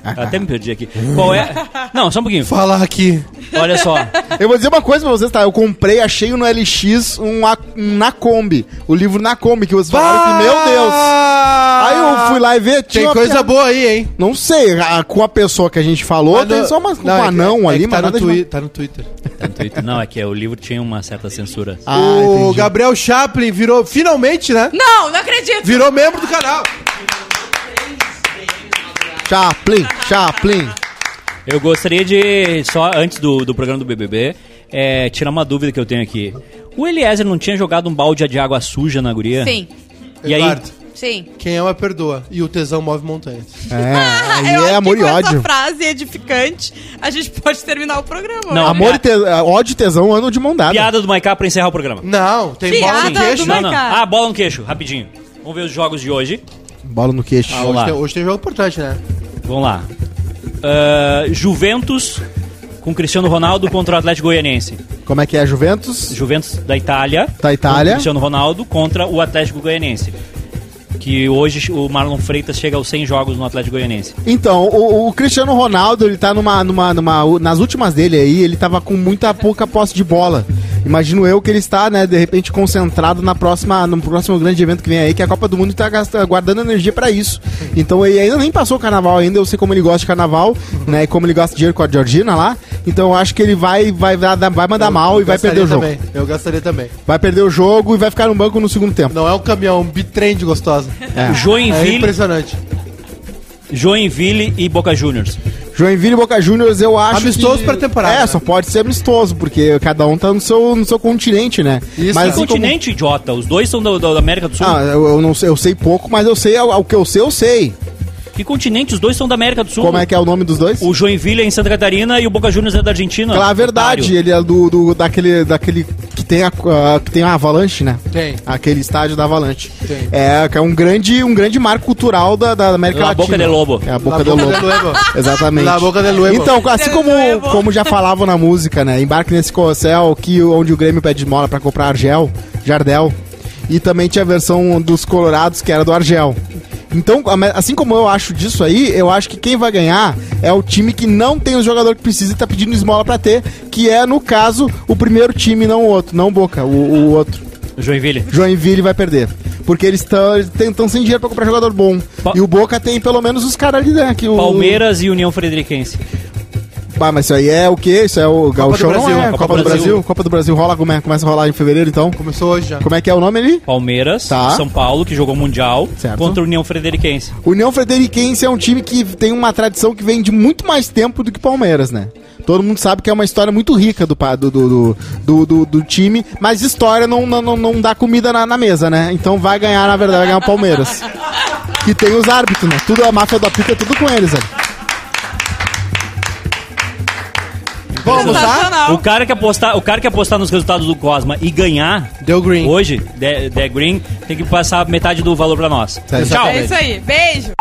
Speaker 1: Ah, Até me perdi aqui. Qual é. Não, só um pouquinho.
Speaker 2: Falar aqui.
Speaker 1: Olha só.
Speaker 3: Eu vou dizer uma coisa pra vocês, tá? Eu comprei, achei no LX um, a- um na Kombi. O livro na Kombi, que vocês falaram que, meu Deus. Aí eu fui lá e ver, tinha
Speaker 2: Ah! Tem
Speaker 3: uma
Speaker 2: coisa
Speaker 3: piada-
Speaker 2: boa aí, hein?
Speaker 3: Não sei, a- com a pessoa que a gente falou,
Speaker 2: Mas
Speaker 3: tem
Speaker 2: no-
Speaker 3: só uma, com
Speaker 2: não,
Speaker 3: um
Speaker 2: é que-
Speaker 3: anão
Speaker 2: é que
Speaker 3: ali,
Speaker 2: tá
Speaker 3: mas
Speaker 2: no,
Speaker 3: nada de-
Speaker 2: twi- tá no Twitter.
Speaker 1: Tá no Twitter. Não, é que o livro tinha uma certa censura.
Speaker 3: Ah,
Speaker 2: o
Speaker 3: entendi.
Speaker 2: Gabriel Chaplin virou, finalmente, né?
Speaker 4: Não, não acredito.
Speaker 2: Virou membro do canal.
Speaker 3: Chaplin, Chaplin.
Speaker 1: Eu gostaria de, só antes do, do programa do BBB, é, tirar uma dúvida que eu tenho aqui. O Eliezer não tinha jogado um balde de água suja na guria?
Speaker 4: Sim,
Speaker 1: E aí,
Speaker 2: Eduardo,
Speaker 4: sim.
Speaker 2: quem ama perdoa. E o tesão move montanhas.
Speaker 3: *laughs* É, aí
Speaker 4: Ah, Eu acho
Speaker 3: é
Speaker 4: que
Speaker 3: amor e
Speaker 4: com essa
Speaker 3: ódio.
Speaker 4: frase edificante, a gente pode terminar o programa.
Speaker 1: Não,
Speaker 4: né?
Speaker 3: Amor e te- ódio e tesão andam de mão dada.
Speaker 1: piada do Maiká pra encerrar o programa.
Speaker 2: Não, tem
Speaker 4: Piada
Speaker 2: bola no
Speaker 4: do
Speaker 2: queixo.
Speaker 4: Maiká.
Speaker 1: Não, não. Ah, bola no queixo, rapidinho. Vamos ver os jogos de hoje.
Speaker 3: Bola no queixo.
Speaker 2: Ah,
Speaker 1: Vamos
Speaker 2: hoje,
Speaker 1: lá.
Speaker 2: tem, hoje tem jogo importante, né?
Speaker 1: Vamos lá. Ah, Juventus com Cristiano Ronaldo contra o Atlético Goianiense.
Speaker 3: Como é que é, Juventus?
Speaker 1: Juventus da Itália.
Speaker 3: Da Itália.
Speaker 1: com Cristiano Ronaldo contra o Atlético Goianiense. Que hoje o Marlon Freitas chega aos 100 jogos no Atlético Goianiense.
Speaker 3: Então, o, o Cristiano Ronaldo, ele tá numa, numa, numa. u- Nas últimas dele aí, ele tava com muita pouca posse de bola. Imagino eu que ele está, né, de repente, concentrado na próxima, no próximo grande evento que vem aí, que é a Copa do Mundo, e tá gasta- guardando energia pra isso. Então ele ainda nem passou o carnaval ainda, eu sei como ele gosta de carnaval, né? E como ele gasta de dinheiro com a Georgina lá. Então eu acho que ele vai, vai, vai, dar- vai mandar mal e vai perder
Speaker 2: Gastaria
Speaker 3: o jogo.
Speaker 2: também. Eu gastaria também.
Speaker 3: Vai perder o jogo e vai ficar no banco no segundo tempo.
Speaker 2: Não é um caminhão, é um bitrem de gostosa. É
Speaker 1: Joinville,
Speaker 2: impressionante.
Speaker 1: Joinville e Boca Juniors.
Speaker 3: Assim Joinville e Boca Juniors, eu acho.
Speaker 2: Amistoso
Speaker 3: que...
Speaker 2: pra temporada,
Speaker 3: É,
Speaker 2: né?
Speaker 3: só pode ser amistoso, porque cada um tá no seu, no seu continente, né?
Speaker 2: Isso,
Speaker 1: Que
Speaker 2: né?
Speaker 3: mas, Ah, assim como-
Speaker 1: continente, idiota? Os dois são da, da- da América do Sul.
Speaker 3: Ah, eu, eu não sei, eu sei pouco, mas eu sei, o que eu sei, eu sei.
Speaker 1: que Que continente? Os dois são da América do Sul.
Speaker 3: Como é que é o nome dos dois?
Speaker 1: O Joinville é em Santa Catarina e o Boca Juniors é da Argentina.
Speaker 3: Claro, verdade.
Speaker 1: Otário.
Speaker 3: Ele é do, do- daquele, daquele que tem a, a- que tem a Avalanche, né?
Speaker 2: Tem.
Speaker 3: Aquele estádio da Avalanche.
Speaker 2: Tem.
Speaker 3: É, que é um grande, um grande marco cultural da, da América
Speaker 1: La
Speaker 3: Latina.
Speaker 1: Boca de Lobo.
Speaker 3: É a
Speaker 2: La
Speaker 3: Boca do Lobo. *laughs* Exatamente.
Speaker 2: La Boca del Lobo.
Speaker 3: Então, assim
Speaker 4: Del
Speaker 3: como,
Speaker 4: Lobo.
Speaker 3: como já falavam na música, né? Embarque nesse corcel que, onde o Grêmio pede mola pra comprar Argel, Jardel. E também tinha a versão dos Colorados, que era do Argel. Então, a- assim como eu acho disso aí, eu acho que quem vai ganhar é o time que não tem o jogador que precisa e tá pedindo esmola pra ter, que é, no caso, o primeiro time, não o outro, não o Boca, o, o outro.
Speaker 1: Joinville.
Speaker 3: Joinville vai perder. Porque eles estão sem dinheiro pra comprar jogador bom.
Speaker 1: Pa-
Speaker 3: e o Boca tem pelo menos os caras ali, né? Que o...
Speaker 1: Palmeiras e União Frederiquense.
Speaker 3: Ah, mas isso aí é o quê? Isso é o Gauchão?
Speaker 2: do
Speaker 3: não
Speaker 2: Brasil,
Speaker 3: é? Copa, do Brasil. Copa do Brasil rola, como é? começa a rolar em fevereiro, então.
Speaker 2: Começou hoje já.
Speaker 3: Como é que é o nome ali?
Speaker 1: Palmeiras,
Speaker 3: Tá.
Speaker 1: São Paulo, que jogou Mundial,
Speaker 3: Certo.
Speaker 1: contra a União Frederiquense.
Speaker 3: União Frederiquense é um time que tem uma tradição que vem de muito mais tempo do que o Palmeiras, né? Todo mundo sabe que é uma história muito rica do, pa- do, do, do, do- do- do time, mas história não, não, não- não dá comida na, na mesa, né? Então vai ganhar, na verdade, vai ganhar o *laughs* Palmeiras. Que tem os árbitros, né? Tudo a máfia da pica, é tudo com eles, né?
Speaker 2: Vamos almoçar?
Speaker 4: Sensacional.
Speaker 1: O cara, que apostar, o cara que apostar nos resultados do Cosma e ganhar
Speaker 2: Deu green.
Speaker 1: hoje, The Green, tem que passar metade do valor pra nós.
Speaker 3: Certo.
Speaker 1: Tchau.
Speaker 4: É isso aí. Beijo.